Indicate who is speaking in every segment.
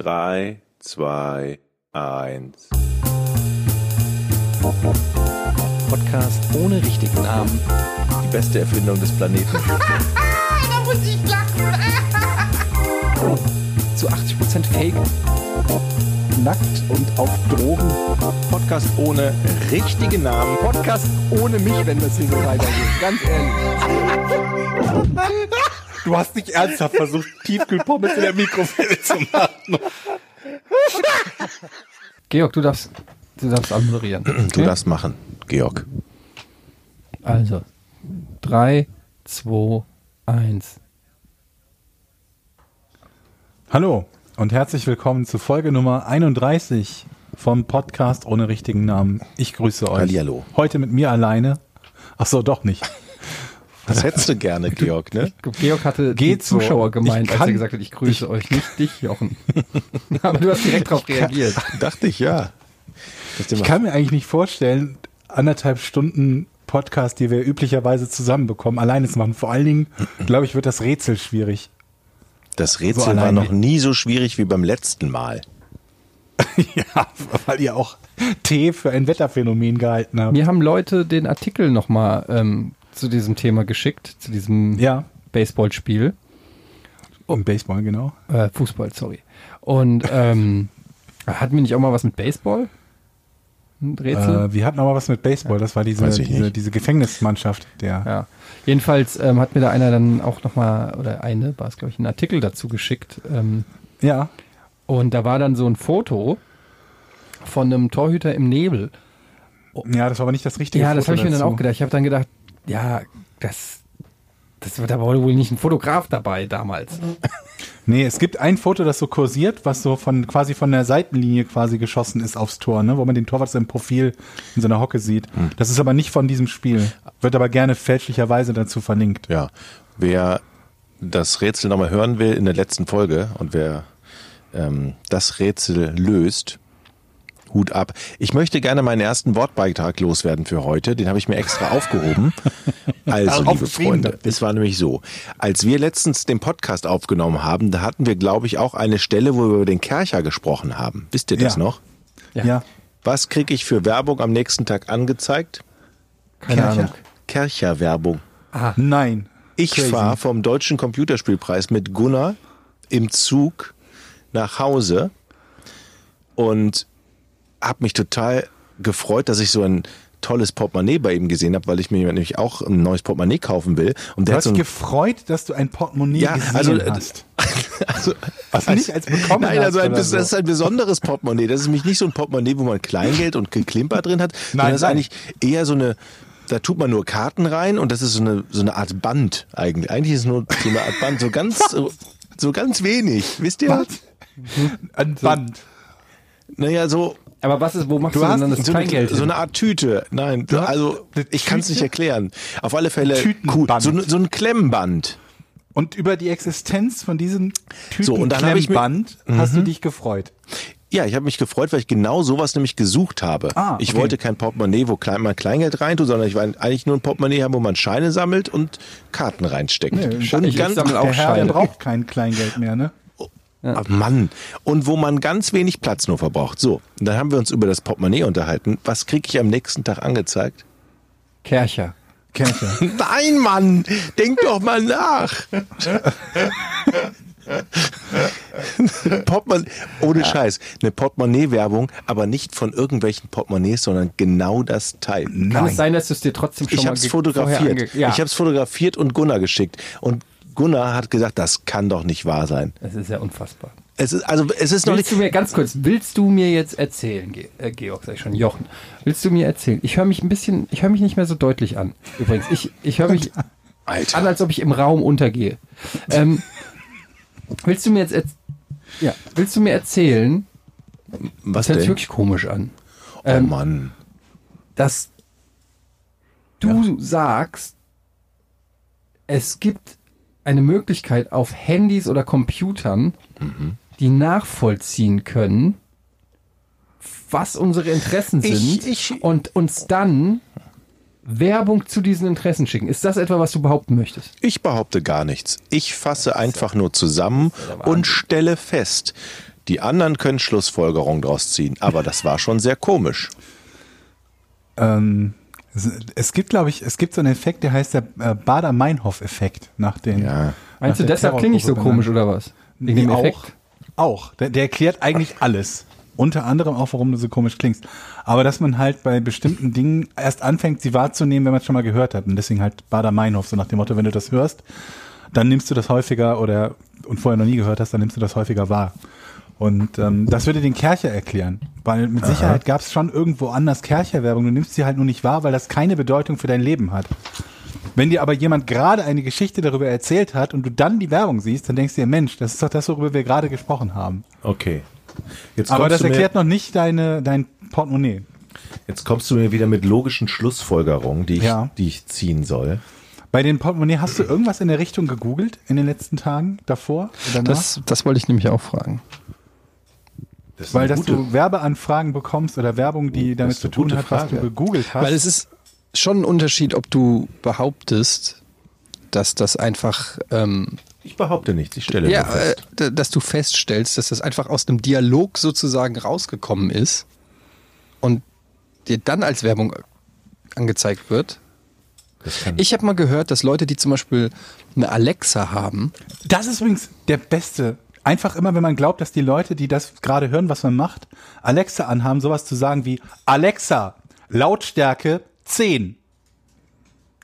Speaker 1: 3, 2, 1.
Speaker 2: Podcast ohne richtigen Namen.
Speaker 1: Die beste Erfindung des Planeten.
Speaker 3: da muss ich lachen.
Speaker 2: Zu 80% Fake. Nackt und auf Drogen.
Speaker 1: Podcast ohne richtigen Namen.
Speaker 2: Podcast ohne mich, wenn das hier so weitergeht. Ganz ehrlich.
Speaker 1: Du hast nicht ernsthaft versucht, Tiefkühlpommes in der Mikrofile zu machen.
Speaker 2: Georg, du darfst, du darfst anmoderieren.
Speaker 1: Du darfst machen, Georg.
Speaker 2: Also. 3, 2, 1.
Speaker 4: Hallo und herzlich willkommen zu Folge Nummer 31 vom Podcast ohne richtigen Namen. Ich grüße euch.
Speaker 1: Hallihallo.
Speaker 4: Heute mit mir alleine. Ach so, doch nicht.
Speaker 1: Das hättest du gerne, Georg, ne?
Speaker 2: Georg hatte
Speaker 4: Geht
Speaker 2: die
Speaker 4: so.
Speaker 2: Zuschauer gemeint,
Speaker 4: Ich
Speaker 2: als
Speaker 4: kann-
Speaker 2: er gesagt hat, ich grüße euch, nicht dich, Jochen. Aber du hast direkt darauf reagiert.
Speaker 1: Dachte ich, ja.
Speaker 4: Ich kann mir eigentlich nicht vorstellen, anderthalb Stunden Podcast, die wir üblicherweise zusammenbekommen, alleine zu machen. Vor allen Dingen, glaube ich, wird das Rätsel schwierig.
Speaker 1: Das Rätsel
Speaker 4: So
Speaker 1: war
Speaker 4: allein-
Speaker 1: noch nie so schwierig wie beim letzten Mal.
Speaker 4: ja, weil ihr auch T für ein Wetterphänomen gehalten habt.
Speaker 2: Mir haben Leute den Artikel nochmal ähm, zu diesem Thema geschickt, zu diesem
Speaker 4: Ja,
Speaker 2: Baseballspiel.
Speaker 4: um Baseball, genau.
Speaker 2: Äh, Fußball, sorry. Und ähm, hatten wir nicht auch mal was mit Baseball? Ein Rätsel?
Speaker 4: Äh, wir hatten aber was mit Baseball. Das war diese,
Speaker 1: Weiß ich
Speaker 4: diese,
Speaker 1: nicht.
Speaker 4: diese Gefängnismannschaft der
Speaker 2: ja. Jedenfalls ähm, hat mir da einer dann auch nochmal, oder eine, war es glaube ich, einen Artikel dazu geschickt. Ähm,
Speaker 4: ja.
Speaker 2: und da war dann so ein Foto von einem Torhüter im Nebel.
Speaker 4: Oh. Ja, das war aber nicht das richtige
Speaker 2: Ja, das habe
Speaker 4: Foto
Speaker 2: ich mir dann
Speaker 4: dazu.
Speaker 2: auch gedacht. Ich habe dann gedacht, ja, das, das da war wohl nicht ein Fotograf dabei damals.
Speaker 4: Nee, es gibt ein Foto, das so kursiert, was so von quasi von der Seitenlinie quasi geschossen ist aufs Tor, ne? wo man den Torwart so im Profil in seiner Hocke sieht.
Speaker 1: Hm.
Speaker 4: Das ist aber nicht von diesem Spiel. Wird aber gerne fälschlicherweise dazu verlinkt.
Speaker 1: Ja. Wer das Rätsel nochmal hören will in der letzten Folge und wer ähm, das Rätsel löst, Hut ab. Ich möchte gerne meinen ersten Wortbeitrag loswerden für heute. Den habe ich mir extra aufgehoben. Also, liebe
Speaker 4: Aufgeschrieben,
Speaker 1: Freunde,
Speaker 4: dachte
Speaker 1: es war nämlich so. Als wir letztens den Podcast aufgenommen haben, da hatten wir, glaube ich, auch eine Stelle, wo wir über den Kercher gesprochen haben. Wisst ihr das
Speaker 4: Ja.
Speaker 1: noch?
Speaker 2: Ja.
Speaker 4: Ja.
Speaker 1: Was kriege ich für Werbung am nächsten Tag angezeigt?
Speaker 2: Keine
Speaker 4: Kercher.
Speaker 2: Ahnung.
Speaker 1: Kercher-Werbung.
Speaker 4: Nein.
Speaker 1: Ich
Speaker 4: Crazy.
Speaker 1: fahre vom Deutschen Computerspielpreis mit Gunnar im Zug nach Hause und habe mich total gefreut, dass ich so ein tolles Portemonnaie bei ihm gesehen habe, weil ich mir nämlich auch ein neues Portemonnaie kaufen will. Und
Speaker 4: Du
Speaker 1: der hat
Speaker 4: hast
Speaker 1: so ein,
Speaker 4: gefreut, dass du ein Portemonnaie
Speaker 1: Ja,
Speaker 4: gesehen
Speaker 1: also, äh,
Speaker 4: hast.
Speaker 1: also,
Speaker 4: Was du nicht als bekommen
Speaker 1: Nein, also
Speaker 4: hast
Speaker 1: ein,
Speaker 4: oder
Speaker 1: das
Speaker 4: so.
Speaker 1: ist ein besonderes Portemonnaie. Das ist nämlich nicht so ein Portemonnaie, wo man Kleingeld und Geklimper drin hat, sondern
Speaker 4: Nein,
Speaker 1: das ist
Speaker 4: nein.
Speaker 1: eigentlich eher so eine, da tut man nur Karten rein und das ist so eine, so eine Art Band eigentlich. Eigentlich ist es nur so eine Art Band, so ganz, so, so ganz wenig. Wisst ihr?
Speaker 4: Was? Ein Band.
Speaker 1: Naja, so,
Speaker 2: Ah. Aber was ist, wo machst du,
Speaker 4: Du
Speaker 2: denn
Speaker 4: hast
Speaker 2: dann das
Speaker 1: so, eine,
Speaker 2: Kleingeld?
Speaker 1: so eine Art Tüte. Nein,
Speaker 4: hast
Speaker 1: also
Speaker 4: eine
Speaker 1: ich kann es nicht
Speaker 4: Tüte?
Speaker 1: erklären. Auf alle Fälle cool.
Speaker 4: Tütenband.
Speaker 1: So, ein- so ein Klemmband.
Speaker 4: Und über die Existenz von diesem
Speaker 1: So, und dann hab ich mir- Mhm.
Speaker 4: Typen-Klemmband hast du dich gefreut.
Speaker 1: Ja, ich habe mich gefreut, weil ich genau sowas nämlich gesucht habe.
Speaker 4: Ah,
Speaker 1: Ich
Speaker 4: okay.
Speaker 1: wollte kein Portemonnaie, wo klein, man Kleingeld reintut, sondern ich wollte eigentlich nur ein Portemonnaie haben, wo man Scheine sammelt und Karten reinsteckt. und
Speaker 2: ich- ich sammel auch
Speaker 4: der Herr, der
Speaker 2: Scheine.
Speaker 4: braucht kein Kleingeld mehr, ne?
Speaker 1: Ah, Mann. Und wo man ganz wenig Platz nur verbraucht. So, und dann haben wir uns über das Portemonnaie unterhalten. Was kriege ich am nächsten Tag angezeigt?
Speaker 2: Kercher.
Speaker 4: Kercher.
Speaker 1: Nein, Mann, denk doch mal nach. Portemon ohne Scheiß, eine Portemonnaie-Werbung, aber nicht von irgendwelchen Portemonnaies, sondern genau das Teil.
Speaker 2: Kann es sein, dass du es dir trotzdem schon
Speaker 1: Ich
Speaker 2: mal
Speaker 1: habe es
Speaker 2: ge- vorher
Speaker 1: fotografiert.
Speaker 2: ange- Ja.
Speaker 1: Ich habe es fotografiert und Gunnar geschickt. Und Gunnar hat gesagt, das kann doch nicht wahr sein.
Speaker 2: das ist ja unfassbar.
Speaker 1: Es ist, also es ist noch
Speaker 2: Willst
Speaker 1: nicht.
Speaker 2: du mir ganz kurz, willst du mir jetzt erzählen, Ge äh, Georg, sag ich schon, Jochen, willst du mir erzählen? Ich höre mich ein bisschen, ich höre mich nicht mehr so deutlich an. Übrigens, ich, ich höre mich an,
Speaker 1: Alter,
Speaker 2: als ob ich im Raum untergehe. Ähm, willst du mir jetzt erz- ja, willst du mir erzählen,
Speaker 1: was
Speaker 2: das hört sich
Speaker 1: denn?
Speaker 2: wirklich Ähm, komisch an,
Speaker 1: Oh Mann.
Speaker 2: dass du sagst, es gibt eine Möglichkeit auf Handys oder Computern,
Speaker 5: Mhm.
Speaker 2: die nachvollziehen können, was unsere Interessen
Speaker 1: Ich-
Speaker 2: sind
Speaker 1: ich-
Speaker 2: und uns dann Werbung zu diesen Interessen schicken. Ist das etwa, was du behaupten möchtest?
Speaker 1: Ich behaupte gar nichts. Ich fasse einfach nur zusammen und stelle fest,
Speaker 6: Die anderen können Schlussfolgerungen draus ziehen, aber das war schon sehr komisch.
Speaker 4: Ähm, es, es gibt, glaube ich, es gibt so einen Effekt, der heißt der äh, Bader-Meinhof-Effekt nach den.
Speaker 6: Ja.
Speaker 5: Meinst du,
Speaker 4: nach der
Speaker 5: deshalb klinge ich so
Speaker 4: Terrorgruppe ne?
Speaker 5: komisch oder was? Wegen dem
Speaker 4: auch.
Speaker 5: Effekt?
Speaker 4: Auch. Der, der erklärt eigentlich alles. Unter anderem auch, warum du so komisch klingst. Aber dass man halt bei bestimmten Dingen erst anfängt, sie wahrzunehmen, wenn man es schon mal gehört hat. Und deswegen halt Bader-Meinhof, so nach dem Motto, wenn du das hörst, dann nimmst du das häufiger oder und vorher noch nie gehört hast, dann nimmst du das häufiger wahr. Und ähm, das würde den Kercher erklären. Weil mit Sicherheit gab es schon irgendwo anders Kercher-Werbung. Du nimmst sie halt nur nicht wahr, weil das keine Bedeutung für dein Leben hat. Wenn dir aber jemand gerade eine Geschichte darüber erzählt hat und du dann die Werbung siehst, dann denkst du dir, Mensch, das ist doch das, worüber wir gerade gesprochen haben.
Speaker 1: Okay. Jetzt
Speaker 4: aber
Speaker 1: kommst
Speaker 4: das
Speaker 1: du mir-
Speaker 4: erklärt noch nicht deine, dein Portemonnaie.
Speaker 1: Jetzt kommst du mir wieder mit logischen Schlussfolgerungen, die ich,
Speaker 4: Ja.
Speaker 1: die ich ziehen soll.
Speaker 4: Bei den Portemonnaie hast du irgendwas in der Richtung gegoogelt in den letzten Tagen davor oder danach?
Speaker 5: Das, das wollte ich nämlich auch fragen.
Speaker 1: Das ist
Speaker 4: Weil
Speaker 1: eine
Speaker 4: dass
Speaker 1: gute-
Speaker 4: du Werbeanfragen bekommst oder Werbung, die damit
Speaker 1: ist
Speaker 4: zu
Speaker 1: eine
Speaker 4: tun
Speaker 1: gute
Speaker 4: hat, was
Speaker 1: Frage.
Speaker 4: du gegoogelt hast.
Speaker 2: Weil es ist schon ein Unterschied, ob du behauptest, dass das einfach, ähm,
Speaker 1: ich behaupte nichts, ich stelle nur
Speaker 2: ja, äh,
Speaker 1: fest.
Speaker 2: d- dass du feststellst, dass das einfach aus einem Dialog sozusagen rausgekommen ist und dir dann als Werbung äh, angezeigt wird.
Speaker 1: Das kann,
Speaker 2: Ich habe mal gehört, dass Leute, die zum Beispiel eine Alexa haben,
Speaker 4: das ist übrigens der beste. Einfach immer, wenn man glaubt, dass die Leute, die das gerade hören, was man macht, Alexa anhaben, sowas zu sagen wie Alexa, Lautstärke 10.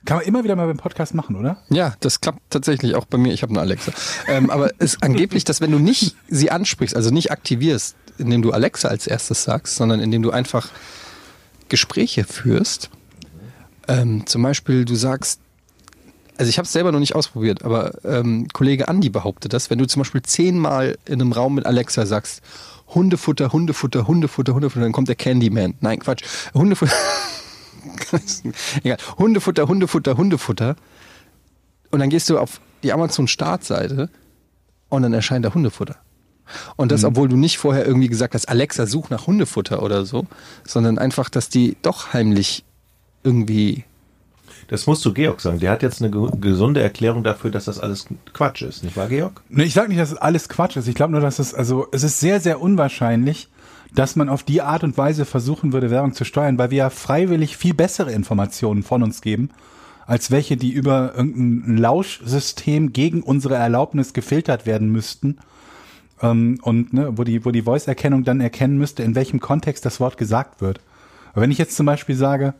Speaker 4: Kann man immer wieder mal beim Podcast machen, oder?
Speaker 2: Ja, das klappt tatsächlich auch bei mir. Ich habe eine Alexa. Ähm, aber es ist angeblich, dass wenn du nicht sie ansprichst, also nicht aktivierst, indem du Alexa als erstes sagst, sondern indem du einfach Gespräche führst. Ähm, zum Beispiel, du sagst, also ich habe es selber noch nicht ausprobiert, aber ähm, Kollege Andi behauptet das, wenn du zum Beispiel zehnmal in einem Raum mit Alexa sagst, Hundefutter, Hundefutter, Hundefutter, Hundefutter, dann kommt der Candyman. Nein, Quatsch. Hundefutter. Egal. Hundefutter, Hundefutter, Hundefutter. Und dann gehst du auf die Amazon-Startseite und dann erscheint da Hundefutter. Und
Speaker 1: Mhm.
Speaker 2: das, obwohl du nicht vorher irgendwie gesagt hast, Alexa, such nach Hundefutter oder so, sondern einfach, dass die doch heimlich irgendwie.
Speaker 1: das musst du Georg sagen. Der hat jetzt eine ge gesunde Erklärung dafür, dass das alles Quatsch ist, nicht wahr, Georg?
Speaker 4: Ne, ich sag nicht, dass es alles Quatsch ist. Ich glaube nur, dass es, also, es ist sehr, sehr unwahrscheinlich, dass man auf die Art und Weise versuchen würde, Werbung zu steuern, weil wir ja freiwillig viel bessere Informationen von uns geben, als welche, die über irgendein Lauschsystem gegen unsere Erlaubnis gefiltert werden müssten. Ähm, und ne, wo die, wo die Voice-Erkennung dann erkennen müsste, in welchem Kontext das Wort gesagt wird. Aber wenn ich jetzt zum Beispiel sage,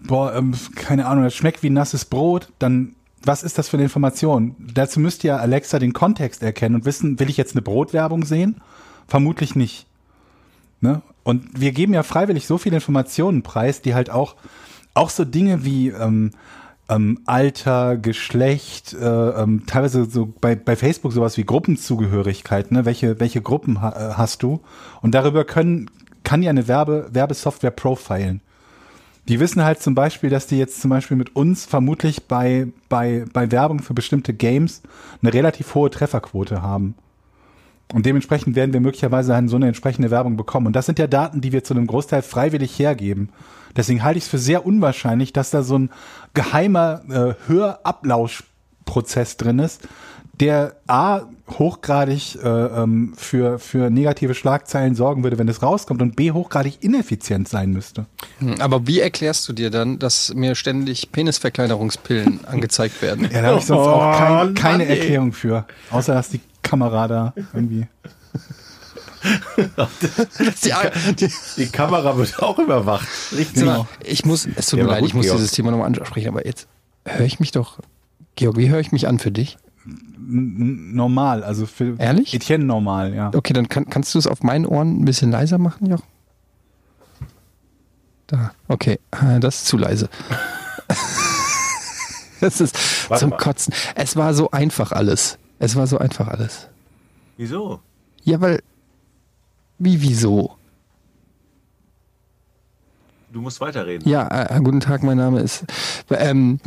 Speaker 4: boah, ähm, keine Ahnung, das schmeckt wie nasses Brot, dann was ist das für eine Information? Dazu müsste ja Alexa den Kontext erkennen und wissen, will ich jetzt eine Brotwerbung sehen? Vermutlich nicht. Ne? Und wir geben ja freiwillig so viele Informationen preis, die halt auch, auch so Dinge wie ähm, ähm, Alter, Geschlecht, äh, ähm, teilweise so bei, bei Facebook sowas wie Gruppenzugehörigkeit, ne? welche, welche Gruppen ha äh, hast du? Und darüber können, kann ja eine Werbe, Werbesoftware profilen. Die wissen halt zum Beispiel, dass die jetzt zum Beispiel mit uns vermutlich bei, bei, bei Werbung für bestimmte Games eine relativ hohe Trefferquote haben. Und dementsprechend werden wir möglicherweise dann so eine entsprechende Werbung bekommen. Und das sind ja Daten, die wir zu einem Großteil freiwillig hergeben. Deswegen halte ich es für sehr unwahrscheinlich, dass da so ein geheimer äh, Hörablauschprozess drin ist, der A, hochgradig äh, ähm, für, für negative Schlagzeilen sorgen würde, wenn es rauskommt, und B, hochgradig ineffizient sein müsste.
Speaker 2: hm, Aber wie erklärst du dir dann, dass mir ständig Penisverkleinerungspillen angezeigt werden?
Speaker 4: Ja, da habe ich sonst auch
Speaker 1: Oh,
Speaker 4: kein,
Speaker 1: Mann,
Speaker 4: keine
Speaker 1: ey.
Speaker 4: Erklärung für. Außer, dass die Kamera da irgendwie.
Speaker 2: Die, die,
Speaker 1: Die Kamera wird auch überwacht. Richtig.
Speaker 2: Sag mal, Ich muss, es tut
Speaker 1: Genau.
Speaker 2: mir
Speaker 1: Ja, aber
Speaker 2: leid,
Speaker 1: gut,
Speaker 2: ich muss
Speaker 1: Georg.
Speaker 2: dieses Thema nochmal ansprechen, aber jetzt höre ich mich doch. Georg, wie höre ich mich an für dich?
Speaker 4: N- Normal, also für
Speaker 2: Ehrlich?
Speaker 4: Etienne normal, ja.
Speaker 2: Okay, dann kann, kannst du es auf meinen Ohren ein bisschen leiser machen, Joch? Da, okay, äh, das ist zu leise. das ist
Speaker 1: Warte
Speaker 2: zum
Speaker 1: mal.
Speaker 2: Kotzen. Es war so einfach alles. Es war so einfach alles.
Speaker 1: Wieso?
Speaker 2: Ja, weil, wie, wieso?
Speaker 1: Du musst weiterreden.
Speaker 2: Ja, äh, guten Tag, mein Name ist. Ähm,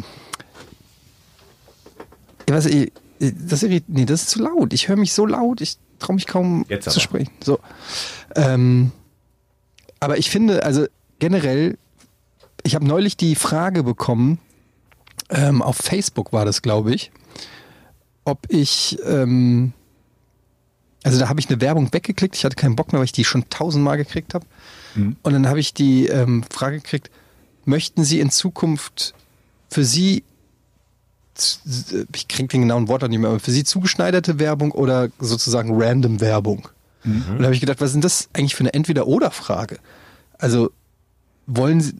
Speaker 2: ich weiß, ich, das, irrit- nee, das ist zu laut. Ich höre mich so laut, ich traue mich kaum
Speaker 1: Jetzt
Speaker 2: zu
Speaker 1: aber.
Speaker 2: sprechen. So. Ähm, aber ich finde, also generell, ich habe neulich die Frage bekommen, ähm, auf Facebook war das, glaube ich, ob ich ähm, Also da habe ich eine Werbung weggeklickt. Ich hatte keinen Bock mehr, weil ich die schon tausendmal gekriegt habe.
Speaker 1: Mhm.
Speaker 2: Und dann habe ich die ähm, Frage gekriegt, möchten Sie in Zukunft für Sie, z- ich kriege den genauen Wort auch nicht mehr, aber für Sie zugeschneiderte Werbung oder sozusagen random Werbung? Und da habe ich gedacht, was ist denn das eigentlich für eine Entweder-Oder-Frage? Also wollen Sie,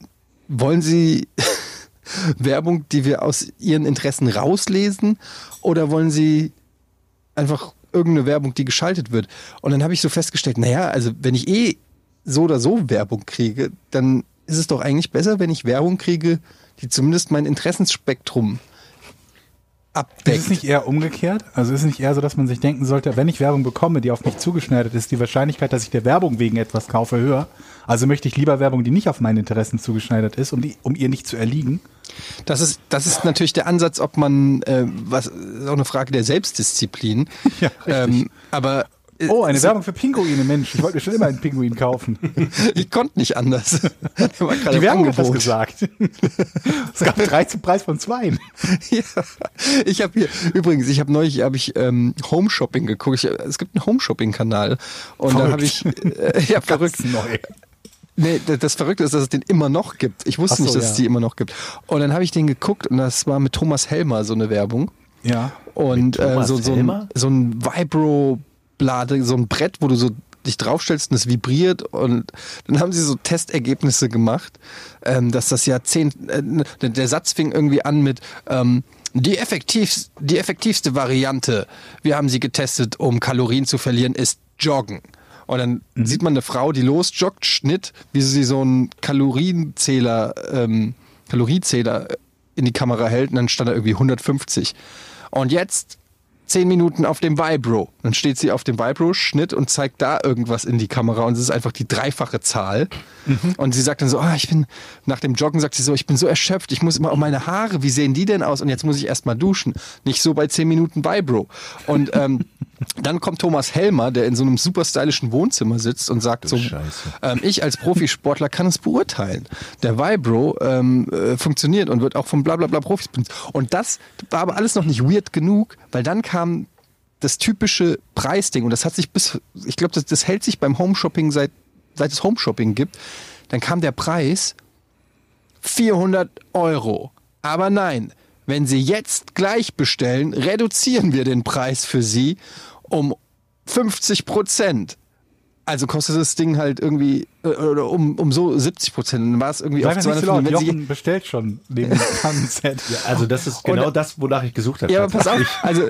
Speaker 2: wollen Sie Werbung, die wir aus Ihren Interessen rauslesen oder wollen Sie einfach irgendeine Werbung, die geschaltet wird. Und dann habe ich so festgestellt, naja, also wenn ich eh so oder so Werbung kriege, dann ist es doch eigentlich besser, wenn ich Werbung kriege, die zumindest mein Interessensspektrum
Speaker 4: Ist es
Speaker 2: abdeckt.
Speaker 4: nicht eher umgekehrt? Also ist es nicht eher so, dass man sich denken sollte, wenn ich Werbung bekomme, die auf mich zugeschneidert ist, die Wahrscheinlichkeit, dass ich der Werbung wegen etwas kaufe, höher. Also möchte ich lieber Werbung, die nicht auf meine Interessen zugeschneidert ist, um, die, um ihr nicht zu erliegen.
Speaker 2: Das ist, das ist natürlich der Ansatz, ob man, äh, was, ist auch eine Frage der Selbstdisziplin.
Speaker 4: Ja, richtig.
Speaker 2: ähm, aber äh,
Speaker 4: Oh, eine
Speaker 2: so-
Speaker 4: Werbung für Pinguine, Mensch. Ich wollte mir schon immer einen Pinguin kaufen.
Speaker 2: ich konnte nicht anders. Der war gerade
Speaker 4: Die
Speaker 2: im
Speaker 4: Werbung hat das
Speaker 2: Angebot.
Speaker 4: gesagt. es gab drei zum Preis von zwei.
Speaker 2: Ja, ich habe hier übrigens, ich habe neulich habe ich ähm, Home Shopping geguckt. Ich, es gibt einen Home Shopping Kanal und da
Speaker 4: Verrückt.
Speaker 2: habe ich äh, ja verrückt.
Speaker 4: neu.
Speaker 2: Nee, das, das Verrückte ist, dass es den immer noch gibt. Ich wusste
Speaker 4: Ach so,
Speaker 2: nicht, dass
Speaker 4: ja.
Speaker 2: es die immer noch gibt. Und dann habe ich den geguckt und das war mit Thomas Helmer so eine Werbung
Speaker 4: Ja.
Speaker 2: und äh,
Speaker 1: Thomas
Speaker 2: so so
Speaker 1: Helmer?
Speaker 2: ein, so ein Vibro Blade, so ein Brett, wo du so dich draufstellst und es vibriert und dann haben sie so Testergebnisse gemacht, ähm, dass das ja zehn, äh, der- der Satz fing irgendwie an mit ähm, die, effektiv, die effektivste Variante, wir haben sie getestet, um Kalorien zu verlieren, ist Joggen. Und dann sieht man eine Frau, die losjoggt, Schnitt, wie sie so einen Kalorienzähler, ähm, Kaloriezähler in die Kamera hält und dann stand da irgendwie 150. Und jetzt zehn Minuten auf dem Vibro. Dann steht sie auf dem Vibro-Schnitt und zeigt da irgendwas in die Kamera und es ist einfach die dreifache Zahl. Und sie sagt dann so, ah, ich bin, nach dem Joggen sagt sie so, ich bin so erschöpft, ich muss immer um meine Haare, wie sehen die denn aus? Und jetzt muss ich erstmal duschen. Nicht so bei zehn Minuten Vibro. Und ähm, dann kommt Thomas Helmer, der in so einem super stylischen Wohnzimmer sitzt und sagt so, ähm, ich als Profisportler kann es beurteilen. Der Vibro ähm, äh, funktioniert und wird auch vom blablabla Profis benutzt. Und das war aber alles noch nicht weird genug, weil dann kam das typische Preisding und das hat sich bis, ich glaube, das, das hält sich beim Homeshopping seit, seit es Homeshopping gibt. Dann kam der Preis 400 Euro. Aber nein, wenn Sie jetzt gleich bestellen, reduzieren wir den Preis für Sie um 50 Prozent. Also kostet das Ding halt irgendwie äh, oder um, um so 70 Prozent. Dann war es irgendwie auf
Speaker 4: Sei mir nicht so
Speaker 2: 250.
Speaker 4: laut.
Speaker 2: Wenn Sie,
Speaker 4: Jochen bestellt schon neben dem Sunset.
Speaker 1: Also das ist genau das, wonach ich gesucht habe.
Speaker 2: ja, aber pass auf. Also,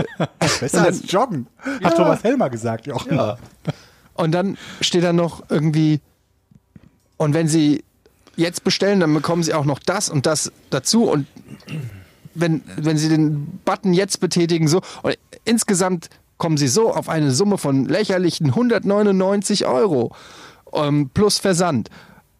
Speaker 4: Besser als Joggen. Hat Thomas Helmer gesagt, Jochen. Ja.
Speaker 2: Und dann steht da noch irgendwie, und wenn sie jetzt bestellen, dann bekommen sie auch noch das und das dazu. Und wenn, wenn sie den Button jetzt betätigen, so, und insgesamt kommen sie so auf eine Summe von lächerlichen 199 Euro ähm, plus Versand.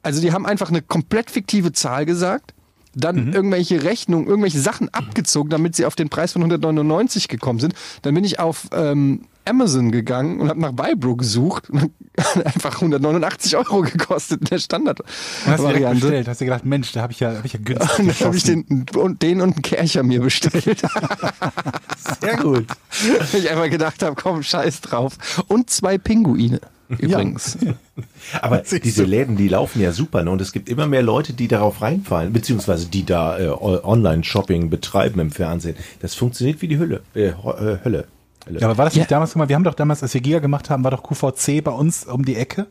Speaker 2: Also die haben einfach eine komplett fiktive Zahl gesagt. Dann irgendwelche Rechnungen, irgendwelche Sachen abgezogen, damit sie auf den Preis von 199 gekommen sind. Dann bin ich auf ähm, Amazon gegangen und habe nach Vibro gesucht und hat einfach 189 Euro gekostet in der
Speaker 4: Und hast direkt
Speaker 2: Standard-Variante.
Speaker 4: bestellt. Hast dir gedacht, Mensch, da habe ich ja, hab ich ja günstig
Speaker 2: Und dann habe ich
Speaker 4: geschossen.
Speaker 2: den und, den und einen Kercher mir bestellt.
Speaker 1: Sehr gut.
Speaker 2: Weil ich einfach gedacht habe, komm, scheiß drauf. Und zwei Pinguine übrigens.
Speaker 1: Aber diese Läden, die laufen ja super. Ne? Und es gibt immer mehr Leute, die darauf reinfallen, beziehungsweise die da äh, O- Online-Shopping betreiben im Fernsehen. Das funktioniert wie die Hölle. Äh, Ho- äh, Hölle. Hölle.
Speaker 4: Ja, aber war das
Speaker 2: Ja.
Speaker 4: nicht damals mal? Wir haben doch damals, als wir Giga gemacht haben, war doch QVC bei uns um die Ecke.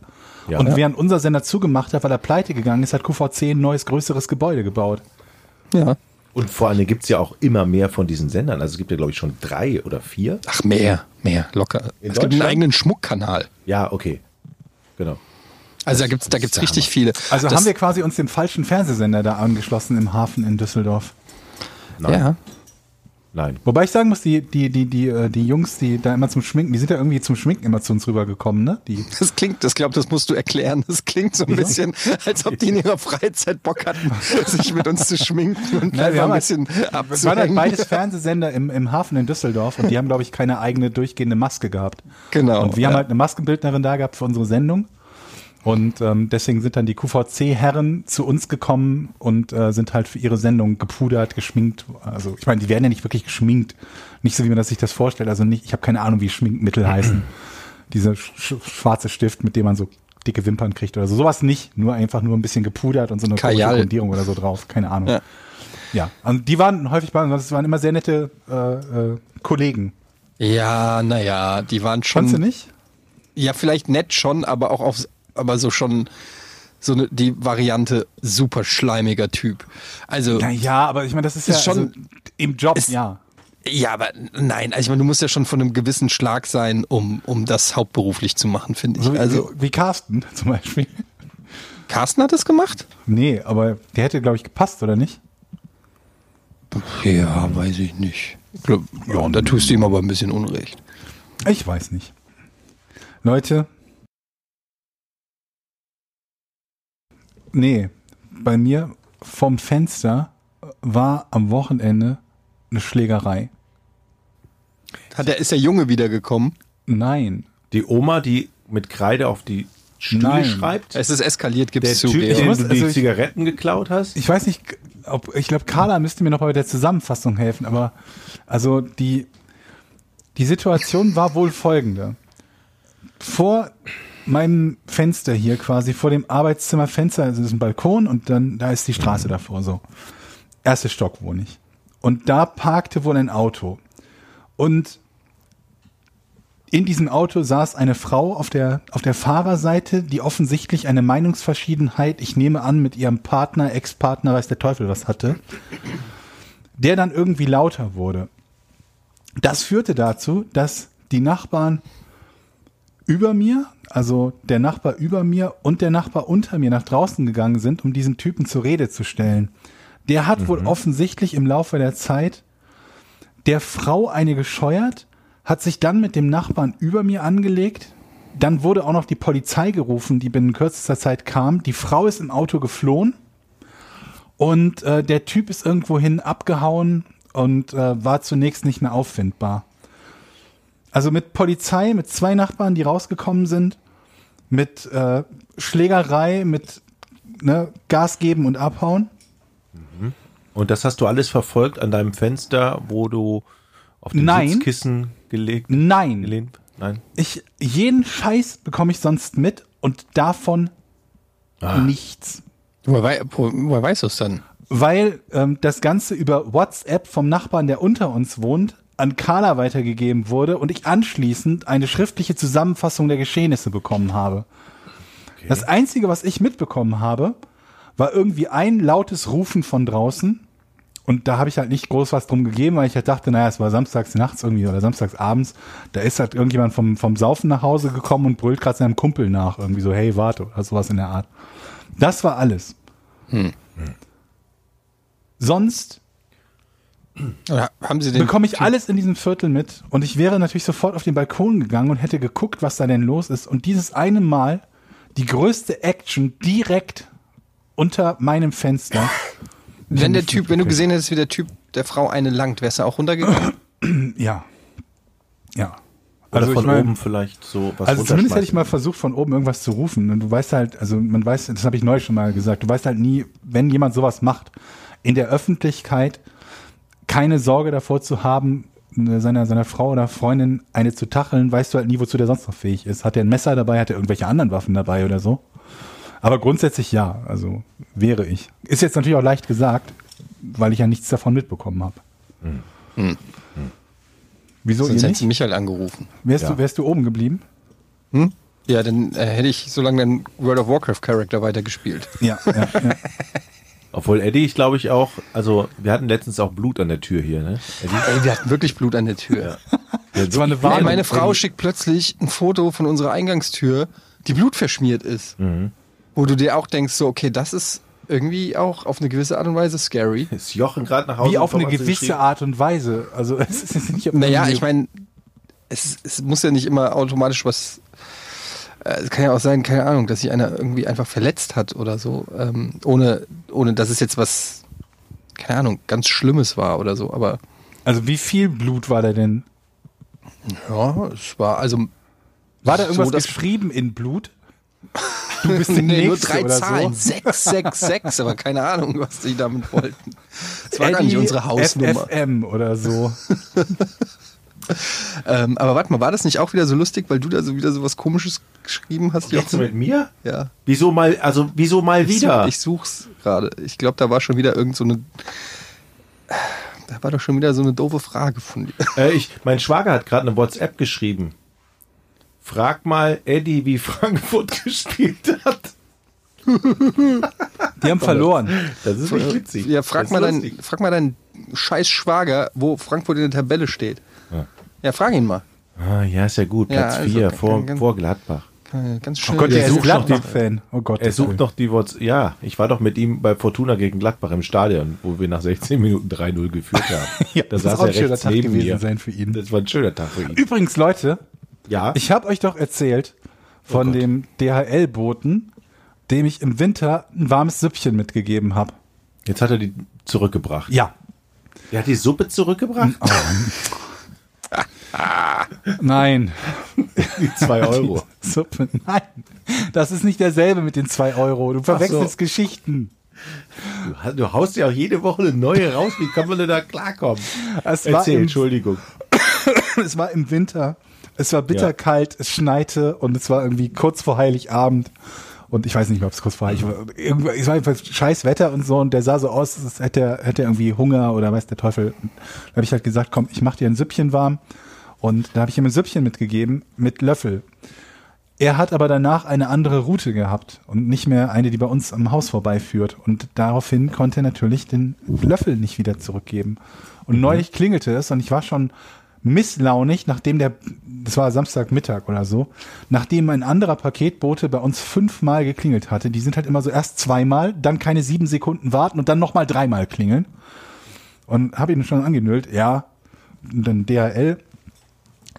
Speaker 4: und während unser Sender zugemacht hat, weil er pleite gegangen ist, hat QVC ein neues, größeres Gebäude gebaut.
Speaker 2: Ja.
Speaker 1: Und vor allem gibt's ja auch immer mehr von diesen Sendern. Also es gibt ja, glaube ich, schon drei oder vier.
Speaker 2: Ach, mehr, mehr, locker.
Speaker 1: In
Speaker 2: es gibt einen
Speaker 1: Deutschland?
Speaker 2: eigenen Schmuckkanal.
Speaker 1: Ja, okay. Genau.
Speaker 2: Also da gibt's da gibt's
Speaker 1: der
Speaker 2: richtig
Speaker 1: Hammer.
Speaker 2: viele.
Speaker 4: Also
Speaker 2: Das-
Speaker 4: haben wir quasi uns dem falschen Fernsehsender da angeschlossen im Hafen in Düsseldorf.
Speaker 1: Nein.
Speaker 2: Ja.
Speaker 1: Nein.
Speaker 4: Wobei ich sagen muss, die, die, die, die, äh, die Jungs, die da immer zum Schminken, die sind ja irgendwie zum Schminken immer zu uns rübergekommen, ne? Die,
Speaker 2: Das klingt, das glaube, das musst du erklären. Das klingt so ein bisschen, als ob die in ihrer Freizeit Bock hatten, sich mit uns zu schminken und
Speaker 4: Ja,
Speaker 2: einfach ein
Speaker 4: halt-
Speaker 2: bisschen
Speaker 4: es waren halt
Speaker 2: abzuhängen.
Speaker 4: beides Fernsehsender im, im Hafen in Düsseldorf und die haben, glaube ich, keine eigene durchgehende Maske gehabt.
Speaker 2: Genau,
Speaker 4: Und wir haben
Speaker 2: ja.
Speaker 4: halt eine Maskenbildnerin da gehabt für unsere Sendung. Und ähm, deswegen sind dann die QVC-Herren zu uns gekommen und äh, sind halt für ihre Sendung gepudert, geschminkt. Also ich meine, die werden ja nicht wirklich geschminkt. Nicht so, wie man das sich das vorstellt. Also nicht, ich habe keine Ahnung, wie Schminkmittel heißen. dieser sch schwarze Stift, mit dem man so dicke Wimpern kriegt oder so. Sowas nicht, nur einfach nur ein bisschen gepudert und so eine komische
Speaker 2: Kajal.
Speaker 4: Grundierung oder so drauf. Keine Ahnung. Ja,
Speaker 2: Ja.
Speaker 4: und die waren häufig bei uns, das waren immer sehr nette äh, äh, Kollegen.
Speaker 2: Ja, naja, die waren schon.
Speaker 4: Fandst du nicht?
Speaker 2: Ja, vielleicht nett schon, aber auch auf, aber so schon so ne, die Variante super schleimiger Typ. Also
Speaker 4: Naja, aber ich meine, das ist,
Speaker 2: Ist
Speaker 4: ja
Speaker 2: schon-
Speaker 4: also, im Job,
Speaker 2: ist-
Speaker 4: ja.
Speaker 2: ja, aber nein, also ich meine, du musst ja schon von einem gewissen Schlag sein, um um das hauptberuflich zu machen, finde ich.
Speaker 4: So wie,
Speaker 2: also
Speaker 4: wie Carsten zum Beispiel.
Speaker 2: Carsten hat es gemacht?
Speaker 4: Nee, aber der hätte, glaube ich, gepasst, oder nicht?
Speaker 2: Ja, weiß ich nicht. Glaub, ja, und da tust du ihm aber ein bisschen Unrecht.
Speaker 4: Ich weiß nicht. Leute. Nee, bei mir vom Fenster war am Wochenende eine Schlägerei.
Speaker 2: Hat der ist der Junge wiedergekommen?
Speaker 4: Nein.
Speaker 1: Die Oma, die mit Kreide auf die Stühle
Speaker 4: Nein.
Speaker 1: schreibt.
Speaker 2: Es ist eskaliert,
Speaker 1: der
Speaker 2: gibt's zu.
Speaker 1: Typ,
Speaker 2: Georg.
Speaker 1: dem
Speaker 4: muss-
Speaker 1: du
Speaker 4: also
Speaker 1: die
Speaker 4: ich-
Speaker 1: Zigaretten geklaut hast.
Speaker 4: Ich weiß nicht, ob ich glaube, Carla müsste mir noch mal bei der Zusammenfassung helfen, aber also die, die Situation war wohl folgende. Vor meinem Fenster hier quasi, vor dem Arbeitszimmerfenster, also es ist ein Balkon und dann da ist die Straße davor so. Erster Stock wohne ich. Und da parkte wohl ein Auto. Und in diesem Auto saß eine Frau auf der, auf der Fahrerseite, die offensichtlich eine Meinungsverschiedenheit, ich nehme an, mit ihrem Partner, Ex-Partner, weiß der Teufel was hatte, der dann irgendwie lauter wurde. Das führte dazu, dass die Nachbarn über mir, also der Nachbar über mir und der Nachbar unter mir nach draußen gegangen sind, um diesen Typen zur Rede zu stellen. Der hat wohl offensichtlich im Laufe der Zeit der Frau eine gescheuert, hat sich dann mit dem Nachbarn über mir angelegt. Dann wurde auch noch die Polizei gerufen, die binnen kürzester Zeit kam. Die Frau ist im Auto geflohen und äh, der Typ ist irgendwohin abgehauen und äh, war zunächst nicht mehr auffindbar. Also mit Polizei, mit zwei Nachbarn, die rausgekommen sind, mit äh, Schlägerei, mit ne, Gas geben und abhauen.
Speaker 1: Und das hast du alles verfolgt an deinem Fenster, wo du auf dem
Speaker 4: Nein.
Speaker 1: Sitzkissen gelegt,
Speaker 4: Nein,
Speaker 1: gelehnt. Nein.
Speaker 4: ich jeden Scheiß bekomme ich sonst mit und davon nichts.
Speaker 2: Woher, wei- woher weißt du es dann?
Speaker 4: Weil ähm, das Ganze über WhatsApp vom Nachbarn, der unter uns wohnt, an Carla weitergegeben wurde und ich anschließend eine schriftliche Zusammenfassung der Geschehnisse bekommen habe. Das Einzige, was ich mitbekommen habe, war irgendwie ein lautes Rufen von draußen. Und da habe ich halt nicht groß was drum gegeben, weil ich halt dachte, naja, es war samstags nachts irgendwie oder samstags abends. Da ist halt irgendjemand vom, vom Saufen nach Hause gekommen und brüllt gerade seinem Kumpel nach. Irgendwie so, hey, warte oder sowas in der Art. Das war alles. Sonst
Speaker 2: Oder haben sie den
Speaker 4: bekomme ich alles in diesem Viertel mit und ich wäre natürlich sofort auf den Balkon gegangen und hätte geguckt, was da denn los ist. Und dieses eine Mal die größte Action direkt unter meinem Fenster.
Speaker 2: Wenn der Typ, wenn du gesehen hättest, wie der Typ der Frau eine langt, wärst du auch runtergegangen?
Speaker 4: Ja. Ja.
Speaker 1: Oder
Speaker 4: Also ich
Speaker 1: von
Speaker 4: mein-
Speaker 1: oben vielleicht so was
Speaker 4: Also zumindest hätte ich
Speaker 1: runterschmeißen.
Speaker 4: mal versucht, von oben irgendwas zu rufen. Und du weißt halt, also man weiß, das habe ich neulich schon mal gesagt, du weißt halt nie, wenn jemand sowas macht, in der Öffentlichkeit keine Sorge davor zu haben, eine- seiner, seiner Frau oder Freundin eine zu tacheln, weißt du halt nie, wozu der sonst noch fähig ist. Hat er ein Messer dabei, hat er irgendwelche anderen Waffen dabei oder so? Aber grundsätzlich ja, also wäre ich. Ist jetzt natürlich auch leicht gesagt, weil ich ja nichts davon mitbekommen habe. Wieso
Speaker 2: Sonst
Speaker 4: ihr
Speaker 2: hättest du mich
Speaker 4: nicht?
Speaker 2: halt angerufen.
Speaker 4: Wärst,
Speaker 1: Ja.
Speaker 4: du, wärst du oben geblieben?
Speaker 2: Hm? Ja, dann äh, hätte ich so lange deinen World of Warcraft Charakter weitergespielt.
Speaker 4: Ja, ja, ja.
Speaker 1: Obwohl Eddie, ich glaube ich auch, also wir hatten letztens auch Blut an der Tür hier, ne? Eddie?
Speaker 2: Ey, wir hatten wirklich Blut an der Tür.
Speaker 4: Das war eine
Speaker 2: Nein,
Speaker 4: Warnung.
Speaker 2: meine Frau schickt plötzlich ein Foto von unserer Eingangstür, die blutverschmiert ist.
Speaker 4: Mhm.
Speaker 2: Wo du dir auch denkst, so, okay, das ist irgendwie auch auf eine gewisse Art und Weise scary.
Speaker 1: Ist Jochen gerade nach Hause
Speaker 4: Wie auf eine
Speaker 1: gekommen, hat sie
Speaker 4: gewisse
Speaker 1: geschrieben,
Speaker 4: Art und Weise. Also es ist jetzt nicht ob
Speaker 2: Naja,
Speaker 4: irgendwie-
Speaker 2: ich meine, es, es muss ja nicht immer automatisch was. äh, Es kann ja auch sein, keine Ahnung, dass sich einer irgendwie einfach verletzt hat oder so, ähm, ohne, ohne dass es jetzt was, keine Ahnung, ganz Schlimmes war oder so. Aber
Speaker 4: Also wie viel Blut war da denn?
Speaker 2: ja, es war also
Speaker 4: War da
Speaker 2: So,
Speaker 4: irgendwas
Speaker 2: das-
Speaker 4: geschrieben in Blut? Du bist der
Speaker 2: nur
Speaker 4: Nächste
Speaker 2: drei
Speaker 4: oder
Speaker 2: Zahlen,
Speaker 4: so.
Speaker 2: sechs, sechs, sechs, aber keine Ahnung, was die damit wollten. Es war gar nicht
Speaker 4: Eddie
Speaker 2: unsere Hausnummer.
Speaker 4: FFM oder so.
Speaker 2: ähm, aber warte mal, war das nicht auch wieder so lustig, weil du da so wieder so was Komisches geschrieben hast,
Speaker 1: Jetzt mit mir?
Speaker 2: Ja.
Speaker 1: Wieso mal, also wieso mal wieder?
Speaker 2: Ich such's gerade. Ich glaube, da war schon wieder irgend so eine. Da war doch schon wieder so eine doofe Frage von dir.
Speaker 1: Äh, ich, mein Schwager hat gerade eine WhatsApp geschrieben. Frag mal Eddie, wie Frankfurt gespielt hat.
Speaker 4: Die haben verloren.
Speaker 1: Das ist
Speaker 4: Äh,
Speaker 1: nicht witzig.
Speaker 2: Ja, frag
Speaker 1: das
Speaker 2: mal,
Speaker 1: ist
Speaker 2: deinen,
Speaker 1: lustig.
Speaker 2: frag mal deinen scheiß Schwager, wo Frankfurt in der Tabelle steht. Ja, frag ihn mal.
Speaker 1: Ah, ja, ist ja gut.
Speaker 2: Ja,
Speaker 1: Platz
Speaker 2: also,
Speaker 1: 4
Speaker 2: kann-
Speaker 1: vor,
Speaker 2: kann-
Speaker 1: vor Gladbach.
Speaker 2: Äh, Ganz schön.
Speaker 1: Gott,
Speaker 2: Ja,
Speaker 1: der
Speaker 4: Er
Speaker 2: es-
Speaker 4: ist
Speaker 1: sucht noch die-
Speaker 4: Gladbach-Fan. Oh Gott.
Speaker 1: Er sucht
Speaker 4: noch.
Speaker 1: noch die WhatsApp. Ja, ich war doch mit ihm bei Fortuna gegen Gladbach im Stadion, wo wir nach 16 Minuten 3-0 geführt haben.
Speaker 4: Ja,
Speaker 1: da
Speaker 4: das
Speaker 1: saß
Speaker 4: muss auch
Speaker 1: er
Speaker 4: ein schöner
Speaker 1: rechts
Speaker 4: Tag
Speaker 1: neben
Speaker 4: gewesen
Speaker 1: mir.
Speaker 4: sein für ihn.
Speaker 1: Das war ein schöner Tag für ihn.
Speaker 4: Übrigens, Leute,
Speaker 1: Ja,
Speaker 4: ich habe euch doch erzählt
Speaker 1: Ah.
Speaker 4: von
Speaker 1: Oh Gott.
Speaker 4: dem DHL-Boten, dem ich im Winter ein warmes Süppchen mitgegeben habe.
Speaker 1: jetzt hat er die zurückgebracht.
Speaker 4: Ja.
Speaker 1: Er hat die Suppe zurückgebracht?
Speaker 4: Nein.
Speaker 1: Die 2 Euro.
Speaker 4: Die Suppe. Nein. Das ist nicht derselbe mit den zwei Euro. Du verwechselst
Speaker 1: so.
Speaker 4: Geschichten.
Speaker 1: Du, hast- du haust ja auch jede Woche eine neue raus. Wie kann man denn da klarkommen?
Speaker 4: Es war
Speaker 1: Erzähl,
Speaker 4: im-
Speaker 1: Entschuldigung.
Speaker 4: Es war im Winter. Es war bitterkalt, es schneite und es war irgendwie kurz vor Heiligabend. Und ich weiß nicht mehr, ob es kurz vor Heiligabend war. Irgendwann- Es war jedenfalls scheiß Wetter und so. Und der sah so aus, als hätte er, hätte er irgendwie Hunger oder weiß der Teufel. Und Da habe ich halt gesagt, komm, ich mache dir ein Süppchen warm. Und da habe ich ihm ein Süppchen mitgegeben mit Löffel. Er hat aber danach eine andere Route gehabt und nicht mehr eine, die bei uns am Haus vorbeiführt. Und daraufhin konnte er natürlich den Löffel nicht wieder zurückgeben. Und neulich klingelte es und ich war schon misslaunig, nachdem der, das war Samstagmittag oder so, nachdem ein anderer Paketbote bei uns fünfmal geklingelt hatte. Die sind halt immer so erst zweimal, dann keine sieben Sekunden warten und dann nochmal dreimal klingeln. Und habe ihn schon angenölt, ja, und dann DHL.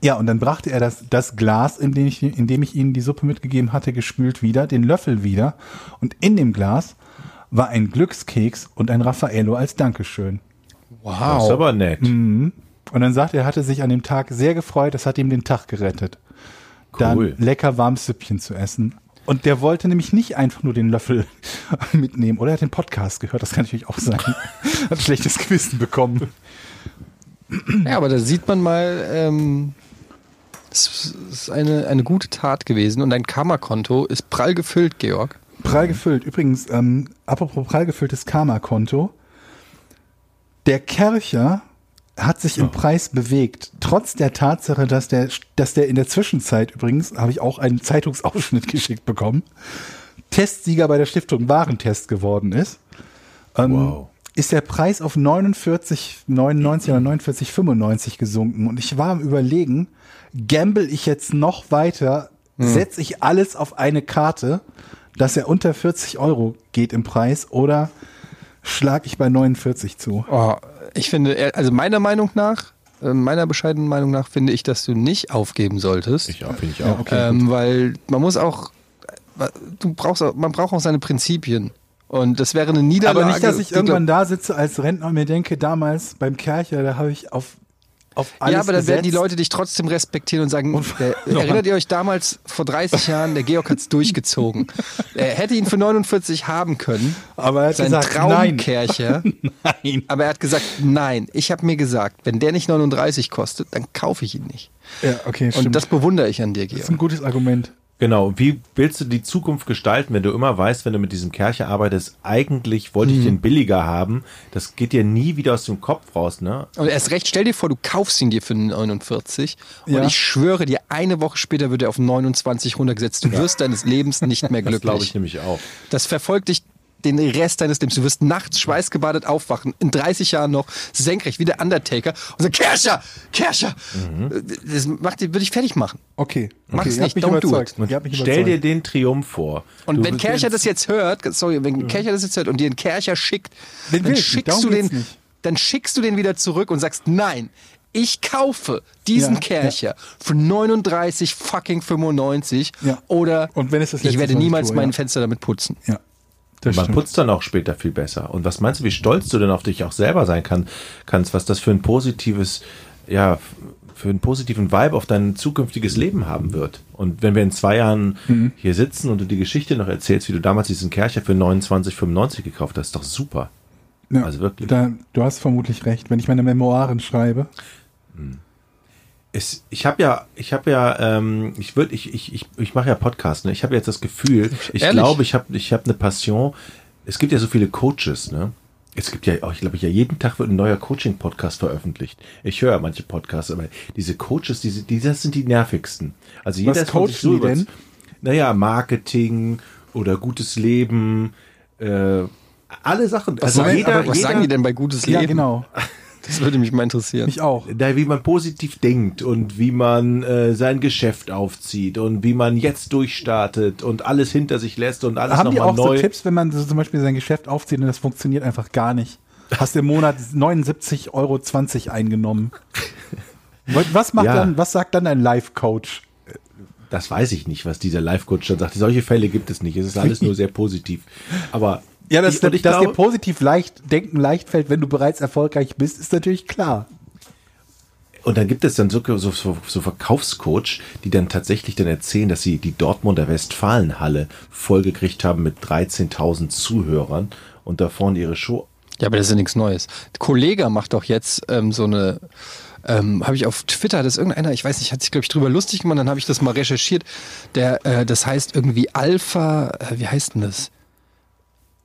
Speaker 4: Ja, und dann brachte er das, das Glas, in dem, ich, in dem ich ihnen die Suppe mitgegeben hatte, gespült wieder, den Löffel wieder. Und in dem Glas war ein Glückskeks und ein Raffaello als Dankeschön.
Speaker 1: Das ist aber nett.
Speaker 4: Und dann sagt er, er hatte sich an dem Tag sehr gefreut, das hat ihm den Tag gerettet. Dann
Speaker 1: Cool.
Speaker 4: lecker warmes Süppchen zu essen. Und der wollte nämlich nicht einfach nur den Löffel mitnehmen. Oder er hat den Podcast gehört, das kann natürlich auch sein. Hat ein schlechtes Gewissen bekommen.
Speaker 2: Ja, aber da sieht man mal, ähm, es ist eine, eine gute Tat gewesen und dein Karma-Konto ist prall gefüllt, Georg.
Speaker 4: Prall gefüllt. Übrigens, ähm, apropos prall gefülltes Karma-Konto. Der Kercher hat sich im Preis bewegt. Trotz der Tatsache, dass der, dass der in der Zwischenzeit übrigens, habe ich auch einen Zeitungsausschnitt geschickt bekommen, Testsieger bei der Stiftung Warentest geworden ist. Ähm,
Speaker 1: Wow.
Speaker 4: Ist der Preis auf 49,99 oder 49,95 gesunken. Und ich war am Überlegen, gamble ich jetzt noch weiter,
Speaker 2: Mhm.
Speaker 4: setze ich alles auf eine Karte, dass er unter 40 Euro geht im Preis oder schlage ich bei 49 zu?
Speaker 2: Oh, ich finde, äh, also meiner Meinung nach, äh, meiner bescheidenen Meinung nach, finde ich, dass du nicht aufgeben solltest.
Speaker 1: Ich auch, finde ich auch.
Speaker 2: ähm, weil man muss auch, äh, du brauchst, auch- man braucht auch seine Prinzipien. Und das wäre eine Niederlage.
Speaker 4: Aber nicht, dass ich
Speaker 2: die du-
Speaker 4: irgendwann da sitze als Rentner und mir denke, damals beim Kercher, da habe ich auf, auf alles
Speaker 2: ja, aber dann werden die
Speaker 4: gesetzt.
Speaker 2: Leute dich trotzdem respektieren und sagen, der, erinnert ihr euch damals vor 30 Jahren, der Georg hat's durchgezogen. Er hätte ihn für 49 haben können.
Speaker 4: Aber er hat
Speaker 2: sein
Speaker 4: gesagt, nein.
Speaker 2: Traumkercher.
Speaker 4: Nein.
Speaker 2: Aber er hat gesagt, nein, ich habe mir gesagt, wenn der nicht 39 kostet, dann kaufe ich ihn nicht.
Speaker 4: Ja, okay,
Speaker 2: Und
Speaker 4: stimmt.
Speaker 2: das bewundere ich an dir,
Speaker 4: das ist ein
Speaker 2: Georg.
Speaker 4: gutes Argument.
Speaker 1: Genau, wie willst du die Zukunft gestalten, wenn du immer weißt, wenn du mit diesem Kercher arbeitest, eigentlich wollte ich den billiger haben. Das geht dir nie wieder aus dem Kopf raus, ne?
Speaker 2: Und Also erst recht, stell dir vor, du kaufst ihn dir für 49 und
Speaker 4: Ja.
Speaker 2: ich schwöre dir, eine Woche später wird er auf 29 runtergesetzt. Du wirst deines Lebens nicht mehr
Speaker 1: Das
Speaker 2: glücklich.
Speaker 1: glaube ich nämlich auch.
Speaker 2: Das verfolgt dich den Rest deines Lebens. Du wirst nachts schweißgebadet aufwachen, in 30 Jahren noch, senkrecht wie der Undertaker und so, Kerscher, Kerscher,
Speaker 1: Mhm.
Speaker 2: das macht, dich- würde ich fertig machen.
Speaker 4: Okay.
Speaker 2: Mach
Speaker 4: okay.
Speaker 2: es
Speaker 4: ihr
Speaker 2: nicht,
Speaker 4: habt mich
Speaker 2: don't do
Speaker 4: überzeugt.
Speaker 2: it.
Speaker 4: Ihr habt mich
Speaker 1: Stell dir
Speaker 4: überzeugt.
Speaker 1: den Triumph vor.
Speaker 2: Und
Speaker 1: Du
Speaker 2: wenn
Speaker 1: bist-
Speaker 2: Kercher das jetzt hört, sorry, wenn Kercher das jetzt hört und dir einen Kercher schickt,
Speaker 4: Den will
Speaker 2: dann
Speaker 4: ich nicht,
Speaker 2: schickst,
Speaker 4: darum
Speaker 2: du den,
Speaker 4: geht's nicht.
Speaker 2: dann schickst du den wieder zurück und sagst, nein, ich kaufe diesen
Speaker 4: Ja,
Speaker 2: Kercher für 39 fucking 95
Speaker 4: Ja.
Speaker 2: oder
Speaker 4: Und wenn es das
Speaker 2: ich
Speaker 4: letzte
Speaker 2: werde
Speaker 4: Mal ich
Speaker 2: niemals
Speaker 4: tue,
Speaker 2: mein
Speaker 4: ja.
Speaker 2: Fenster damit putzen.
Speaker 4: Ja. Das
Speaker 1: Man
Speaker 4: stimmt.
Speaker 1: putzt dann auch später viel besser. Und was meinst du, wie stolz du denn auf dich auch selber sein kann, kannst, was das für ein positives, ja, f- für einen positiven Vibe auf dein zukünftiges Leben haben wird. Und wenn wir in zwei Jahren
Speaker 4: Mhm.
Speaker 1: hier sitzen und du die Geschichte noch erzählst, wie du damals diesen Kercher für 29,95 gekauft hast, ist doch super.
Speaker 4: Ja.
Speaker 1: also wirklich.
Speaker 4: Da, du hast vermutlich recht, wenn ich meine Memoiren schreibe.
Speaker 1: es, ich habe ja, ich habe ja, ähm, ich würde, ich, ich, ich, ich mache ja Podcast, ne? Ich habe jetzt das Gefühl, ich
Speaker 2: Ehrlich?
Speaker 1: glaube, ich habe, ich habe eine Passion. Es gibt ja so viele Coaches, ne? Es gibt ja, auch, ich glaube, ja jeden Tag wird ein neuer Coaching-Podcast veröffentlicht. Ich höre ja manche Podcasts, aber diese Coaches, diese, die, das sind die nervigsten. Also jeder
Speaker 4: Was
Speaker 1: ist von sich
Speaker 4: coachen die
Speaker 1: überz-
Speaker 4: denn?
Speaker 1: Naja, Marketing oder gutes Leben, äh, alle Sachen. Also
Speaker 2: Was,
Speaker 4: Also
Speaker 2: sagen, aber was sagen die denn bei gutes Leben?
Speaker 4: Ja, genau.
Speaker 2: Das würde mich mal interessieren.
Speaker 4: Ich auch.
Speaker 1: Da, wie man positiv denkt und wie man äh, sein Geschäft aufzieht und wie man jetzt durchstartet und alles hinter sich lässt und alles
Speaker 4: Haben die
Speaker 1: nochmal
Speaker 4: auch
Speaker 1: neu.
Speaker 4: so Tipps, wenn man so zum Beispiel sein Geschäft aufzieht und das funktioniert einfach gar nicht? Hast im Monat 79,20 Euro eingenommen. Was macht
Speaker 1: Ja.
Speaker 4: dann, was sagt dann ein Life-Coach?
Speaker 1: Das weiß ich nicht, was dieser Live-Coach dann sagt. Solche Fälle gibt es nicht. Es ist alles nur sehr positiv. Aber
Speaker 4: Ja, dass,
Speaker 1: ich, und ich
Speaker 4: dass dir
Speaker 1: glaube,
Speaker 4: positiv leicht denken leicht fällt, wenn du bereits erfolgreich bist, ist natürlich klar.
Speaker 1: und dann gibt es dann so, so, so, so Verkaufscoach, die dann tatsächlich dann erzählen, dass sie die Dortmunder Westfalenhalle vollgekriegt haben mit 13.000 Zuhörern und da vorne ihre Show
Speaker 2: Ja, aber das ist ja nichts Neues. Kollega macht doch jetzt ähm, so eine, ähm, habe ich auf Twitter, hat das irgendeiner, ich weiß nicht, hat sich, glaube ich, drüber lustig gemacht, dann habe ich das mal recherchiert. Der, äh, das heißt irgendwie Alpha, äh, wie heißt denn das?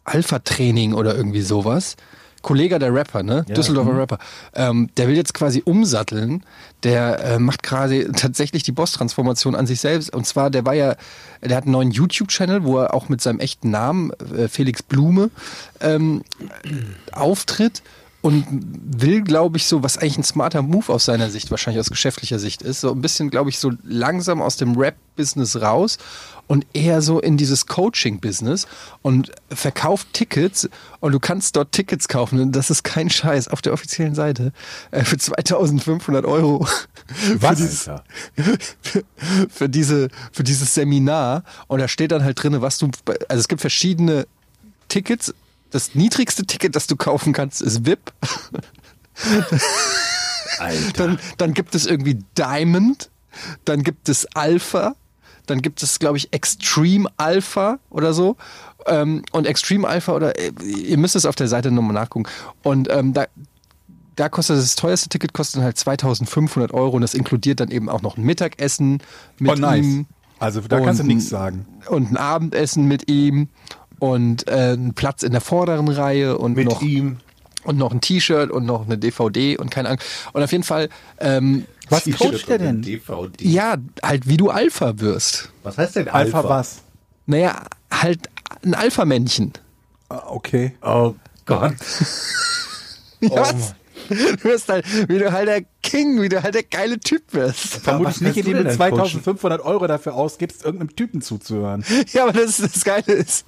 Speaker 2: Alpha-Training oder irgendwie sowas. Kollege der Rapper, ne? Düsseldorfer Rapper. Ähm, der will jetzt quasi umsatteln. Der äh, macht quasi tatsächlich die Boss-Transformation an sich selbst. Und zwar, der war ja, der hat einen neuen YouTube-Channel, wo er auch mit seinem echten Namen, äh, Felix Blume, ähm, auftritt und will, glaube ich, so, was eigentlich ein smarter Move aus seiner Sicht, wahrscheinlich aus geschäftlicher Sicht ist, so ein bisschen, glaube ich, so langsam aus dem Rap-Business raus und eher so in dieses Coaching-Business und verkauft Tickets und du kannst dort Tickets kaufen und das ist kein Scheiß auf der offiziellen Seite äh, für 2500 Euro. Was? Für dieses,
Speaker 1: Alter.
Speaker 2: für, diese, für dieses Seminar und da steht dann halt drin, was du, bei- also es gibt verschiedene Tickets. Das niedrigste Ticket, das du kaufen kannst, ist VIP. Dann, dann gibt es irgendwie Diamond, dann gibt es Alpha, dann gibt es, glaube ich, Extreme Alpha oder so. Ähm, und Extreme Alpha oder äh, ihr müsst es auf der Seite nochmal nachgucken. Und ähm, da, da kostet das teuerste Ticket kostet dann halt 2500 Euro und das inkludiert dann eben auch noch ein Mittagessen mit ihm
Speaker 4: Also da
Speaker 2: Und-
Speaker 4: kannst du nichts sagen.
Speaker 2: und ein Abendessen mit ihm und äh, einen Platz in der vorderen Reihe und
Speaker 1: mit
Speaker 2: noch
Speaker 1: ihm.
Speaker 2: und noch ein T-Shirt und noch eine DVD und keine Ahnung. Und auf jeden Fall, ähm,
Speaker 4: Was
Speaker 1: T-Shirt
Speaker 4: coacht der
Speaker 1: und
Speaker 4: denn?
Speaker 1: DVD.
Speaker 2: ja, halt wie du Alpha wirst.
Speaker 1: Was heißt denn Alpha?
Speaker 4: Alpha was?
Speaker 2: Naja, halt ein Alpha-Männchen.
Speaker 4: Ah, Okay.
Speaker 1: Oh Gott.
Speaker 4: Oh.
Speaker 2: Was? Du wirst halt, wie du halt der King, wie du halt der geile Typ wirst.
Speaker 4: Vermutlich
Speaker 1: was
Speaker 4: nicht,
Speaker 1: kannst du
Speaker 4: indem du
Speaker 1: denn dann coachen?
Speaker 4: 2500 Euro dafür ausgibst, irgendeinem Typen zuzuhören.
Speaker 2: Ja, aber das, das Geile ist.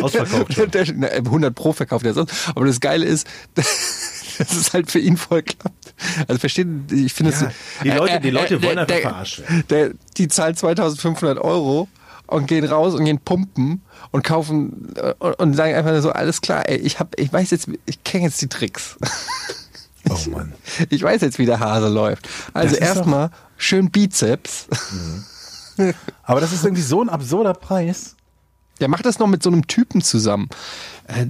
Speaker 1: ausverkauft schon.
Speaker 2: Der, na, 100 Pro verkauft er sonst. Aber das Geile ist, dass es halt für ihn voll klappt. Also versteht, ich finde es.
Speaker 1: die Leute- die Leute wollen
Speaker 2: der-
Speaker 1: einfach
Speaker 2: der-
Speaker 1: verarscht
Speaker 2: Der, die zahlen 2500 Euro und gehen raus und gehen pumpen und kaufen äh, und, und sagen einfach so, alles klar, ey, ich, hab, ich weiß jetzt, ich kenne jetzt die Tricks.
Speaker 1: Oh Mann.
Speaker 2: Ich weiß jetzt, wie der Hase läuft. Also
Speaker 4: ist doch-
Speaker 2: erstmal schön Bizeps.
Speaker 4: Aber das ist irgendwie so ein absurder Preis.
Speaker 2: Der macht das noch mit so einem Typen zusammen. Äh,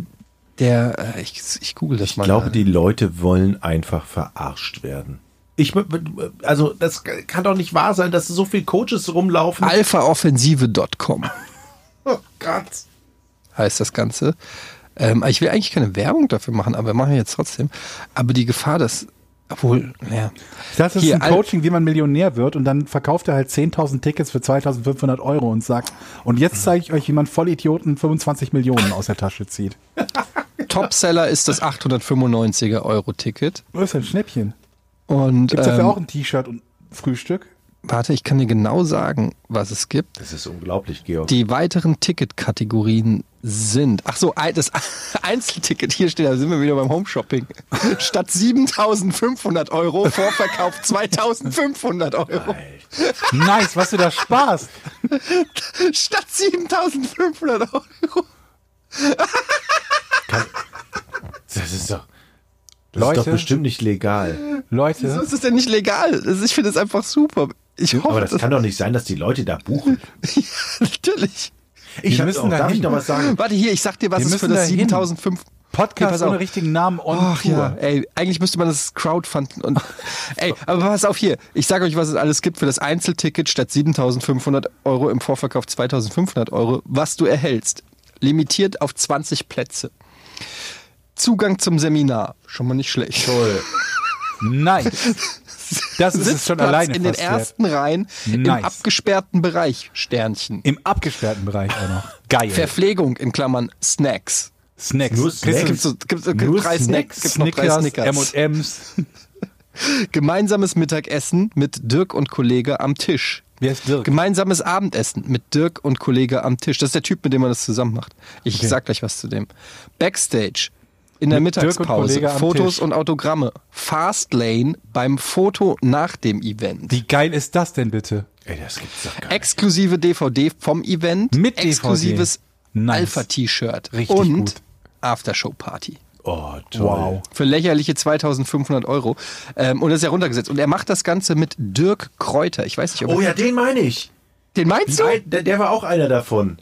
Speaker 2: Der, äh, ich, ich google das mal.
Speaker 1: Ich äh, glaube,
Speaker 2: gerade.
Speaker 1: die Leute wollen einfach verarscht werden. Ich, also, das kann doch nicht wahr sein, dass so viele Coaches rumlaufen.
Speaker 2: alphaoffensive.com
Speaker 1: Oh Gott.
Speaker 2: heißt das Ganze. Ähm, ich will eigentlich keine Werbung dafür machen, aber machen wir jetzt trotzdem. Aber die Gefahr, dass, obwohl, ja.
Speaker 4: Das ist
Speaker 2: Hier,
Speaker 4: ein
Speaker 2: Al-
Speaker 4: Coaching, wie man Millionär wird und dann verkauft er halt 10.000 Tickets für 2.500 Euro und sagt, und jetzt zeige ich euch, wie man Vollidioten 25 Millionen aus der Tasche zieht.
Speaker 2: Topseller ist das 895er Euro Ticket.
Speaker 4: Das ist ein Schnäppchen.
Speaker 2: Und
Speaker 4: Gibt es dafür
Speaker 2: ähm,
Speaker 4: auch ein T-Shirt und Frühstück?
Speaker 2: warte, ich kann dir genau sagen, was es gibt.
Speaker 1: Das ist unglaublich, Georg.
Speaker 2: Die weiteren Ticketkategorien sind, ach so, ein- das Einzelticket, hier steht, da sind wir wieder beim Homeshopping. Statt 7500 Euro, Vorverkauf 2500 Euro.
Speaker 4: Nice, was du da sparst.
Speaker 2: Statt 7500 Euro.
Speaker 1: das ist doch, das
Speaker 4: Leute.
Speaker 1: ist doch bestimmt nicht legal.
Speaker 4: Leute,
Speaker 2: Das ist ja nicht legal. Das ist- Ich finde das einfach super. Ich hoffe,
Speaker 1: Aber Oh, das kann doch nicht sein, dass die Leute da buchen.
Speaker 2: natürlich.
Speaker 1: Ich
Speaker 4: Wir
Speaker 1: hab-
Speaker 4: müssen
Speaker 1: oh,
Speaker 4: da
Speaker 1: darf
Speaker 4: hin.
Speaker 1: ich noch was sagen?
Speaker 2: Warte hier, ich sag dir, was
Speaker 4: Wir
Speaker 2: es für
Speaker 4: müssen
Speaker 2: das
Speaker 4: da hin.
Speaker 2: 7500 Hier,
Speaker 4: Podcast
Speaker 2: pass auf.
Speaker 4: ohne richtigen Namen on
Speaker 2: Ach
Speaker 4: Tour.
Speaker 2: ja, ey, eigentlich müsste man das Crowdfunden und ey, aber pass auf hier. Ich sage euch, was es alles gibt für das Einzelticket statt 7.500 Euro im Vorverkauf 2.500 Euro, was du erhältst. Limitiert auf 20 Plätze. Zugang zum Seminar, schon mal nicht schlecht.
Speaker 4: Toll. Nein. Das ist es schon
Speaker 2: Sitzplatz
Speaker 4: alleine
Speaker 2: in den
Speaker 4: fast wert.
Speaker 2: ersten Reihen
Speaker 4: Nice.
Speaker 2: im abgesperrten Bereich Sternchen.
Speaker 4: Im abgesperrten Bereich auch noch. Geil.
Speaker 2: Verpflegung in Klammern Snacks.
Speaker 4: Snacks.
Speaker 1: Nur
Speaker 4: Kriegst du
Speaker 1: Snacks.
Speaker 2: Gibt's, so- gibt's, gibt's
Speaker 1: Nur
Speaker 2: drei Snacks, gibt's noch drei
Speaker 4: Snickers,
Speaker 2: Snickers.
Speaker 4: M&M's.
Speaker 2: Gemeinsames Mittagessen mit Dirk und Kollege am Tisch.
Speaker 4: Wer ist Dirk?
Speaker 2: Gemeinsames Abendessen mit Dirk und Kollege am Tisch. Das ist der Typ, mit dem man das zusammen macht. Ich sag gleich was zu dem. Backstage in der
Speaker 4: Mit Dirk und
Speaker 2: Mittagspause.
Speaker 4: Kollege am
Speaker 2: Fotos
Speaker 4: Tisch.
Speaker 2: und Autogramme. Fastlane beim Foto nach dem Event.
Speaker 4: Wie geil ist das denn bitte?
Speaker 1: Ey, das gibt's doch gar nicht.
Speaker 2: Exklusive DVD vom Event.
Speaker 4: Mit DVD.
Speaker 2: Exklusives
Speaker 4: Nice.
Speaker 2: Alpha-T-Shirt.
Speaker 4: Richtig
Speaker 2: Und
Speaker 4: gut.
Speaker 2: Aftershow-Party.
Speaker 1: Oh, toll.
Speaker 4: Wow.
Speaker 2: Für lächerliche 2500 Euro. Ähm, und das ist ja runtergesetzt. Und er macht das Ganze mit Dirk Kräuter. Ich weiß nicht, ob
Speaker 1: Oh
Speaker 2: er-
Speaker 1: ja, den meine ich.
Speaker 2: den meinst du?
Speaker 1: Nein, der, der war auch einer davon.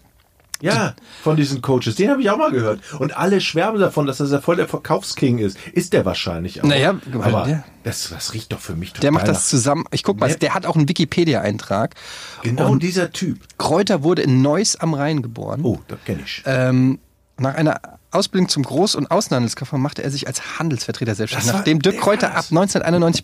Speaker 1: Ja, von diesen Coaches. Den habe ich auch mal gehört. Und alle schwärmen davon, dass das ja voll der Verkaufsking ist. Ist der wahrscheinlich auch.
Speaker 2: Naja,
Speaker 1: aber
Speaker 2: ja.
Speaker 1: das, das riecht doch für mich total
Speaker 2: Der macht
Speaker 1: nach-
Speaker 2: das zusammen. Ich guck mal,
Speaker 1: Ja.
Speaker 2: der hat auch einen Wikipedia-Eintrag.
Speaker 1: Genau dieser Typ.
Speaker 2: Kräuter wurde in Neuss am Rhein geboren.
Speaker 1: Oh, das kenne ich.
Speaker 2: Ähm, nach einer Ausbildung zum Groß- und Außenhandelskaufmann machte er sich als Handelsvertreter selbstständig.
Speaker 1: Das war-
Speaker 2: Nachdem Dirk
Speaker 1: der
Speaker 2: Kräuter
Speaker 1: war
Speaker 2: ab
Speaker 1: das.
Speaker 2: 1991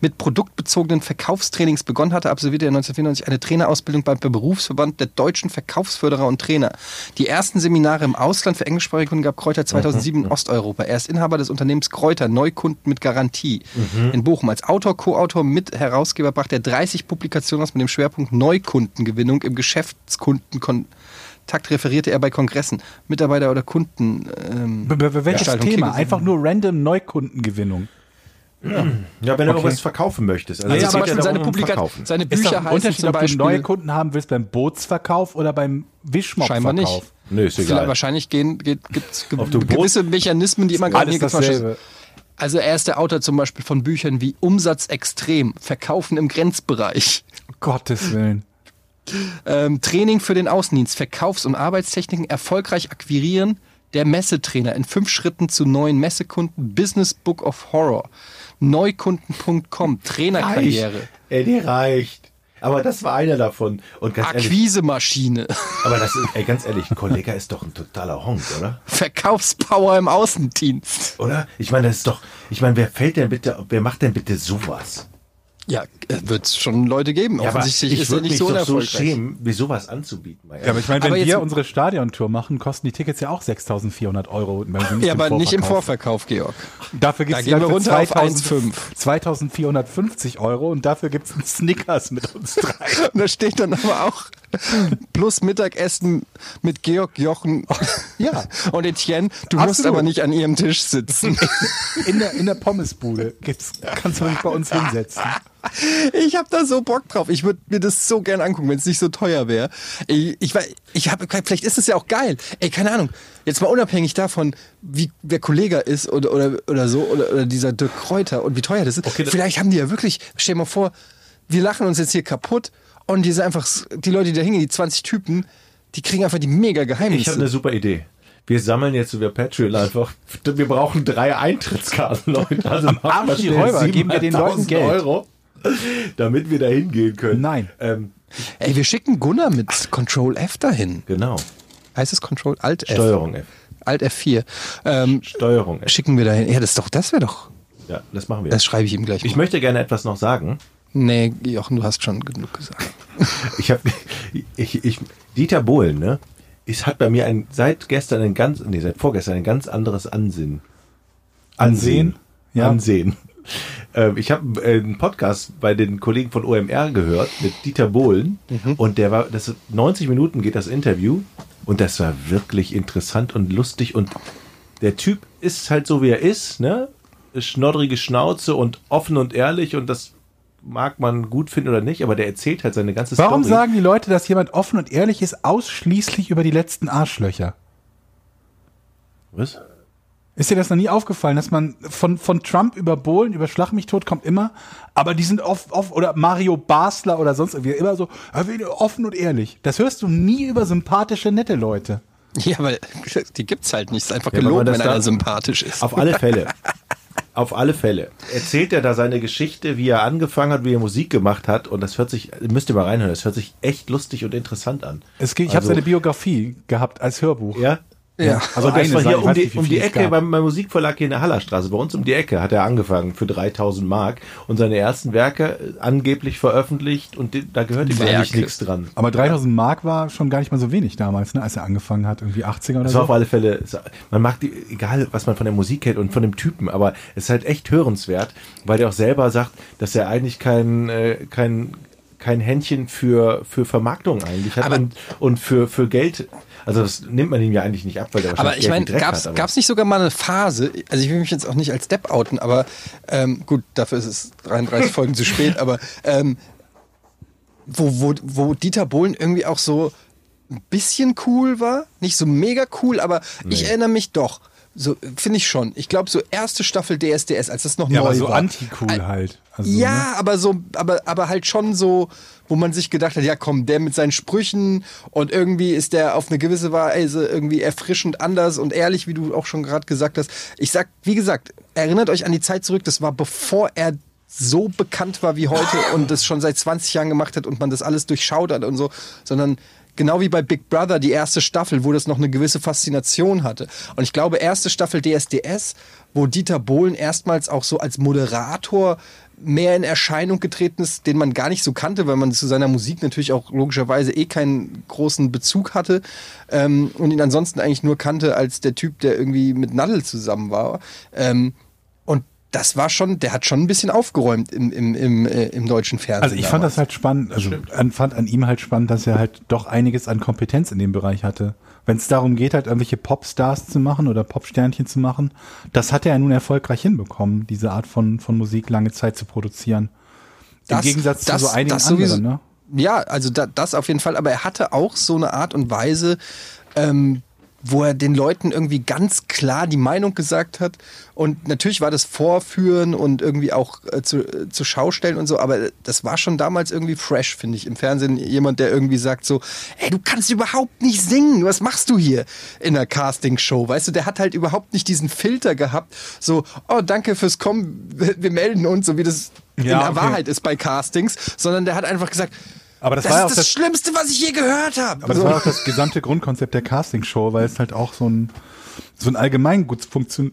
Speaker 2: mit produktbezogenen Verkaufstrainings begonnen hatte, absolvierte er 1994 eine Trainerausbildung beim Berufsverband der deutschen Verkaufsförderer und Trainer. Die ersten Seminare im Ausland für englischsprachige Kunden gab Kräuter 2007 in Osteuropa. Er ist Inhaber des Unternehmens Kräuter, Neukunden mit Garantie in Bochum. Als Autor, Co-Autor, Mitherausgeber brachte er 30 Publikationen aus mit dem Schwerpunkt Neukundengewinnung im Geschäftskundenkontakt. Takt referierte er bei Kongressen, Mitarbeiter oder Kunden. Ähm,
Speaker 4: B- b- Welches
Speaker 2: Gestaltung,
Speaker 4: Thema?
Speaker 2: Kickers-
Speaker 4: Einfach nur random Neukundengewinnung.
Speaker 1: Ja, wenn du irgendwas verkaufen möchtest.
Speaker 2: also
Speaker 1: es
Speaker 2: zum
Speaker 1: geht ja
Speaker 2: Beispiel seine,
Speaker 1: darum, um
Speaker 2: Publika
Speaker 1: Verkaufen.
Speaker 2: seine
Speaker 4: Ist doch
Speaker 2: Bücher
Speaker 4: ein
Speaker 2: heißen
Speaker 4: Unterschied,
Speaker 2: zum
Speaker 4: ob du neue
Speaker 2: Beispiel
Speaker 4: Kunden haben willst beim Bootsverkauf oder beim Wischmopverkauf.
Speaker 2: scheinbar nicht.
Speaker 1: Nö, ist egal.
Speaker 2: Wahrscheinlich gehen- geht- gibt's ge
Speaker 1: Ob du
Speaker 2: gewisse Mechanismen, die immer gar
Speaker 4: Alles
Speaker 2: nicht zum Beispiel-
Speaker 4: dasselbe.
Speaker 2: Also er ist der Autor zum Beispiel von Büchern wie Umsatz extrem, Verkaufen im Grenzbereich,
Speaker 4: Gottes Willen.
Speaker 2: ähm, Training für den Außendienst, Verkaufs- und Arbeitstechniken erfolgreich akquirieren, der Messetrainer in fünf Schritten zu neuen Messekunden, Business Book of Horror, Neukunden.com, Trainerkarriere.
Speaker 1: Reicht. Ey, der reicht. Aber das war einer davon. Und ganz ehrlich,
Speaker 2: Akquisemaschine.
Speaker 1: aber das ist, ey, ganz ehrlich, ein Kollega ist doch ein totaler Honk, oder?
Speaker 2: Verkaufspower im Außendienst.
Speaker 1: Oder? Ich meine, das ist doch, ich meine, wer fällt denn bitte, wer macht denn bitte sowas?
Speaker 2: Ja, wird es schon Leute geben.
Speaker 1: Ja, aber
Speaker 2: Offensichtlich ist er
Speaker 1: würd
Speaker 2: nicht so
Speaker 1: doch so
Speaker 2: unerfolgreich.
Speaker 1: schämen, mir sowas anzubieten. mal
Speaker 4: Ja, aber ich meine,
Speaker 2: Aber
Speaker 4: wenn
Speaker 2: jetzt-
Speaker 4: wir unsere Stadiontour machen, kosten die Tickets ja auch 6.400 Euro. wenn wir
Speaker 2: ja, aber nicht im Vorverkauf, Georg.
Speaker 4: Dafür
Speaker 2: Da
Speaker 4: gibt's
Speaker 2: gehen
Speaker 4: dann
Speaker 2: wir
Speaker 4: für
Speaker 2: runter auf 1,5.
Speaker 4: 2000 2450 Euro und dafür gibt's einen Snickers mit uns drei.
Speaker 2: Und da steht dann aber auch plus Mittagessen mit Georg Jochen
Speaker 1: Oh.
Speaker 4: Ja.
Speaker 2: und Etienne. Du musst
Speaker 4: Absolut.
Speaker 2: aber nicht an ihrem Tisch sitzen.
Speaker 4: In der, in der Pommesbude gibt's, kannst du dich bei uns hinsetzen.
Speaker 2: Ich habe da so Bock drauf. Ich würde mir das so gern angucken, wenn es nicht so teuer wäre. Ich, ich, wei- ich hab, vielleicht ist es ja auch geil. Ey, keine Ahnung. Jetzt mal unabhängig davon, wie wer Kollege ist oder, oder, oder so, oder, oder dieser Dirk Kräuter und wie teuer das ist. vielleicht haben die ja wirklich, stell dir mal vor, wir lachen uns jetzt hier kaputt und die sind einfach, s- die Leute, die da hingehen, die 20 Typen, die kriegen einfach die mega
Speaker 1: Ich habe
Speaker 2: Geheimnisse.
Speaker 1: eine super Idee. Wir sammeln jetzt über Patreon einfach. Wir brauchen drei Eintrittskarten, Leute. Also Am
Speaker 4: Arsch die Räuber, geben wir den Leuten Geld.
Speaker 1: Euro, damit wir da hingehen können.
Speaker 4: Nein.
Speaker 1: Ähm,
Speaker 2: Ey, wir schicken Gunnar mit Control F dahin.
Speaker 1: genau.
Speaker 2: Heißt es Control Alt F?
Speaker 1: Steuerung F.
Speaker 2: Alt F4. Ähm,
Speaker 1: Steuerung F.
Speaker 2: schicken wir dahin. Ja, das ist doch, das wäre doch.
Speaker 1: Ja, das machen wir.
Speaker 2: Das schreibe ich ihm gleich.
Speaker 1: ich
Speaker 2: mal.
Speaker 1: möchte gerne etwas noch sagen.
Speaker 2: Nee, Jochen, du hast schon genug gesagt.
Speaker 1: Ich habe, ich, ich, Dieter Bohlen, ne? Es hat bei mir ein, seit gestern ein ganz, nee, seit vorgestern ein ganz anderes Ansinnen. Ansehen?
Speaker 4: Ja.
Speaker 1: Ansehen. Ähm, ich habe äh, einen Podcast bei den Kollegen von OMR gehört mit Dieter Bohlen
Speaker 4: Mhm.
Speaker 1: und der war, das 90 Minuten geht das Interview und das war wirklich interessant und lustig und der Typ ist halt so wie er ist, ne? Schnoddrige Schnauze und offen und ehrlich und das mag man gut finden oder nicht, aber der erzählt halt seine ganze
Speaker 4: Warum
Speaker 1: Story.
Speaker 4: sagen die Leute, dass jemand offen und ehrlich ist, ausschließlich über die letzten Arschlöcher?
Speaker 1: Was?
Speaker 4: Ist dir das noch nie aufgefallen, dass man von, von Trump über Bohlen, über Schlag mich tot kommt immer, aber die sind oft, oft oder Mario Basler oder sonst irgendwie immer so ja, wir- offen und ehrlich. Das hörst du nie über sympathische, nette Leute.
Speaker 2: Ja, weil die gibt's halt nicht. Es ist einfach
Speaker 1: Ja, wenn man
Speaker 2: gelogen,
Speaker 1: das
Speaker 2: wenn
Speaker 1: da-
Speaker 2: einer sympathisch ist.
Speaker 1: Auf alle Fälle. Auf alle Fälle. Erzählt er da seine Geschichte, wie er angefangen hat, wie er Musik gemacht hat. Und das hört sich, müsst ihr mal reinhören, das hört sich echt lustig und interessant an.
Speaker 4: Es geht, ich habe
Speaker 1: Also-
Speaker 4: seine Biografie gehabt als Hörbuch.
Speaker 1: Ja?
Speaker 2: ja.
Speaker 4: Also
Speaker 1: Und das
Speaker 4: eine
Speaker 1: war
Speaker 4: Seite,
Speaker 1: hier
Speaker 4: ich
Speaker 1: um
Speaker 4: weiß
Speaker 1: die,
Speaker 4: nicht, wie
Speaker 1: um
Speaker 4: viel
Speaker 1: die
Speaker 4: es
Speaker 1: Ecke
Speaker 4: gab.
Speaker 1: beim, beim Musikverlag hier in der Hallerstraße. Bei uns um die Ecke hat er angefangen für 3000 Mark und seine ersten Werke äh, angeblich veröffentlicht und die, da gehört ihm eigentlich
Speaker 2: Werke.
Speaker 1: nichts dran.
Speaker 4: Aber 3000 Mark war schon gar nicht mal so wenig damals, ne, als er angefangen hat, irgendwie 80er oder
Speaker 1: Das war auf
Speaker 4: so.
Speaker 1: alle Fälle, man mag die, egal was man von der Musik hält und von dem Typen, aber es ist halt echt hörenswert, weil der auch selber sagt, dass er eigentlich kein, äh, kein, kein Händchen für, für Vermarktung eigentlich hat
Speaker 2: Aber-
Speaker 1: und, und für, für Geld. Also das nimmt man ihm ja eigentlich nicht ab, weil der
Speaker 2: Aber ich meine, gab's,
Speaker 1: halt, aber-
Speaker 2: gab's nicht sogar mal eine Phase, also ich will mich jetzt auch nicht als Depp outen, aber ähm, gut, dafür ist es 33 Folgen zu spät, aber ähm, wo, wo, wo Dieter Bohlen irgendwie auch so ein bisschen cool war, nicht so mega cool, aber ich erinnere mich doch. So finde ich schon. Ich glaube, so erste Staffel DSDS, als das noch
Speaker 4: Ja,
Speaker 2: neu
Speaker 4: aber so
Speaker 2: war.
Speaker 4: anti-cool halt. Also, ne?
Speaker 2: Ja, aber so, aber, aber halt schon so, wo man sich gedacht hat, ja komm, der mit seinen Sprüchen und irgendwie ist der auf eine gewisse Weise irgendwie erfrischend anders und ehrlich, wie du auch schon gerade gesagt hast. Ich sag, wie gesagt, erinnert euch an die Zeit zurück, das war bevor er so bekannt war wie heute und das schon seit 20 Jahren gemacht hat und man das alles durchschaut hat und so, sondern genau wie bei Big Brother, die erste Staffel, wo das noch eine gewisse Faszination hatte. Und ich glaube, erste Staffel DSDS, wo Dieter Bohlen erstmals auch so als Moderator mehr in Erscheinung getreten ist, den man gar nicht so kannte, weil man zu seiner Musik natürlich auch logischerweise eh keinen großen Bezug hatte ähm, und ihn ansonsten eigentlich nur kannte als der Typ, der irgendwie mit Nadel zusammen war. Ähm, und das war schon, der hat schon ein bisschen aufgeräumt im, im, im, äh, im deutschen Fernsehen.
Speaker 4: Also ich fand das halt spannend, also an, fand an ihm halt spannend, dass er halt doch einiges an Kompetenz in dem Bereich hatte. Wenn es darum geht, halt irgendwelche Popstars zu machen oder Popsternchen zu machen, das hat er ja nun erfolgreich hinbekommen, diese Art von, von Musik lange Zeit zu produzieren. Im
Speaker 2: Das-
Speaker 4: Gegensatz
Speaker 2: das-
Speaker 4: zu so einigen
Speaker 2: das sowieso-
Speaker 4: anderen, ne?
Speaker 2: Ja, also da, das auf jeden Fall. Aber er hatte auch so eine Art und Weise, ähm, wo er den Leuten irgendwie ganz klar die Meinung gesagt hat. Und natürlich war das Vorführen und irgendwie auch äh, zu, äh, zu Schaustellen und so. Aber das war schon damals irgendwie fresh, finde ich. Im Fernsehen jemand, der irgendwie sagt so, ey, du kannst überhaupt nicht singen. Was machst du hier in der Castingshow? Weißt du, der hat halt überhaupt nicht diesen Filter gehabt. So, oh, danke fürs Kommen. Wir melden uns, so wie das in
Speaker 4: Ja,
Speaker 2: der
Speaker 4: okay.
Speaker 2: Wahrheit ist bei Castings, sondern der hat einfach gesagt,
Speaker 4: Aber das
Speaker 2: das
Speaker 4: war
Speaker 2: ist
Speaker 4: ja auch
Speaker 2: das,
Speaker 4: das-
Speaker 2: Schlimmste, was ich je gehört habe.
Speaker 4: Aber das
Speaker 2: Also,
Speaker 4: war auch das gesamte Grundkonzept der Castingshow, weil es halt auch so ein, so ein allgemein gut, funktion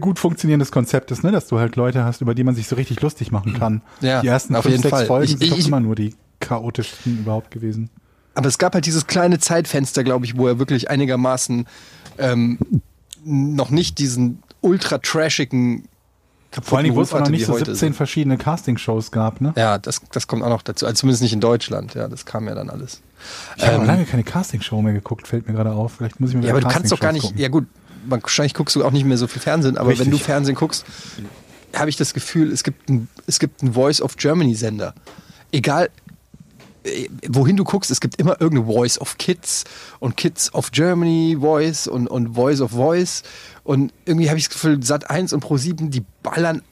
Speaker 4: gut funktionierendes Konzept ist, ne? dass du halt Leute hast, über die man sich so richtig lustig machen kann.
Speaker 2: Ja,
Speaker 4: die ersten
Speaker 2: auf
Speaker 4: fünf,
Speaker 2: jeden
Speaker 4: sechs
Speaker 2: Fall.
Speaker 4: Folgen
Speaker 2: Ich-
Speaker 4: sind
Speaker 2: ich-
Speaker 4: doch immer nur die chaotischsten überhaupt gewesen.
Speaker 2: aber es gab halt dieses kleine Zeitfenster, glaube ich, wo er wirklich einigermaßen ähm, noch nicht diesen ultra trashigen kaputten
Speaker 4: Vor allem, wo es
Speaker 2: Ruf
Speaker 4: auch noch
Speaker 2: hatte,
Speaker 4: nicht
Speaker 2: wie
Speaker 4: so
Speaker 2: heute
Speaker 4: 17
Speaker 2: sind.
Speaker 4: verschiedene Castingshows gab. Ne?
Speaker 2: Ja, das, das kommt auch noch dazu. Also zumindest nicht in Deutschland. Ja, das kam ja dann alles.
Speaker 4: Ich habe lange keine Castingshow mehr geguckt, fällt mir gerade auf. Vielleicht muss ich mir
Speaker 2: Ähm. Ja,
Speaker 4: wieder
Speaker 2: aber du kannst doch gar nicht.
Speaker 4: Castingshows gucken.
Speaker 2: Ja, gut, wahrscheinlich guckst du auch nicht mehr so viel Fernsehen, aber wenn
Speaker 4: Richtig.
Speaker 2: du Fernsehen guckst, habe ich das Gefühl, es gibt ein- es gibt einen Voice of Germany Sender. Egal, äh, wohin du guckst, es gibt immer irgendeine Voice of Kids und Kids of Germany Voice und, und Voice of Voice. Und irgendwie habe ich das Gefühl, Sat 1 und Pro7, die ballern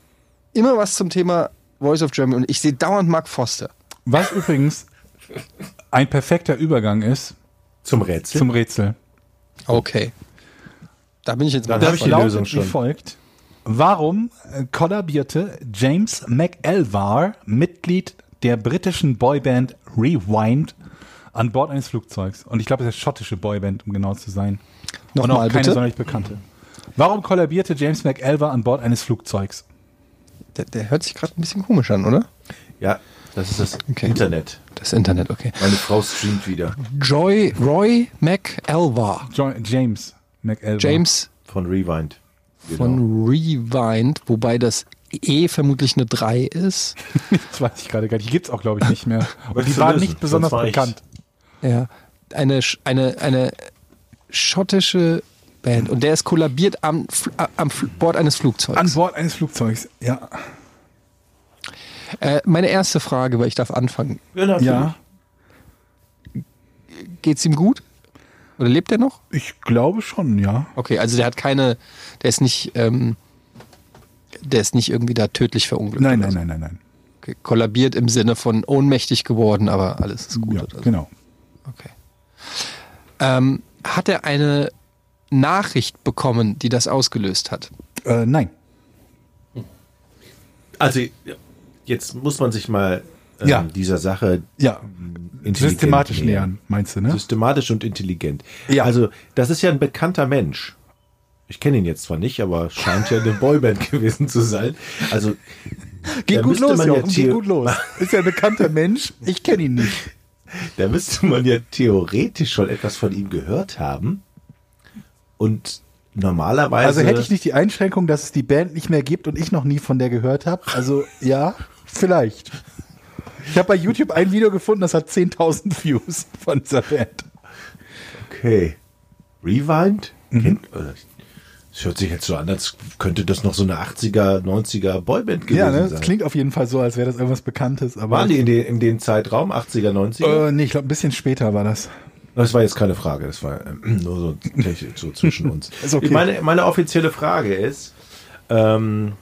Speaker 2: immer was zum Thema Voice of Germany. Und ich sehe dauernd Mark Foster.
Speaker 4: Was übrigens ein perfekter Übergang ist
Speaker 1: Zum Rätsel.
Speaker 4: zum Rätsel.
Speaker 2: Okay. Da bin ich jetzt
Speaker 1: Dann
Speaker 2: mal
Speaker 1: hab ich
Speaker 2: gespannt.
Speaker 1: die
Speaker 4: lautet
Speaker 1: Lösung schon.
Speaker 4: wie folgt. Warum äh, kollabierte James McElvar, Mitglied der britischen Boyband Rewind, an Bord eines Flugzeugs? Und ich glaube, es ist eine schottische Boyband, um genau zu sein. Und auch
Speaker 2: Nochmal,
Speaker 4: keine
Speaker 2: bitte?
Speaker 4: sonderlich bekannte. Warum kollabierte James McElvar an Bord eines Flugzeugs?
Speaker 2: Der, der hört sich gerade ein bisschen komisch an, oder?
Speaker 1: Ja, das ist das
Speaker 2: Okay.
Speaker 1: Internet.
Speaker 2: Das Internet, okay.
Speaker 1: Meine Frau streamt wieder
Speaker 2: Joy, Roy McElvar.
Speaker 4: Jo James McElvar.
Speaker 2: James
Speaker 1: von Rewind. Genau.
Speaker 2: von Rewind, wobei das E vermutlich eine 3 ist.
Speaker 4: Das weiß ich gerade gar nicht. Die gibt es auch, glaube ich, nicht mehr. Und die
Speaker 1: Willst du
Speaker 4: waren
Speaker 1: lösen?
Speaker 4: nicht besonders
Speaker 1: Sonst war ich's.
Speaker 4: bekannt.
Speaker 2: Ja. Eine, Sch- eine, eine schottische Band. Und der ist kollabiert am, Fl- äh, am Fl- Bord eines
Speaker 4: An
Speaker 2: Flugzeugs.
Speaker 4: Bord eines Flugzeugs, ja.
Speaker 2: Äh, meine erste Frage, weil ich darf anfangen.
Speaker 1: Genau.
Speaker 4: Ja.
Speaker 2: Geht's ihm gut? Oder lebt er noch?
Speaker 4: Ich glaube schon, ja.
Speaker 2: Okay, also der hat keine, der ist nicht, ähm, der ist nicht irgendwie da tödlich verunglückt.
Speaker 4: Nein,
Speaker 2: oder
Speaker 4: nein,
Speaker 2: so.
Speaker 4: nein, nein, nein.
Speaker 2: Okay, kollabiert im Sinne von
Speaker 4: genau.
Speaker 2: ohnmächtig geworden, aber alles ist gut.
Speaker 4: Ja,
Speaker 2: oder so.
Speaker 4: genau.
Speaker 2: Okay. Also, Ähm, hat er eine Nachricht bekommen, die das ausgelöst hat?
Speaker 4: Äh, nein.
Speaker 1: Also jetzt muss man sich mal ähm,
Speaker 4: Ja.
Speaker 1: dieser Sache
Speaker 4: Ja.
Speaker 1: intelligent
Speaker 4: Systematisch nähern, meinst du, ne?
Speaker 1: Systematisch und intelligent.
Speaker 4: Ja.
Speaker 1: Also das ist ja ein bekannter Mensch. Ich kenne ihn jetzt zwar nicht, aber scheint ja eine Boyband gewesen zu sein. Also da müsste man ja theo-
Speaker 4: los. Ist ja ein bekannter Mensch. Ich kenne ihn nicht.
Speaker 1: Da müsste man ja theoretisch schon etwas von ihm gehört haben. Und normalerweise.
Speaker 4: Also hätte ich nicht die Einschränkung, dass es die Band nicht mehr gibt und ich noch nie von der gehört habe. Also ja, vielleicht. Ich habe bei YouTube ein Video gefunden, das hat 10.000 Views von dieser Band.
Speaker 1: Okay. Rewind?
Speaker 4: Mhm.
Speaker 1: Kennt- äh, Das hört sich jetzt so an, als könnte das noch so eine 80er, 90er Boyband gewesen
Speaker 4: Ja, ne?
Speaker 1: sein.
Speaker 4: Das klingt auf jeden Fall so, als wäre das irgendwas Bekanntes. Aber
Speaker 1: Waren die in, den, in dem Zeitraum, 80er, 90er?
Speaker 4: Äh, nee, ich glaube, ein bisschen später war das.
Speaker 1: Das war jetzt keine Frage, das war ähm, nur so, technisch so zwischen uns.
Speaker 4: Ist okay.
Speaker 1: Ich meine, meine offizielle Frage ist, ähm,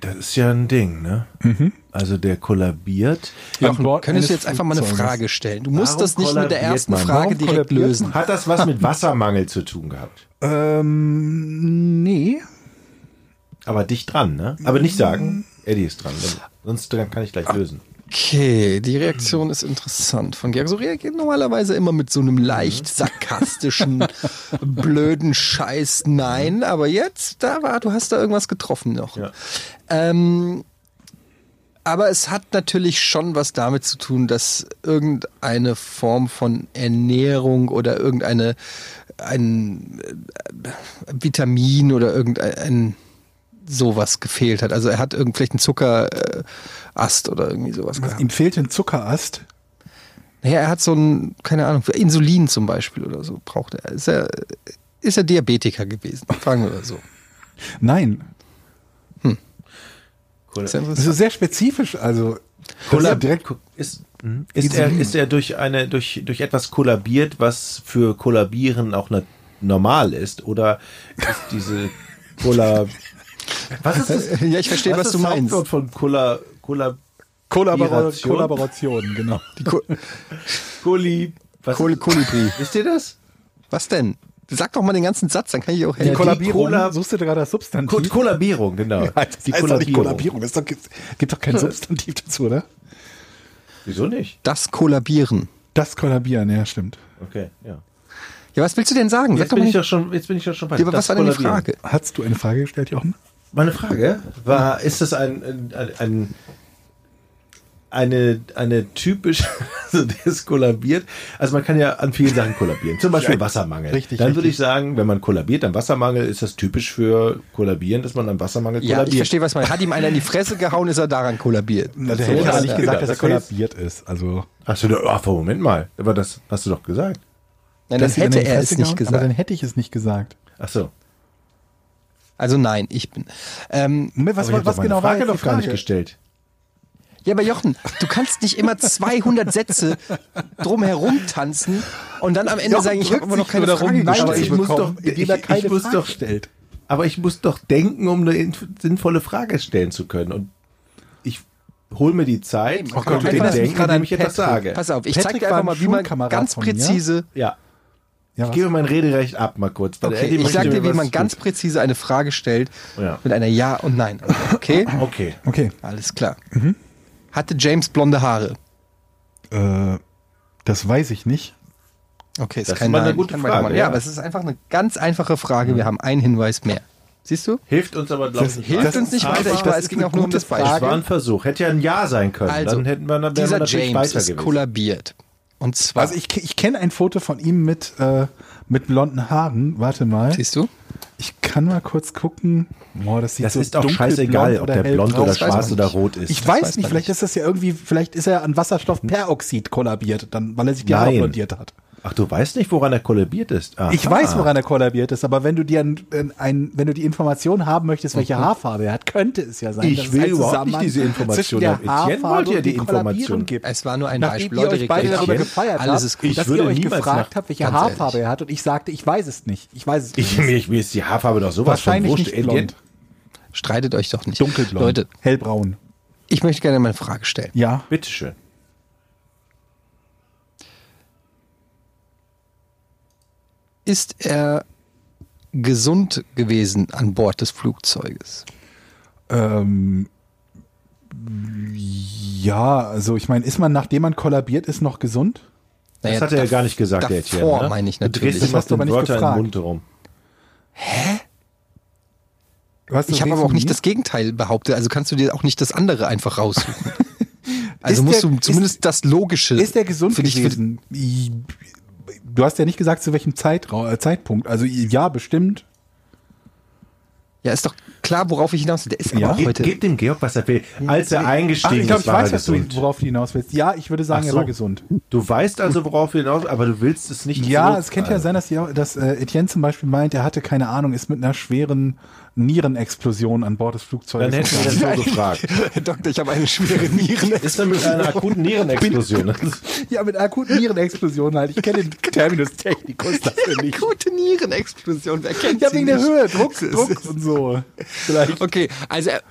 Speaker 1: das ist ja ein Ding, ne?
Speaker 4: Mhm.
Speaker 1: Also der kollabiert.
Speaker 4: An Bord
Speaker 2: Könntest du
Speaker 4: eines
Speaker 2: jetzt einfach mal eine
Speaker 4: Flugzeuges.
Speaker 2: Frage stellen? Du musst
Speaker 1: Warum
Speaker 2: das nicht mit der
Speaker 1: kollabiert
Speaker 2: ersten
Speaker 1: man?
Speaker 2: Frage
Speaker 4: Warum
Speaker 2: direkt
Speaker 4: kollabiert
Speaker 2: lösen.
Speaker 1: Hat das was mit Wassermangel zu tun gehabt?
Speaker 4: Ähm, nee.
Speaker 1: Aber dicht dran, ne? Aber nicht
Speaker 4: Mm.
Speaker 1: sagen, Eddie ist dran. Sonst kann ich gleich lösen.
Speaker 2: Okay, die Reaktion ist interessant von Georg. So reagiert normalerweise immer mit so einem
Speaker 4: Mhm.
Speaker 2: leicht sarkastischen, blöden Scheiß Nein, aber jetzt, da war, du hast da irgendwas getroffen noch.
Speaker 1: Ja.
Speaker 2: Ähm, aber es hat natürlich schon was damit zu tun, dass irgendeine Form von Ernährung oder irgendeine ein äh, Vitamin oder irgendein sowas gefehlt hat. Also er hat irgend vielleicht einen Zuckerast äh, Ast oder irgendwie sowas gehabt.
Speaker 4: Ihm fehlt ein Zuckerast.
Speaker 2: Naja, er hat so ein, keine Ahnung, Insulin zum Beispiel oder so braucht er. Ist er, ist er Diabetiker gewesen? Fragen wir mal so.
Speaker 4: Nein.
Speaker 2: Ist ja
Speaker 4: Das
Speaker 2: interessant.
Speaker 4: ist sehr spezifisch. Also, das ist ja
Speaker 1: Kollab
Speaker 4: direkt
Speaker 1: ist,
Speaker 2: Hm?
Speaker 1: mhm. ist, er, ist er durch eine durch durch etwas kollabiert, was für kollabieren auch na- normal ist oder ist diese Kollab Was ist das?
Speaker 2: Ja, ich verstehe, was
Speaker 1: ist
Speaker 2: du
Speaker 1: das
Speaker 2: meinst.
Speaker 1: Hauptwort von Kolla Kolla
Speaker 4: Kollaboration,
Speaker 1: Kollaboration?
Speaker 4: Kollaboration genau.
Speaker 2: Die Ko
Speaker 1: Kolli was
Speaker 2: Kol Kolibri.
Speaker 1: Wisst ihr das?
Speaker 2: Was denn? Sag doch mal den ganzen Satz, dann kann ich auch helfen.
Speaker 4: Kollabierung.
Speaker 1: Kollab-
Speaker 4: suchst du gerade das
Speaker 1: Ko
Speaker 2: Hm?
Speaker 4: Substantiv?
Speaker 1: Kollabierung, genau.
Speaker 4: das heißt doch nicht Kollabierung. Äh. Das ist doch, gibt, gibt doch kein Substantiv dazu, oder?
Speaker 1: Wieso nicht?
Speaker 2: Das Kollabieren.
Speaker 4: Das Kollabieren, ja, stimmt.
Speaker 1: Okay, ja.
Speaker 2: Ja, was willst du denn sagen? Sag
Speaker 1: Jetzt
Speaker 2: doch
Speaker 1: bin
Speaker 2: mal.
Speaker 1: ich doch schon jetzt bin ich doch schon bei
Speaker 2: ja, aber was
Speaker 1: das
Speaker 2: war denn die
Speaker 1: Kollabieren.
Speaker 2: Frage?
Speaker 4: Hast du eine Frage gestellt, Jochen?
Speaker 1: Meine Frage war, ist das ein, ein, ein, ein eine, eine typische, also der ist kollabiert. Also man kann ja an vielen Sachen kollabieren. Zum Beispiel Wassermangel.
Speaker 4: richtig,
Speaker 1: Dann würde
Speaker 4: richtig.
Speaker 1: ich sagen, wenn man kollabiert an Wassermangel, ist das typisch für kollabieren, dass man an Wassermangel
Speaker 2: Ja, ich
Speaker 1: kollabiert.
Speaker 2: verstehe, was man. Hat ihm einer in die Fresse gehauen, ist er daran kollabiert.
Speaker 4: der
Speaker 1: hätte aber nicht gesagt, dass er
Speaker 4: kollabiert ist. Also,
Speaker 1: hast du doch, ach, Moment mal, aber das hast du doch gesagt.
Speaker 2: Nein, das hätte er es nicht
Speaker 4: Aber dann
Speaker 2: gesagt.
Speaker 4: hätte ich es nicht gesagt.
Speaker 1: Ach so.
Speaker 2: Also nein, ich bin. Ähm,
Speaker 4: Moment, was,
Speaker 1: Aber ich hab
Speaker 4: was
Speaker 1: doch meine
Speaker 4: genau war
Speaker 1: Frage
Speaker 4: jetzt die
Speaker 1: noch gar nicht
Speaker 4: Frage?
Speaker 1: gestellt.
Speaker 2: Ja, aber Jochen, du kannst nicht immer 200 Sätze drumherum tanzen und dann am Ende
Speaker 4: Jochen
Speaker 2: sagen, ich habe
Speaker 4: drückt
Speaker 2: immer noch
Speaker 4: sich
Speaker 2: keine
Speaker 4: nur darum,
Speaker 2: Frage
Speaker 4: nein,
Speaker 2: gestellt.
Speaker 1: Aber ich muss
Speaker 4: bekommen,
Speaker 1: doch-
Speaker 4: indem er
Speaker 1: ich- ich
Speaker 4: keine
Speaker 1: muss
Speaker 4: Frage
Speaker 1: doch-
Speaker 4: stellt.
Speaker 1: Aber ich muss doch denken, um eine inf- sinnvolle Frage stellen zu können. Und ich hole mir die Zeit,
Speaker 2: Oh Gott,
Speaker 1: um
Speaker 2: du
Speaker 1: den
Speaker 2: erinnerst mich
Speaker 1: denken,
Speaker 2: gerade
Speaker 1: indem
Speaker 2: an
Speaker 1: ich etwas
Speaker 2: Patrick.
Speaker 1: sage.
Speaker 2: Pass auf, ich
Speaker 4: Patrick
Speaker 2: zeige dir
Speaker 4: war
Speaker 2: einfach
Speaker 4: ein
Speaker 2: mal, wie man
Speaker 4: Schulkamerad
Speaker 2: ganz
Speaker 4: von mir.
Speaker 2: präzise.
Speaker 1: Ja,
Speaker 4: Ja,
Speaker 1: ich
Speaker 4: was?
Speaker 1: gebe mein Rederecht ab, mal kurz. weil
Speaker 2: Okay,
Speaker 1: Eddie
Speaker 2: ich
Speaker 1: möchte
Speaker 2: sag dir,
Speaker 1: mir
Speaker 2: wie
Speaker 1: was
Speaker 2: man
Speaker 1: tun.
Speaker 2: ganz präzise eine Frage stellt
Speaker 1: Ja.
Speaker 2: mit einer Ja und Nein. Okay?
Speaker 1: Okay.
Speaker 4: Okay.
Speaker 2: Alles klar.
Speaker 4: Mhm.
Speaker 2: Hatte James blonde Haare?
Speaker 4: Äh, das weiß ich nicht.
Speaker 2: Okay, ist
Speaker 1: Das
Speaker 2: kein
Speaker 1: war eine
Speaker 2: Nein.
Speaker 1: gute
Speaker 2: Kann weitermachen.
Speaker 1: Frage, Mhm.
Speaker 2: ja,
Speaker 1: ja.
Speaker 2: aber es ist einfach eine ganz einfache Frage. Wir haben einen Hinweis mehr. Siehst du?
Speaker 1: Hilft uns aber, glaube ich,
Speaker 2: hilft uns nicht
Speaker 1: aber
Speaker 2: weiter. Ich weiß,
Speaker 4: ist
Speaker 2: es ging
Speaker 4: eine
Speaker 2: auch nur um
Speaker 4: gute
Speaker 2: das Beispiel.
Speaker 1: Es war ein Versuch. Hätte ja ein Ja sein können.
Speaker 2: Also,
Speaker 1: dann hätten wir, dann wären wir
Speaker 2: dieser
Speaker 1: natürlich
Speaker 2: James
Speaker 1: weiter
Speaker 2: ist
Speaker 1: gewesen.
Speaker 2: kollabiert. Und zwar,
Speaker 4: Also ich, ich kenne ein Foto von ihm mit, äh, mit blonden Haaren. Warte mal.
Speaker 2: siehst du?
Speaker 4: Ich kann mal kurz gucken. Boah, das sieht
Speaker 1: Das
Speaker 4: so
Speaker 1: ist doch
Speaker 4: dunkelblond
Speaker 1: scheißegal, ob der
Speaker 4: hellgrau
Speaker 1: blond
Speaker 4: aus.
Speaker 1: oder
Speaker 2: Das weiß man
Speaker 1: schwarz oder
Speaker 2: nicht.
Speaker 1: rot ist.
Speaker 4: Ich weiß,
Speaker 2: weiß
Speaker 4: nicht,
Speaker 2: man nicht.
Speaker 4: vielleicht ist das ja irgendwie, vielleicht ist er an Wasserstoffperoxid kollabiert, dann, weil er sich die Haare
Speaker 1: Nein.
Speaker 4: blondiert hat.
Speaker 1: Ach, du weißt nicht, woran er kollabiert ist? Aha.
Speaker 4: Ich weiß, woran er kollabiert ist, aber wenn du dir ein, ein, wenn du die Information haben möchtest, welche Haarfarbe er hat, könnte es ja sein.
Speaker 1: Mhm. Ich
Speaker 4: dass es
Speaker 1: will
Speaker 4: einen
Speaker 1: überhaupt
Speaker 4: Zusammenhang
Speaker 1: nicht diese Information
Speaker 4: zwischen der
Speaker 1: haben. Etienne wollte ja
Speaker 4: und
Speaker 1: die
Speaker 4: dem Kollabieren
Speaker 1: Information.
Speaker 4: Gibt.
Speaker 2: Es war nur ein
Speaker 4: Nachdem
Speaker 2: Beispiel.
Speaker 4: ihr euch beide
Speaker 2: Leute,
Speaker 4: darüber
Speaker 2: Etienne,
Speaker 4: gefeiert
Speaker 2: alles
Speaker 4: habt,
Speaker 2: ist gut.
Speaker 1: Ich
Speaker 4: dass ihr
Speaker 1: würde
Speaker 4: euch
Speaker 1: niemals
Speaker 4: gefragt
Speaker 1: nach-
Speaker 4: habt, welche
Speaker 2: Ganz
Speaker 4: Haarfarbe
Speaker 2: ehrlich.
Speaker 4: er hat und ich sagte, ich weiß es nicht. Ich weiß es
Speaker 1: Ich,
Speaker 4: nicht.
Speaker 1: mir, mir ist die Haarfarbe doch sowas
Speaker 4: Wahrscheinlich
Speaker 1: von wurscht.
Speaker 4: nicht
Speaker 1: Eddie,
Speaker 4: blond.
Speaker 2: Streitet euch doch nicht.
Speaker 4: Dunkelblond.
Speaker 2: Leute,
Speaker 4: Hellbraun.
Speaker 2: ich möchte gerne mal eine Frage stellen.
Speaker 4: Ja.
Speaker 1: Bitteschön.
Speaker 2: ist er gesund gewesen an Bord des Flugzeuges?
Speaker 4: Ähm, ja, also ich meine, ist man, nachdem man kollabiert ist, noch gesund?
Speaker 1: Das hat er ja gar nicht gesagt,
Speaker 2: davor
Speaker 1: der Etienne. Ne?
Speaker 2: meine ich
Speaker 1: Du
Speaker 2: natürlich.
Speaker 1: drehst immer
Speaker 4: Hast du aber
Speaker 1: den
Speaker 4: nicht
Speaker 1: Wörter im
Speaker 4: gefragt.
Speaker 1: Mund rum.
Speaker 4: Weißt du,
Speaker 2: Ich habe
Speaker 4: wegen
Speaker 2: aber auch nicht
Speaker 4: mir?
Speaker 2: das Gegenteil behauptet. Also kannst du dir auch nicht das andere einfach raussuchen. Also
Speaker 4: Ist
Speaker 2: musst
Speaker 4: der-
Speaker 2: du zumindest das Logische.
Speaker 4: Ist der gesund
Speaker 2: für dich- für-
Speaker 4: gewesen? I- Du hast ja nicht gesagt, zu welchem Zeitraum, äh, Zeitpunkt. Also i- ja, bestimmt.
Speaker 2: Ja, ist doch klar, worauf ich hinaus will. Der ist aber
Speaker 4: Ja.
Speaker 2: auch
Speaker 1: Ge
Speaker 2: heute.
Speaker 1: Gebt dem Georg, was er will. Als er
Speaker 4: Ach,
Speaker 1: eingestiegen
Speaker 4: Ah, ich glaube,
Speaker 1: ist,
Speaker 4: ich
Speaker 1: war
Speaker 4: weiß,
Speaker 1: er
Speaker 4: was du,
Speaker 1: gesund.
Speaker 4: worauf du hinaus willst. Ja, ich würde sagen,
Speaker 1: Ach
Speaker 4: er
Speaker 1: so.
Speaker 4: war gesund.
Speaker 1: Du weißt also, worauf wir hinaus, aber du willst es nicht.
Speaker 4: Ja,
Speaker 1: zurück- Also,
Speaker 4: es könnte ja sein, dass, die, auch- dass äh, Etienne zum Beispiel meint, er hatte keine Ahnung, ist mit einer schweren Nierenexplosion an Bord des Flugzeugs.
Speaker 1: Dann hätten wir das so gefragt.
Speaker 2: Herr Doktor, ich habe eine schwere Nieren.
Speaker 1: Ist er mit einer akuten Nierenexplosion?
Speaker 4: ja, mit einer akuten Nierenexplosion halt. Ich kenne den Terminus technicus dafür nicht.
Speaker 2: Gute Nierenexplosion, wer kennt
Speaker 4: Ja,
Speaker 2: sie
Speaker 4: wegen der
Speaker 2: nicht?
Speaker 4: Höhe, Druck,
Speaker 2: Es-
Speaker 4: Druck und so. Vielleicht.
Speaker 2: Okay, also er,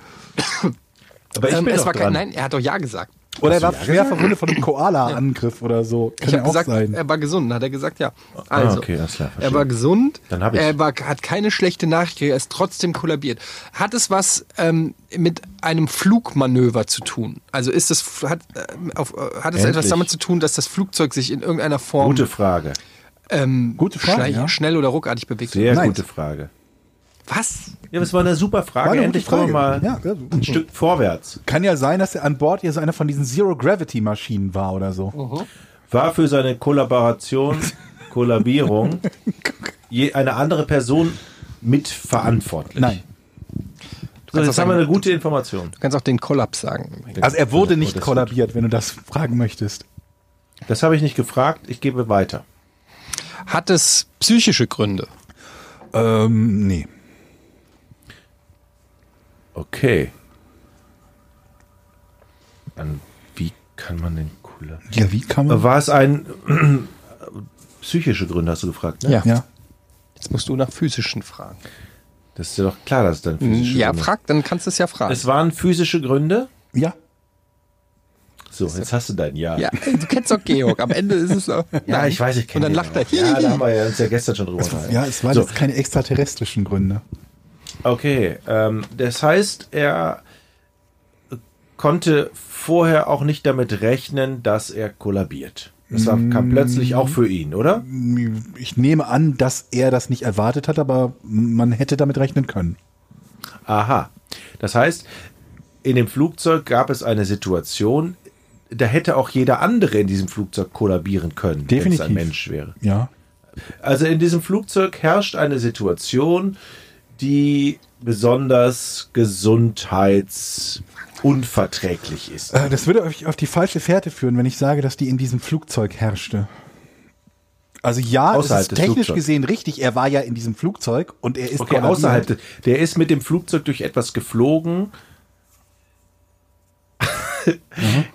Speaker 1: Aber ich
Speaker 2: ähm,
Speaker 1: bin
Speaker 2: es
Speaker 1: doch
Speaker 2: war kein,
Speaker 1: dran.
Speaker 2: nein, er hat doch ja gesagt.
Speaker 4: Oder er war schwer verwundet von einem Koala-Angriff oder so. Kann
Speaker 2: Ich
Speaker 4: ja
Speaker 2: habe
Speaker 4: auch
Speaker 2: gesagt,
Speaker 4: sein.
Speaker 2: er war gesund, hat er gesagt, ja. Also,
Speaker 1: Ah, okay, alles klar, verstehe.
Speaker 2: er war gesund,
Speaker 1: Dann hab ich.
Speaker 2: er war, hat keine schlechte Nachricht, gekriegt, er ist trotzdem kollabiert. Hat es was ähm, mit einem Flugmanöver zu tun? Also ist es, hat, ähm, auf, äh, hat es etwas
Speaker 1: Endlich.
Speaker 2: damit zu tun, dass das Flugzeug sich in irgendeiner Form
Speaker 1: Gute Frage.
Speaker 2: ähm,
Speaker 4: Gute Frage,
Speaker 2: schnell-
Speaker 4: ja.
Speaker 2: schnell oder ruckartig bewegt?
Speaker 1: Sehr
Speaker 4: Nein.
Speaker 1: gute Frage.
Speaker 2: Was?
Speaker 1: Ja, das war eine super Frage.
Speaker 4: War eine gute
Speaker 1: Endlich
Speaker 4: Frage.
Speaker 1: kommen wir mal
Speaker 4: Ja, ja.
Speaker 1: ein Stück vorwärts.
Speaker 4: Kann ja sein, dass er an Bord ja so einer von diesen Zero-Gravity-Maschinen war oder so.
Speaker 1: War für seine Kollaboration, Kollabierung je eine andere Person mitverantwortlich.
Speaker 4: Nein.
Speaker 1: So, jetzt
Speaker 2: Kannst du
Speaker 1: haben wir
Speaker 2: Also sagen-
Speaker 1: eine gute Information.
Speaker 2: Du kannst auch den Kollaps
Speaker 1: Oh
Speaker 2: sagen.
Speaker 4: Also er wurde nicht
Speaker 1: das-
Speaker 4: kollabiert, wenn du das fragen möchtest.
Speaker 1: Das habe ich nicht gefragt. Ich gebe weiter.
Speaker 2: Hat es psychische Gründe?
Speaker 4: Ähm, nee.
Speaker 1: Okay. Dann wie kann man den Kollabieren?
Speaker 4: Ja, wie kann
Speaker 1: War es ein psychische Gründe, hast du gefragt, ne?
Speaker 4: Ja.
Speaker 2: Jetzt musst du nach physischen fragen.
Speaker 1: Das ist ja doch klar, dass es dann physische
Speaker 2: Ja,
Speaker 1: Gründe
Speaker 2: frag, dann kannst du es ja fragen.
Speaker 1: Es waren physische Gründe.
Speaker 4: Ja.
Speaker 1: So, jetzt hast du dein Ja.
Speaker 2: Ja, du kennst doch Georg. Am Ende ist es.
Speaker 1: Ja, ich weiß, ich
Speaker 2: Und
Speaker 1: kenne
Speaker 2: dann
Speaker 1: den
Speaker 2: lacht er.
Speaker 1: auch. Ja, da haben wir ja uns ja gestern schon drüber unterhalten.
Speaker 4: Ja, es waren
Speaker 1: So.
Speaker 4: jetzt keine extraterrestrischen Gründe.
Speaker 1: Okay, ähm, das heißt, er konnte vorher auch nicht damit rechnen, dass er kollabiert. Das war, kam plötzlich auch für ihn, oder?
Speaker 4: Ich nehme an, dass er das nicht erwartet hat, aber man hätte damit rechnen können.
Speaker 1: Aha. Das heißt, in dem Flugzeug gab es eine Situation, da hätte auch jeder andere in diesem Flugzeug kollabieren können, wenn es
Speaker 4: Definitiv.
Speaker 1: ein Mensch wäre.
Speaker 4: Ja.
Speaker 1: Also in diesem Flugzeug herrscht eine Situation, die besonders gesundheitsunverträglich ist.
Speaker 4: Äh, Das würde euch auf die falsche Fährte führen, wenn ich sage, dass die in diesem Flugzeug herrschte. Also ja,
Speaker 1: Außerhalb
Speaker 4: es ist
Speaker 1: des
Speaker 4: technisch
Speaker 1: Flugzeugs.
Speaker 4: gesehen richtig. Er war ja in diesem Flugzeug und er ist
Speaker 1: Okay, halt-
Speaker 4: kollabiert.
Speaker 1: außerhalb. des- Der ist mit dem Flugzeug durch etwas geflogen.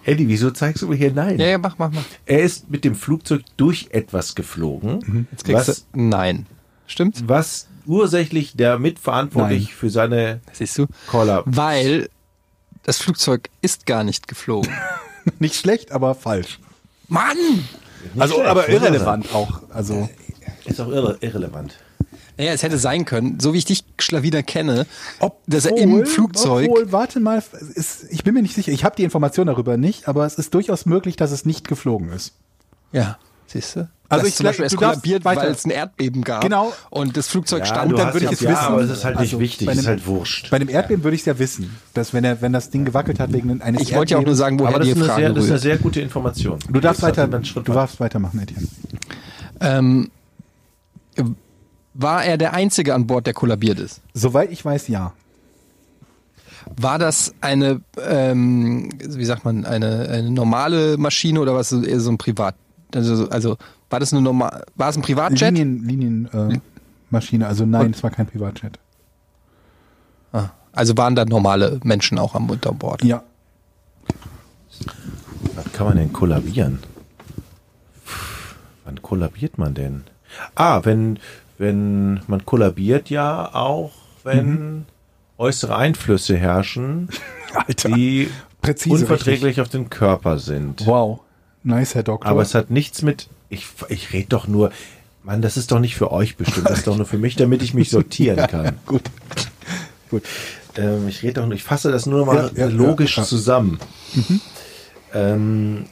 Speaker 1: Eddie, wieso zeigst du mir hier nein?
Speaker 2: Ja, ja, mach, mach, mach.
Speaker 1: Er ist mit dem Flugzeug durch etwas geflogen,
Speaker 2: Jetzt kriegst
Speaker 1: was,
Speaker 2: du. Nein. Stimmt?
Speaker 1: was ursächlich der mitverantwortlich
Speaker 4: Nein.
Speaker 1: für seine
Speaker 2: Siehst du?
Speaker 1: Caller.
Speaker 2: Weil das Flugzeug ist gar nicht geflogen.
Speaker 4: Nicht schlecht, aber falsch.
Speaker 2: Mann!
Speaker 4: also,
Speaker 1: schlecht,
Speaker 4: aber
Speaker 1: muss man
Speaker 4: irrelevant auch. Also,
Speaker 1: Ist auch irre, irrelevant.
Speaker 2: Naja, es hätte sein können, so wie ich dich Schlawider kenne, dass er
Speaker 4: Obwohl-
Speaker 2: im Flugzeug.
Speaker 4: Obwohl, warte mal, es ist, ich bin mir nicht sicher. Ich habe die Information darüber nicht, aber es ist durchaus möglich, dass es nicht geflogen ist.
Speaker 2: Ja. Siehst du?
Speaker 4: Also
Speaker 2: Dass
Speaker 4: ich
Speaker 2: zum Beispiel
Speaker 4: gleich-
Speaker 2: erst
Speaker 4: du darfst
Speaker 2: kollabiert,
Speaker 4: weiter.
Speaker 2: weil es ein Erdbeben gab.
Speaker 4: Genau.
Speaker 2: Und das Flugzeug
Speaker 1: Ja,
Speaker 2: stand,
Speaker 1: du
Speaker 2: dann
Speaker 1: hast
Speaker 2: würde ich
Speaker 1: ja-
Speaker 2: es
Speaker 1: ja,
Speaker 2: wissen.
Speaker 1: aber es ist halt nicht
Speaker 4: Also,
Speaker 1: wichtig,
Speaker 4: bei
Speaker 1: es ist
Speaker 4: einem-
Speaker 1: halt wurscht.
Speaker 4: Bei einem Erdbeben würde ich es ja wissen, dass wenn, er, wenn das Ding gewackelt hat wegen eines
Speaker 2: ich wollte ja auch nur
Speaker 4: Erdbebens-
Speaker 2: sagen, woher
Speaker 1: Aber das
Speaker 2: die
Speaker 1: ist, eine
Speaker 2: Frage
Speaker 1: sehr, das ist eine
Speaker 2: rührt.
Speaker 1: sehr gute Information.
Speaker 4: Du darfst,
Speaker 1: Jetzt
Speaker 4: weiter,
Speaker 1: einen Schritt
Speaker 4: du darfst weitermachen, Etienne.
Speaker 2: Ähm, war er der Einzige an Bord, der kollabiert ist?
Speaker 4: Soweit ich weiß, ja.
Speaker 2: War das eine, ähm, wie sagt man, eine, eine normale Maschine oder was eher so ein Privat? Also, also war das eine normal, war es ein Privatjet?
Speaker 4: Linien, Linien, äh, Maschine, also nein, es war kein Privatjet.
Speaker 2: Ah, also waren da normale Menschen auch am Unterbord.
Speaker 4: Ja.
Speaker 1: Was kann man denn kollabieren? Pff, Wann kollabiert man denn? Ah, wenn, wenn man kollabiert ja auch, wenn
Speaker 4: Mhm.
Speaker 1: äußere Einflüsse herrschen,
Speaker 4: Alter.
Speaker 1: die
Speaker 4: Präzise,
Speaker 1: unverträglich auf den Körper sind.
Speaker 4: Wow. Nice, Herr Doktor.
Speaker 1: Aber es hat nichts mit. Ich, ich rede doch nur. Mann, das ist doch nicht für euch bestimmt, das ist doch nur für mich, damit ich mich sortieren kann.
Speaker 4: Gut.
Speaker 1: Gut. Ähm, ich rede doch nur, ich fasse das nur mal
Speaker 4: Ja, ja,
Speaker 1: logisch
Speaker 4: ja, ja.
Speaker 1: zusammen. Ähm,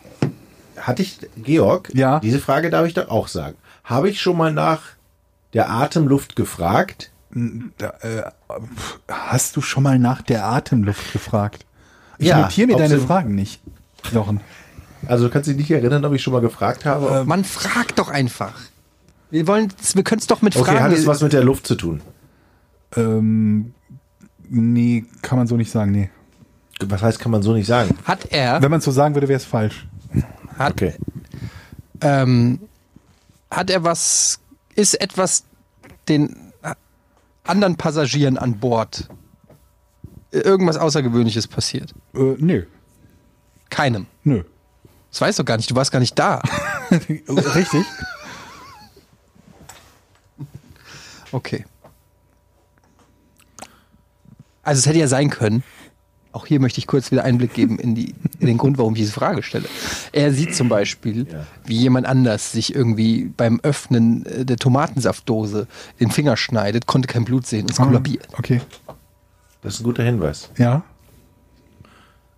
Speaker 1: hatte ich, Georg,
Speaker 4: Ja.
Speaker 1: diese Frage darf ich doch auch sagen. Habe ich schon mal nach der Atemluft gefragt?
Speaker 4: Da, äh, pf, hast du schon mal nach der Atemluft gefragt? Ich
Speaker 1: Ja,
Speaker 4: notiere mir
Speaker 1: ob
Speaker 4: deine
Speaker 1: sie-
Speaker 4: Fragen nicht, Jochen.
Speaker 1: Also du kannst dich nicht erinnern, ob ich schon mal gefragt habe.
Speaker 4: Ähm,
Speaker 1: ob-
Speaker 2: Man fragt doch einfach. Wir wollen, wir können es doch mit
Speaker 1: okay, hat
Speaker 2: Fragen.
Speaker 1: es was mit der Luft zu tun?
Speaker 4: Ähm, nee, kann man so nicht sagen, nee.
Speaker 1: Was heißt, kann man so nicht sagen?
Speaker 2: hat er,
Speaker 4: Wenn man so sagen würde, wäre es falsch.
Speaker 2: hat,
Speaker 1: Okay.
Speaker 2: ähm, hat er was, ist etwas den äh, anderen Passagieren an Bord äh, irgendwas Außergewöhnliches passiert?
Speaker 4: Äh, nö,
Speaker 2: Keinem.
Speaker 4: nö.
Speaker 2: Das weißt du gar nicht, du warst gar nicht da.
Speaker 4: Richtig?
Speaker 2: Okay. Also es hätte ja sein können. Auch hier möchte ich kurz wieder Einblick geben in, die, in den Grund, warum ich diese Frage stelle. Er sieht zum Beispiel, wie jemand anders sich irgendwie beim Öffnen äh, der Tomatensaftdose den Finger schneidet, konnte kein Blut sehen
Speaker 4: Mhm.
Speaker 2: und ist kollabiert.
Speaker 4: Ähm, Okay,
Speaker 1: Das ist ein guter Hinweis.
Speaker 4: ja.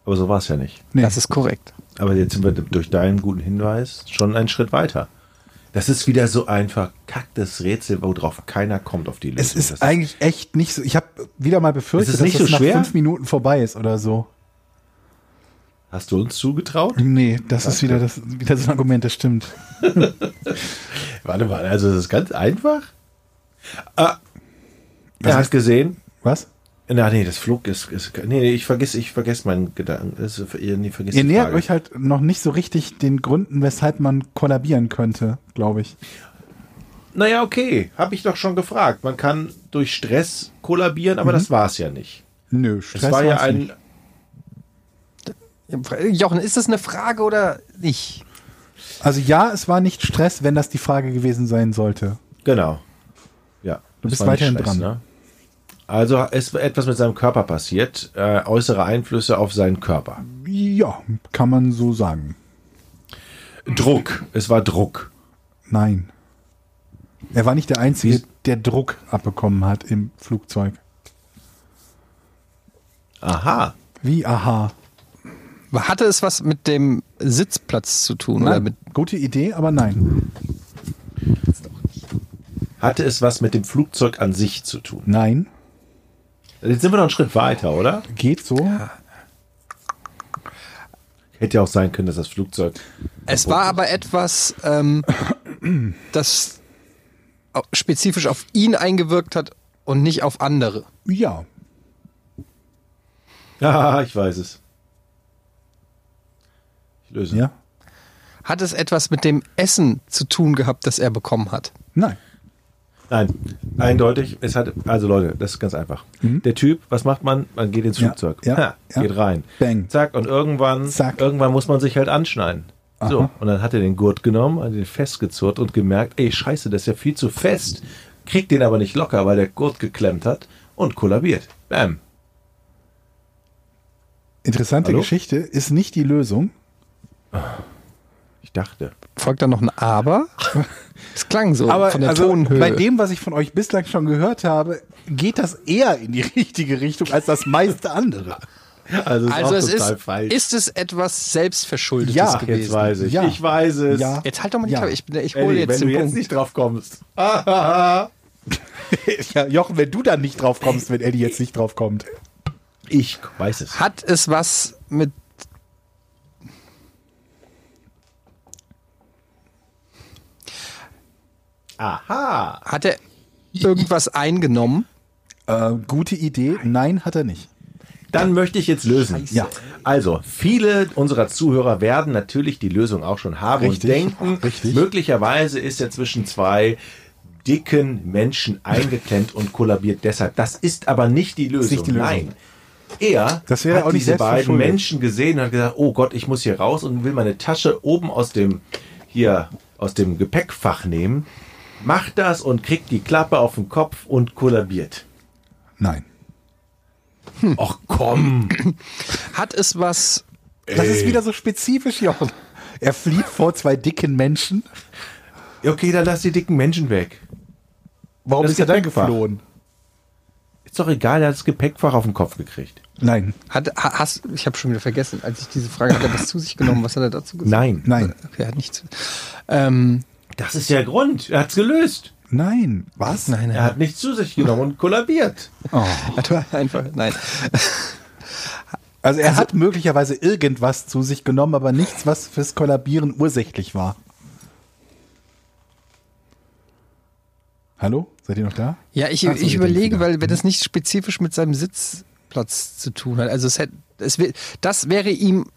Speaker 1: Aber so war es ja nicht.
Speaker 4: Nee.
Speaker 2: Das ist korrekt.
Speaker 1: Aber jetzt sind wir durch deinen guten Hinweis schon einen Schritt weiter. Das ist wieder so ein verkacktes Rätsel, worauf keiner kommt auf die Lösung.
Speaker 4: es ist
Speaker 1: das
Speaker 4: eigentlich echt nicht so. Ich habe wieder mal befürchtet,
Speaker 1: Es ist nicht
Speaker 4: dass
Speaker 1: so
Speaker 4: das
Speaker 1: schwer?
Speaker 4: nach fünf Minuten vorbei ist oder so.
Speaker 1: hast du uns zugetraut?
Speaker 4: Nee, das ist wieder, das, wieder so ein Argument, das stimmt.
Speaker 1: Warte mal, also das ist ganz einfach. Ah, er hat gesehen.
Speaker 4: Was?
Speaker 1: Na, nee, das Flug ist. ist nee, nee, ich vergesse ich vergess meinen Gedanken. Das ist, ihr nee, vergiss
Speaker 4: Ihr
Speaker 1: die
Speaker 4: nähert
Speaker 1: Frage.
Speaker 4: euch halt noch nicht so richtig den Gründen, weshalb man kollabieren könnte, glaube ich. halt-
Speaker 1: Naja, okay, habe ich doch schon gefragt. Man kann durch Stress kollabieren, aber das war es ja nicht. Es
Speaker 4: Nö, Mhm. Stress
Speaker 1: war ja
Speaker 4: war's
Speaker 1: ein.
Speaker 4: nicht.
Speaker 2: Jochen, ist das eine Frage oder nicht?
Speaker 4: Also ja, es war nicht Stress, wenn das die Frage gewesen sein sollte.
Speaker 1: Genau. Ja. das
Speaker 4: Du bist
Speaker 1: war nicht
Speaker 4: weiterhin dran.
Speaker 1: Ne? Also ist etwas mit seinem Körper passiert, äh, äußere Einflüsse auf seinen Körper.
Speaker 4: Ja, kann man so sagen.
Speaker 1: Druck, es war Druck.
Speaker 4: Nein. Er war nicht der Einzige, der Druck abbekommen hat im Flugzeug.
Speaker 1: Aha.
Speaker 4: Wie, aha.
Speaker 2: Hatte es was mit dem Sitzplatz zu tun? Oder mit,
Speaker 4: Nein, gute Idee, aber nein.
Speaker 1: Hatte es was mit dem Flugzeug an sich zu tun?
Speaker 4: Nein,
Speaker 1: Jetzt sind wir noch einen Schritt weiter, oder?
Speaker 4: geht so.
Speaker 1: Hätte ja auch sein können, dass das Flugzeug.
Speaker 2: Es war aber etwas, ähm, das au- spezifisch auf ihn eingewirkt hat und nicht auf andere.
Speaker 4: Ja,
Speaker 1: Ja, ich weiß es. Ich löse.
Speaker 4: ja.
Speaker 2: Hat es etwas mit dem Essen zu tun gehabt, das er bekommen hat?
Speaker 4: Nein.
Speaker 1: Nein, eindeutig. Es hat, also Leute, das ist ganz einfach. Der Typ, was macht man? Man geht ins
Speaker 4: Mhm. Ja,
Speaker 1: Flugzeug.
Speaker 4: ja,
Speaker 1: ha,
Speaker 4: ja.
Speaker 1: Geht rein.
Speaker 4: Bang.
Speaker 1: Zack, und irgendwann,
Speaker 4: Zack.
Speaker 1: irgendwann muss man sich halt anschneiden. So, und dann hat er den Gurt genommen, hat ihn festgezurrt und gemerkt, ey, scheiße, das ist ja viel zu fest. Kriegt den aber nicht locker, weil der Gurt geklemmt hat und kollabiert. Bam.
Speaker 4: Interessante
Speaker 1: Hallo?
Speaker 4: Geschichte ist nicht die Lösung.
Speaker 1: Ich dachte.
Speaker 2: Folgt dann noch ein Aber? Es klang so
Speaker 4: Aber
Speaker 2: von der
Speaker 4: also
Speaker 2: Tonhöhe.
Speaker 4: bei dem, was ich von euch bislang schon gehört habe, geht das eher in die richtige Richtung als das meiste andere.
Speaker 1: Also, ist
Speaker 2: also
Speaker 1: auch
Speaker 2: es
Speaker 1: total
Speaker 2: ist,
Speaker 1: falsch.
Speaker 2: ist es etwas selbstverschuldetes
Speaker 4: Ja, jetzt
Speaker 1: Ach, jetzt
Speaker 2: gewesen.
Speaker 1: weiß ich.
Speaker 4: Ja.
Speaker 1: Ich weiß es.
Speaker 4: Ja.
Speaker 2: Jetzt halt doch mal die
Speaker 4: Ja.
Speaker 2: Klappe. Ich, bin- ich hole
Speaker 1: Ellie,
Speaker 2: jetzt
Speaker 1: wenn du
Speaker 2: den
Speaker 1: jetzt
Speaker 2: Punkt.
Speaker 1: nicht drauf kommst.
Speaker 4: Ja, Jochen, wenn du da nicht drauf kommst, wenn Eddie jetzt nicht drauf kommt.
Speaker 1: Ich weiß es.
Speaker 2: Hat es was mit.
Speaker 1: Aha.
Speaker 2: Hat er irgendwas eingenommen?
Speaker 4: Äh, gute Idee. Nein, hat er nicht.
Speaker 1: Dann möchte ich jetzt lösen.
Speaker 4: Ja.
Speaker 1: Also, viele unserer Zuhörer werden natürlich die Lösung auch schon haben und
Speaker 4: Richtig.
Speaker 1: denken,
Speaker 4: Richtig.
Speaker 1: möglicherweise ist er zwischen zwei dicken Menschen eingeklemmt und kollabiert deshalb. Das ist aber nicht die Lösung.
Speaker 4: nicht die Lösung.
Speaker 1: Nein. Er
Speaker 4: Das wäre
Speaker 1: hat
Speaker 4: auch nicht
Speaker 1: diese beiden
Speaker 4: selbstverschuldet.
Speaker 1: Menschen gesehen und hat gesagt, oh Gott, ich muss hier raus und will meine Tasche oben aus dem hier aus dem Gepäckfach nehmen. Macht das und kriegt die Klappe auf den Kopf und kollabiert.
Speaker 4: Nein.
Speaker 1: Ach komm.
Speaker 2: Hat es was.
Speaker 4: Das ist wieder so spezifisch, Jochen. Er flieht vor zwei dicken Menschen
Speaker 1: Ja, okay, dann lass die dicken Menschen weg.
Speaker 4: Warum
Speaker 1: Das
Speaker 4: ist er dann
Speaker 1: Gepäckfach.
Speaker 4: geflohen?
Speaker 1: Ist doch egal, er hat das Gepäckfach auf den Kopf gekriegt.
Speaker 4: Nein,
Speaker 2: Hat, ha- hast, ich habe schon wieder vergessen, als ich diese Frage hatte, was zu sich genommen, was hat er dazu gesagt?
Speaker 1: Nein.
Speaker 4: nein,
Speaker 2: Okay, er hat nichts. Ähm,
Speaker 1: Das ist der Grund. Er hat's gelöst.
Speaker 4: nein. Was?
Speaker 2: nein,
Speaker 1: Er hat nichts zu sich genommen und kollabiert.
Speaker 2: hat einfach, nein.
Speaker 4: Also er hat möglicherweise irgendwas zu sich genommen, aber nichts, was fürs Kollabieren ursächlich war. Hallo? Seid ihr noch da?
Speaker 2: Ja, ich,
Speaker 4: Ach so,
Speaker 2: ich
Speaker 4: ihr denkt
Speaker 2: überlege,
Speaker 4: wieder. Mhm.
Speaker 2: weil wenn das nicht spezifisch mit seinem Sitzplatz zu tun hat, also es hätte, es, wär- das wäre ihm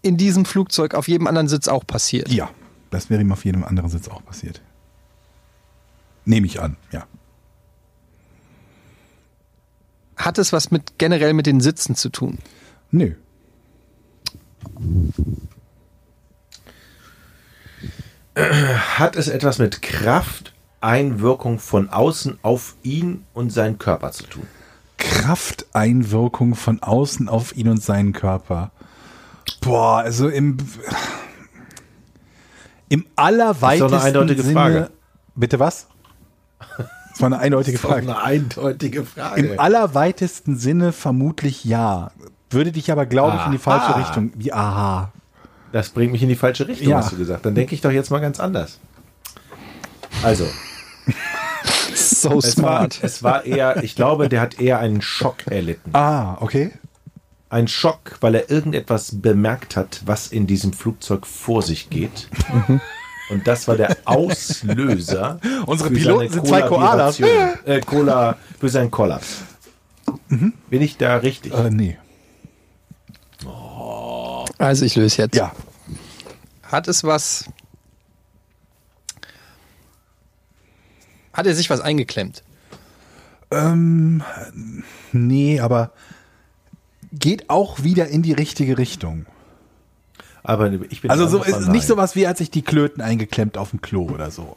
Speaker 2: in diesem Flugzeug auf jedem anderen Sitz auch passiert.
Speaker 4: Ja, das wäre ihm auf jedem anderen Sitz auch passiert. Nehme ich an, ja.
Speaker 2: Hat es was mit generell mit den Sitzen zu tun?
Speaker 4: Nö.
Speaker 1: Hat es etwas mit Krafteinwirkung von außen auf ihn und seinen Körper zu tun?
Speaker 4: Krafteinwirkung von außen auf ihn und seinen Körper. Boah, also im im allerweitesten
Speaker 1: Das ist doch eine eindeutige
Speaker 4: Sinne,
Speaker 1: Frage.
Speaker 4: Bitte was? Das war eine eindeutige Frage.
Speaker 1: eindeutige Frage.
Speaker 4: Im allerweitesten Sinne vermutlich ja. Würde dich aber, glaube ich, in die falsche
Speaker 1: Aha.
Speaker 4: Richtung. Wie, aha.
Speaker 1: Das bringt mich in die falsche Richtung,
Speaker 4: Ja.
Speaker 1: hast du gesagt. Dann denke ich doch jetzt mal ganz anders. Also,
Speaker 2: So
Speaker 1: es war, es war eher, ich glaube, der hat eher einen Schock erlitten.
Speaker 4: Ah, okay.
Speaker 1: Ein Schock, weil er irgendetwas bemerkt hat, was in diesem Flugzeug vor sich geht.
Speaker 4: Mhm.
Speaker 1: Und das war der Auslöser.
Speaker 4: Unsere
Speaker 1: für
Speaker 4: Piloten
Speaker 1: seine
Speaker 4: sind zwei Koalas.
Speaker 1: Kollaboration, Äh, Cola für seinen Kollaps.
Speaker 4: Mhm.
Speaker 1: Bin ich da richtig?
Speaker 4: Äh, nee.
Speaker 2: Also ich löse jetzt.
Speaker 4: Ja.
Speaker 2: Hat es was? Hat er sich was eingeklemmt?
Speaker 4: Ähm, nee, aber geht auch wieder in die richtige Richtung.
Speaker 1: Aber ich bin
Speaker 4: Also
Speaker 1: dran,
Speaker 4: so
Speaker 1: das
Speaker 4: ist
Speaker 1: war
Speaker 4: es
Speaker 1: nein.
Speaker 4: nicht sowas wie, als ich die Klöten eingeklemmt auf dem Klo oder so.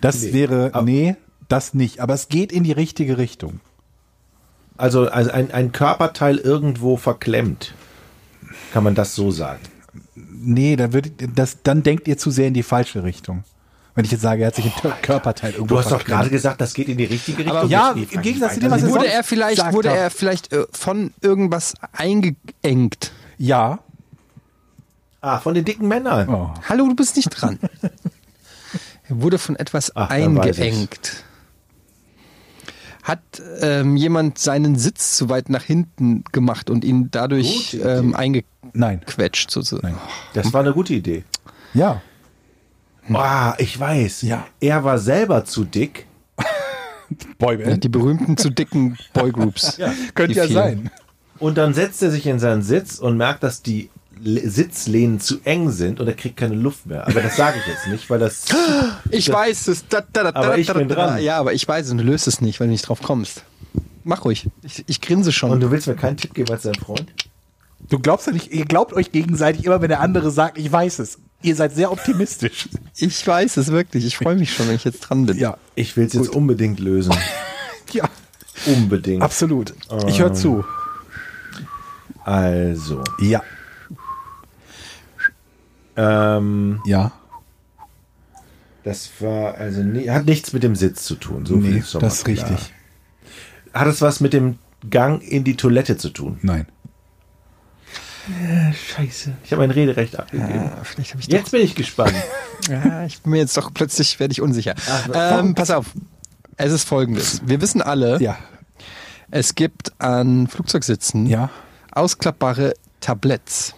Speaker 4: Das
Speaker 1: Nee.
Speaker 4: wäre,
Speaker 1: Aber-
Speaker 4: nee, das nicht. Aber es geht in die richtige Richtung.
Speaker 1: Also, also ein, ein Körperteil irgendwo verklemmt. Kann man das so sagen?
Speaker 4: Nee, dann, würd, das, dann denkt ihr zu sehr in die falsche Richtung. Wenn ich jetzt sage, er hat sich ein Körperteil irgendwo
Speaker 1: Du hast doch
Speaker 4: verklemmt.
Speaker 1: gerade gesagt, das geht in die richtige Richtung.
Speaker 4: ja,
Speaker 1: Ich- ich-
Speaker 4: im Gegensatz zu dem,
Speaker 1: also
Speaker 4: was
Speaker 2: Wurde
Speaker 4: sonst
Speaker 2: er vielleicht,
Speaker 4: sagt
Speaker 2: wurde
Speaker 4: er.
Speaker 2: er vielleicht äh, von irgendwas eingeengt?
Speaker 4: Ja.
Speaker 1: Ah, von den dicken Männern.
Speaker 4: Oh.
Speaker 2: Hallo, du bist nicht dran. er wurde von etwas
Speaker 1: Ach, dann weiß ich's.
Speaker 2: eingeengt. Hat ähm, jemand seinen Sitz zu weit nach hinten gemacht und ihn dadurch
Speaker 1: Gute Idee.
Speaker 2: ähm, eingequetscht
Speaker 4: Nein.
Speaker 2: sozusagen?
Speaker 4: Nein.
Speaker 1: Das war eine gute Idee.
Speaker 4: Ja.
Speaker 1: Ah, ich weiß.
Speaker 4: Ja.
Speaker 1: Er war selber zu dick.
Speaker 4: Boyband.
Speaker 2: Die berühmten zu dicken Boygroups.
Speaker 4: Könnte
Speaker 2: Die
Speaker 4: ja
Speaker 2: vielen.
Speaker 4: sein.
Speaker 1: Und dann setzt er sich in seinen Sitz und merkt, dass die Le- Sitzlehnen zu eng sind und er kriegt keine Luft mehr. Aber das sage ich jetzt nicht, weil das.
Speaker 2: Ich weiß es. Da, da, da,
Speaker 1: Aber ich bin dran.
Speaker 2: Ja, aber ich weiß es und du löst es nicht, weil du nicht drauf kommst. Mach ruhig. Ich, ich grinse schon.
Speaker 1: Und du willst mir keinen Tipp geben als dein Freund?
Speaker 4: Du glaubst ja nicht, ihr glaubt euch gegenseitig immer, wenn der andere sagt, ich weiß es. Ihr seid sehr optimistisch.
Speaker 2: ich weiß es wirklich. Ich freue mich schon, wenn ich jetzt dran bin.
Speaker 1: Ich will es jetzt unbedingt lösen.
Speaker 4: ja,
Speaker 1: unbedingt.
Speaker 4: absolut. Ich höre zu.
Speaker 1: also.
Speaker 4: Ja.
Speaker 1: Ähm,
Speaker 4: Ja.
Speaker 1: das war also nie, hat nichts mit dem Sitz zu tun. So viel
Speaker 4: Nee,
Speaker 1: ist schon
Speaker 4: das ist
Speaker 1: mal klar.
Speaker 4: richtig.
Speaker 1: Hat es was mit dem Gang in die Toilette zu tun?
Speaker 4: Nein.
Speaker 1: Scheiße. Ich habe mein Rederecht abgegeben.
Speaker 2: Ah, vielleicht habe ich
Speaker 1: Jetzt bin ich gespannt.
Speaker 2: Ja, ich bin mir jetzt doch plötzlich werde ich unsicher. ähm, pass auf. Es ist folgendes. Wir wissen alle,
Speaker 4: Ja.
Speaker 2: es gibt an Flugzeugsitzen
Speaker 4: Ja.
Speaker 2: ausklappbare Tabletts.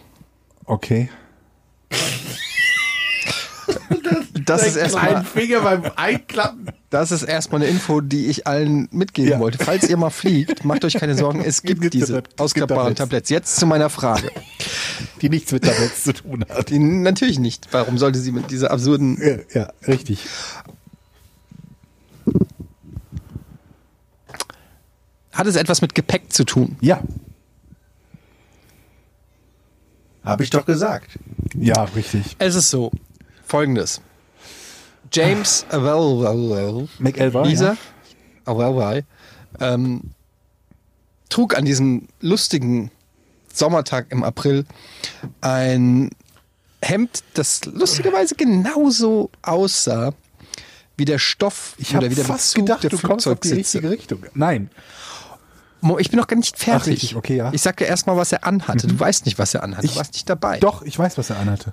Speaker 4: Okay.
Speaker 2: Das ist erstmal
Speaker 1: Finger beim Einklappen.
Speaker 2: das ist erstmal eine Info, die ich allen mitgeben
Speaker 4: Ja.
Speaker 2: wollte. Falls ihr mal fliegt, macht euch keine Sorgen, es gibt
Speaker 4: Gibt
Speaker 2: diese
Speaker 4: Tabletts.
Speaker 2: ausklappbaren
Speaker 4: Gibt Tabletts.
Speaker 2: Tabletts. Jetzt zu meiner Frage.
Speaker 4: Die nichts mit damit zu tun hat.
Speaker 2: Die natürlich nicht. Warum sollte sie mit dieser absurden
Speaker 4: Ja, ja, richtig.
Speaker 2: Hat es etwas mit Gepäck zu tun?
Speaker 4: Ja.
Speaker 1: Habe ich doch gesagt.
Speaker 4: Ja, richtig.
Speaker 2: Es ist so. Folgendes. James well, well, well,
Speaker 4: McElroy.
Speaker 2: Lisa oh, well, well, ähm, trug an diesem lustigen Sommertag im April ein Hemd, das lustigerweise genauso aussah wie der Stoff
Speaker 4: hab
Speaker 2: oder wie der Bezug der Flugzeugsitze.
Speaker 4: Richtung. Nein.
Speaker 2: Mo, Ich bin noch gar nicht fertig.
Speaker 4: richtig, okay, ja.
Speaker 2: Ich Mhm. sag dir erstmal, was er anhatte. Du weißt nicht, was er anhatte. du warst nicht dabei.
Speaker 4: Doch, ich weiß, was er anhatte.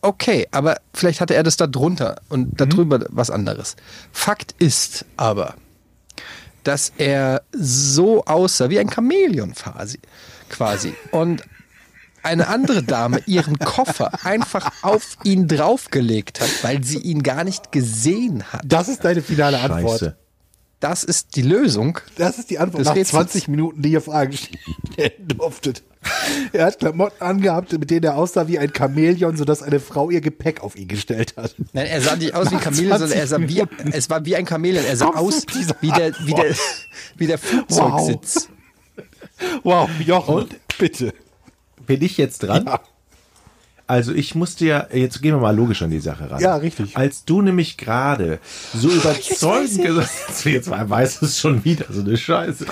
Speaker 2: Okay, aber vielleicht hatte er das da drunter und da drüber was anderes. Fakt ist aber, dass er so aussah wie ein Chamäleon quasi. quasi. Und eine andere Dame ihren Koffer einfach auf ihn draufgelegt hat, weil sie ihn gar nicht gesehen hat.
Speaker 4: Das ist deine finale Antwort.
Speaker 1: Scheiße.
Speaker 2: Das ist die Lösung.
Speaker 4: Das ist die Antwort
Speaker 2: Des
Speaker 4: nach
Speaker 2: Rätsels.
Speaker 4: 20 Minuten, die ihr Fragen stellen durftet. Er hat Klamotten angehabt, mit denen er aussah wie ein Chamäleon, sodass eine Frau ihr Gepäck auf ihn gestellt hat.
Speaker 2: Nein, er sah nicht aus wie ein Chamäleon, sondern er sah wie, es war wie ein Chamäleon. Er sah
Speaker 4: Kommst du
Speaker 2: aus
Speaker 4: mit dieser
Speaker 2: wie der, wie der, wie der Flugzeugsitz.
Speaker 4: Wow, Jochen, bitte.
Speaker 1: Bin ich jetzt dran? Also ich musste ja, jetzt gehen wir mal logisch an die Sache ran.
Speaker 4: Ja, richtig.
Speaker 1: Als du nämlich gerade so überzeugend gesagt hast, jetzt weiß es schon wieder, so eine Scheiße.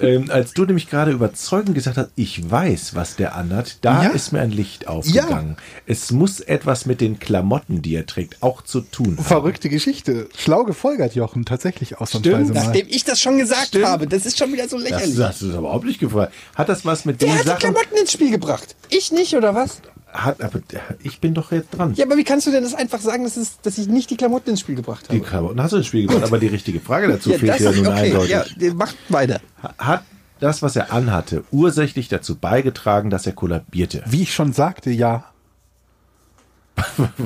Speaker 1: ähm, als du nämlich gerade überzeugend gesagt hast, ich weiß, was der anhat, da
Speaker 4: Ja.
Speaker 1: ist mir ein Licht aufgegangen. Es muss etwas mit den Klamotten, die er trägt, auch zu tun haben.
Speaker 4: Verrückte Geschichte. Schlau gefolgert, Jochen, tatsächlich ausnahmsweise mal.
Speaker 2: Nachdem ich das schon gesagt habe, das ist schon wieder so
Speaker 1: Das,
Speaker 2: lächerlich.
Speaker 1: das ist überhaupt nicht gefallen. Hat das was mit
Speaker 2: Wer
Speaker 1: den
Speaker 2: hat die
Speaker 1: Sachen?
Speaker 2: Klamotten ins Spiel gebracht? Ich nicht, oder was?
Speaker 1: Hat, aber, ich bin doch jetzt dran.
Speaker 2: Ja, aber wie kannst du denn das einfach sagen, dass, es, dass ich nicht die Klamotten ins Spiel gebracht
Speaker 1: Die
Speaker 2: habe?
Speaker 1: Klamotten hast du ins Spiel gebracht, aber die richtige Frage dazu
Speaker 2: ja,
Speaker 1: fehlt ja nun eindeutig.
Speaker 2: Ja, macht weiter.
Speaker 1: hat das, was er anhatte, ursächlich dazu beigetragen, dass er kollabierte.
Speaker 4: Wie ich schon sagte, ja.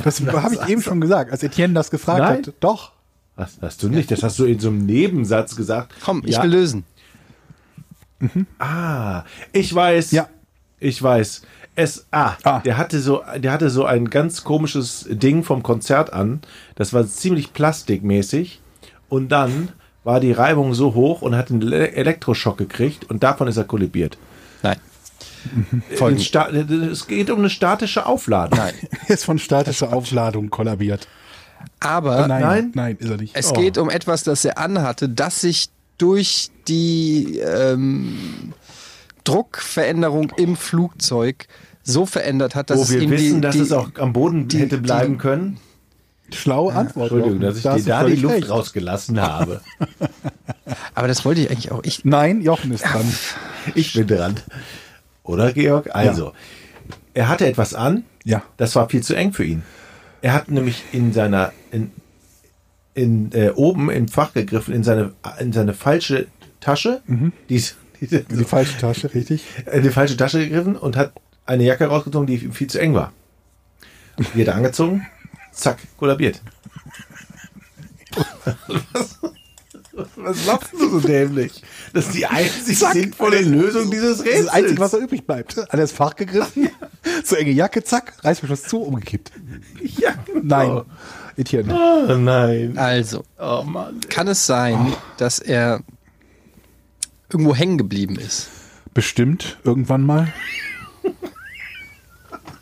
Speaker 4: Das habe ich eben schon gesagt, als Etienne das gefragt
Speaker 1: Nein.
Speaker 4: hat. Doch.
Speaker 1: Das hast du nicht, das hast du in so einem Nebensatz gesagt.
Speaker 2: Komm, ich
Speaker 1: ja,
Speaker 2: will lösen.
Speaker 1: Ah, ich weiß.
Speaker 4: Ja.
Speaker 1: Ich weiß. Es, ah,
Speaker 4: Ah.
Speaker 1: Der, hatte so, der hatte so ein ganz komisches Ding vom Konzert an. Das war ziemlich plastikmäßig. Und dann war die Reibung so hoch und hat einen Le- Elektroschock gekriegt und davon ist er kollabiert.
Speaker 2: Nein.
Speaker 1: Ein Sta- Es geht um eine statische Aufladung. Nein.
Speaker 4: Er ist von statischer Aufladung kollabiert.
Speaker 2: Aber
Speaker 4: Nein,
Speaker 1: Ah, nein? Oh.
Speaker 4: nein, ist er nicht.
Speaker 2: es geht um etwas, das er anhatte, das sich durch die ähm, Druckveränderung im Flugzeug so verändert hat, dass
Speaker 1: Wo
Speaker 2: es
Speaker 1: wir
Speaker 2: ihm
Speaker 1: wissen,
Speaker 2: die,
Speaker 1: dass
Speaker 2: die,
Speaker 1: es auch am Boden
Speaker 2: die-
Speaker 1: hätte
Speaker 2: die-
Speaker 1: bleiben können.
Speaker 4: Oh, Schlaue Antwort.
Speaker 1: Ah, Entschuldigung,
Speaker 4: Jochen.
Speaker 1: dass ich
Speaker 4: Da
Speaker 1: dir
Speaker 4: hast du
Speaker 1: da die
Speaker 4: völlig
Speaker 1: Luft
Speaker 4: recht.
Speaker 1: rausgelassen habe.
Speaker 2: Aber das wollte ich eigentlich auch. Ich,
Speaker 4: Nein, Jochen ist dran.
Speaker 1: Ich bin dran. Oder, Georg? Also, er hatte etwas an.
Speaker 4: Ja.
Speaker 1: Das war viel zu eng für ihn. Er hat nämlich in seiner, in, in, äh, oben im Fach gegriffen, in seine, in seine falsche Tasche.
Speaker 4: Mhm.
Speaker 1: Die, ist- die,
Speaker 4: In die falsche Tasche, richtig?
Speaker 1: in die falsche Tasche gegriffen und hat eine Jacke rausgezogen, die ihm viel zu eng war. Die hat er angezogen, zack, kollabiert. Was, was machst du so dämlich? Das ist die einzig sinnvolle Lösung dieses
Speaker 4: Das ist
Speaker 1: Rätsels.
Speaker 4: das Einzige, was da übrig bleibt. An das Fach gegriffen, zu enge Jacke, zack, Reißverschluss zu, umgekippt.
Speaker 1: ja, genau.
Speaker 4: Nein, Etienne.
Speaker 1: Oh, nein.
Speaker 2: also,
Speaker 1: Oh Mann.
Speaker 2: kann es sein, dass er irgendwo hängen geblieben ist?
Speaker 4: Bestimmt irgendwann mal.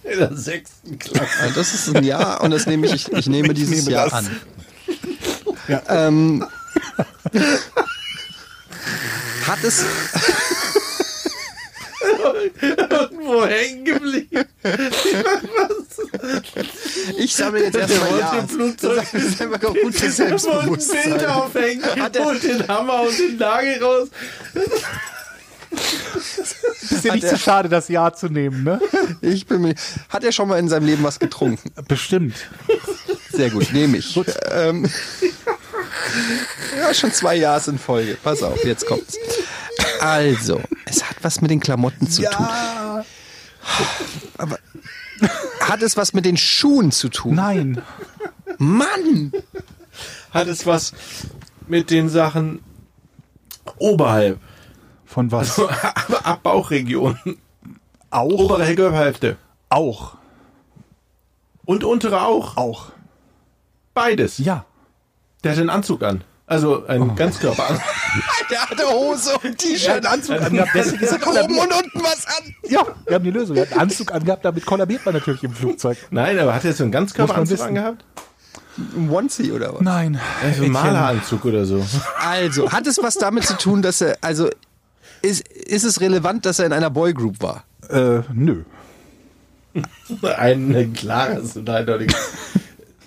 Speaker 1: In der sechsten Klasse.
Speaker 2: Also das ist ein Ja und das nehme ich, ich, ich nehme dieses
Speaker 4: nehme
Speaker 2: Jahr
Speaker 4: das.
Speaker 2: an.
Speaker 4: Ja.
Speaker 2: Ähm, hat es,
Speaker 1: Irgendwo hängen geblieben.
Speaker 2: ich sammle jetzt erstmal
Speaker 1: wollte
Speaker 2: Ja.
Speaker 1: im Flugzeug-
Speaker 2: Das ist einfach gut für
Speaker 1: Er wollte ein Bild
Speaker 2: Selbstbewusstsein.
Speaker 1: aufhängen.
Speaker 2: Hat er-
Speaker 1: Holt den Hammer und den Nagel raus.
Speaker 4: Ist dir nicht zu schade, das Ja zu nehmen, ne?
Speaker 2: Ich bin mir, hat er schon mal in seinem Leben was getrunken?
Speaker 4: Bestimmt.
Speaker 2: Sehr gut, nehme ich. Ähm, ja, schon zwei Jahre in Folge. Pass auf, jetzt kommt's. Also, es hat was mit den Klamotten zu tun. Aber hat es was mit den Schuhen zu tun?
Speaker 4: Nein.
Speaker 2: Mann!
Speaker 1: Hat es was mit den Sachen oberhalb?
Speaker 4: Von was?
Speaker 1: Ab Bauchregion.
Speaker 4: auch?
Speaker 1: Obere Körperhälfte.
Speaker 4: auch.
Speaker 1: Und untere auch.
Speaker 4: Auch.
Speaker 1: Beides.
Speaker 4: Ja. Oh.
Speaker 1: Der hat einen Anzug an. Also einen Ganzkörperanzug.
Speaker 2: Der hatte Hose und T-Shirt an.
Speaker 4: Anzug angehabt, deswegen ist er
Speaker 2: Oben
Speaker 4: kollabiert.
Speaker 2: und unten was an.
Speaker 4: Ja, wir haben die Lösung. Er hat einen Anzug angehabt, damit kollabiert man natürlich im Flugzeug.
Speaker 1: Nein, aber hat er so einen Ganzkörperanzug
Speaker 4: Muss man wissen.
Speaker 1: angehabt?
Speaker 2: Ein Onesie oder was?
Speaker 4: Nein.
Speaker 1: Also einen Maleranzug oder so.
Speaker 2: Also, hat es was damit zu tun, dass er, also, ist, ist es relevant, dass er in einer Boygroup war?
Speaker 4: Äh, nö.
Speaker 1: Ein klares und eindeutiges.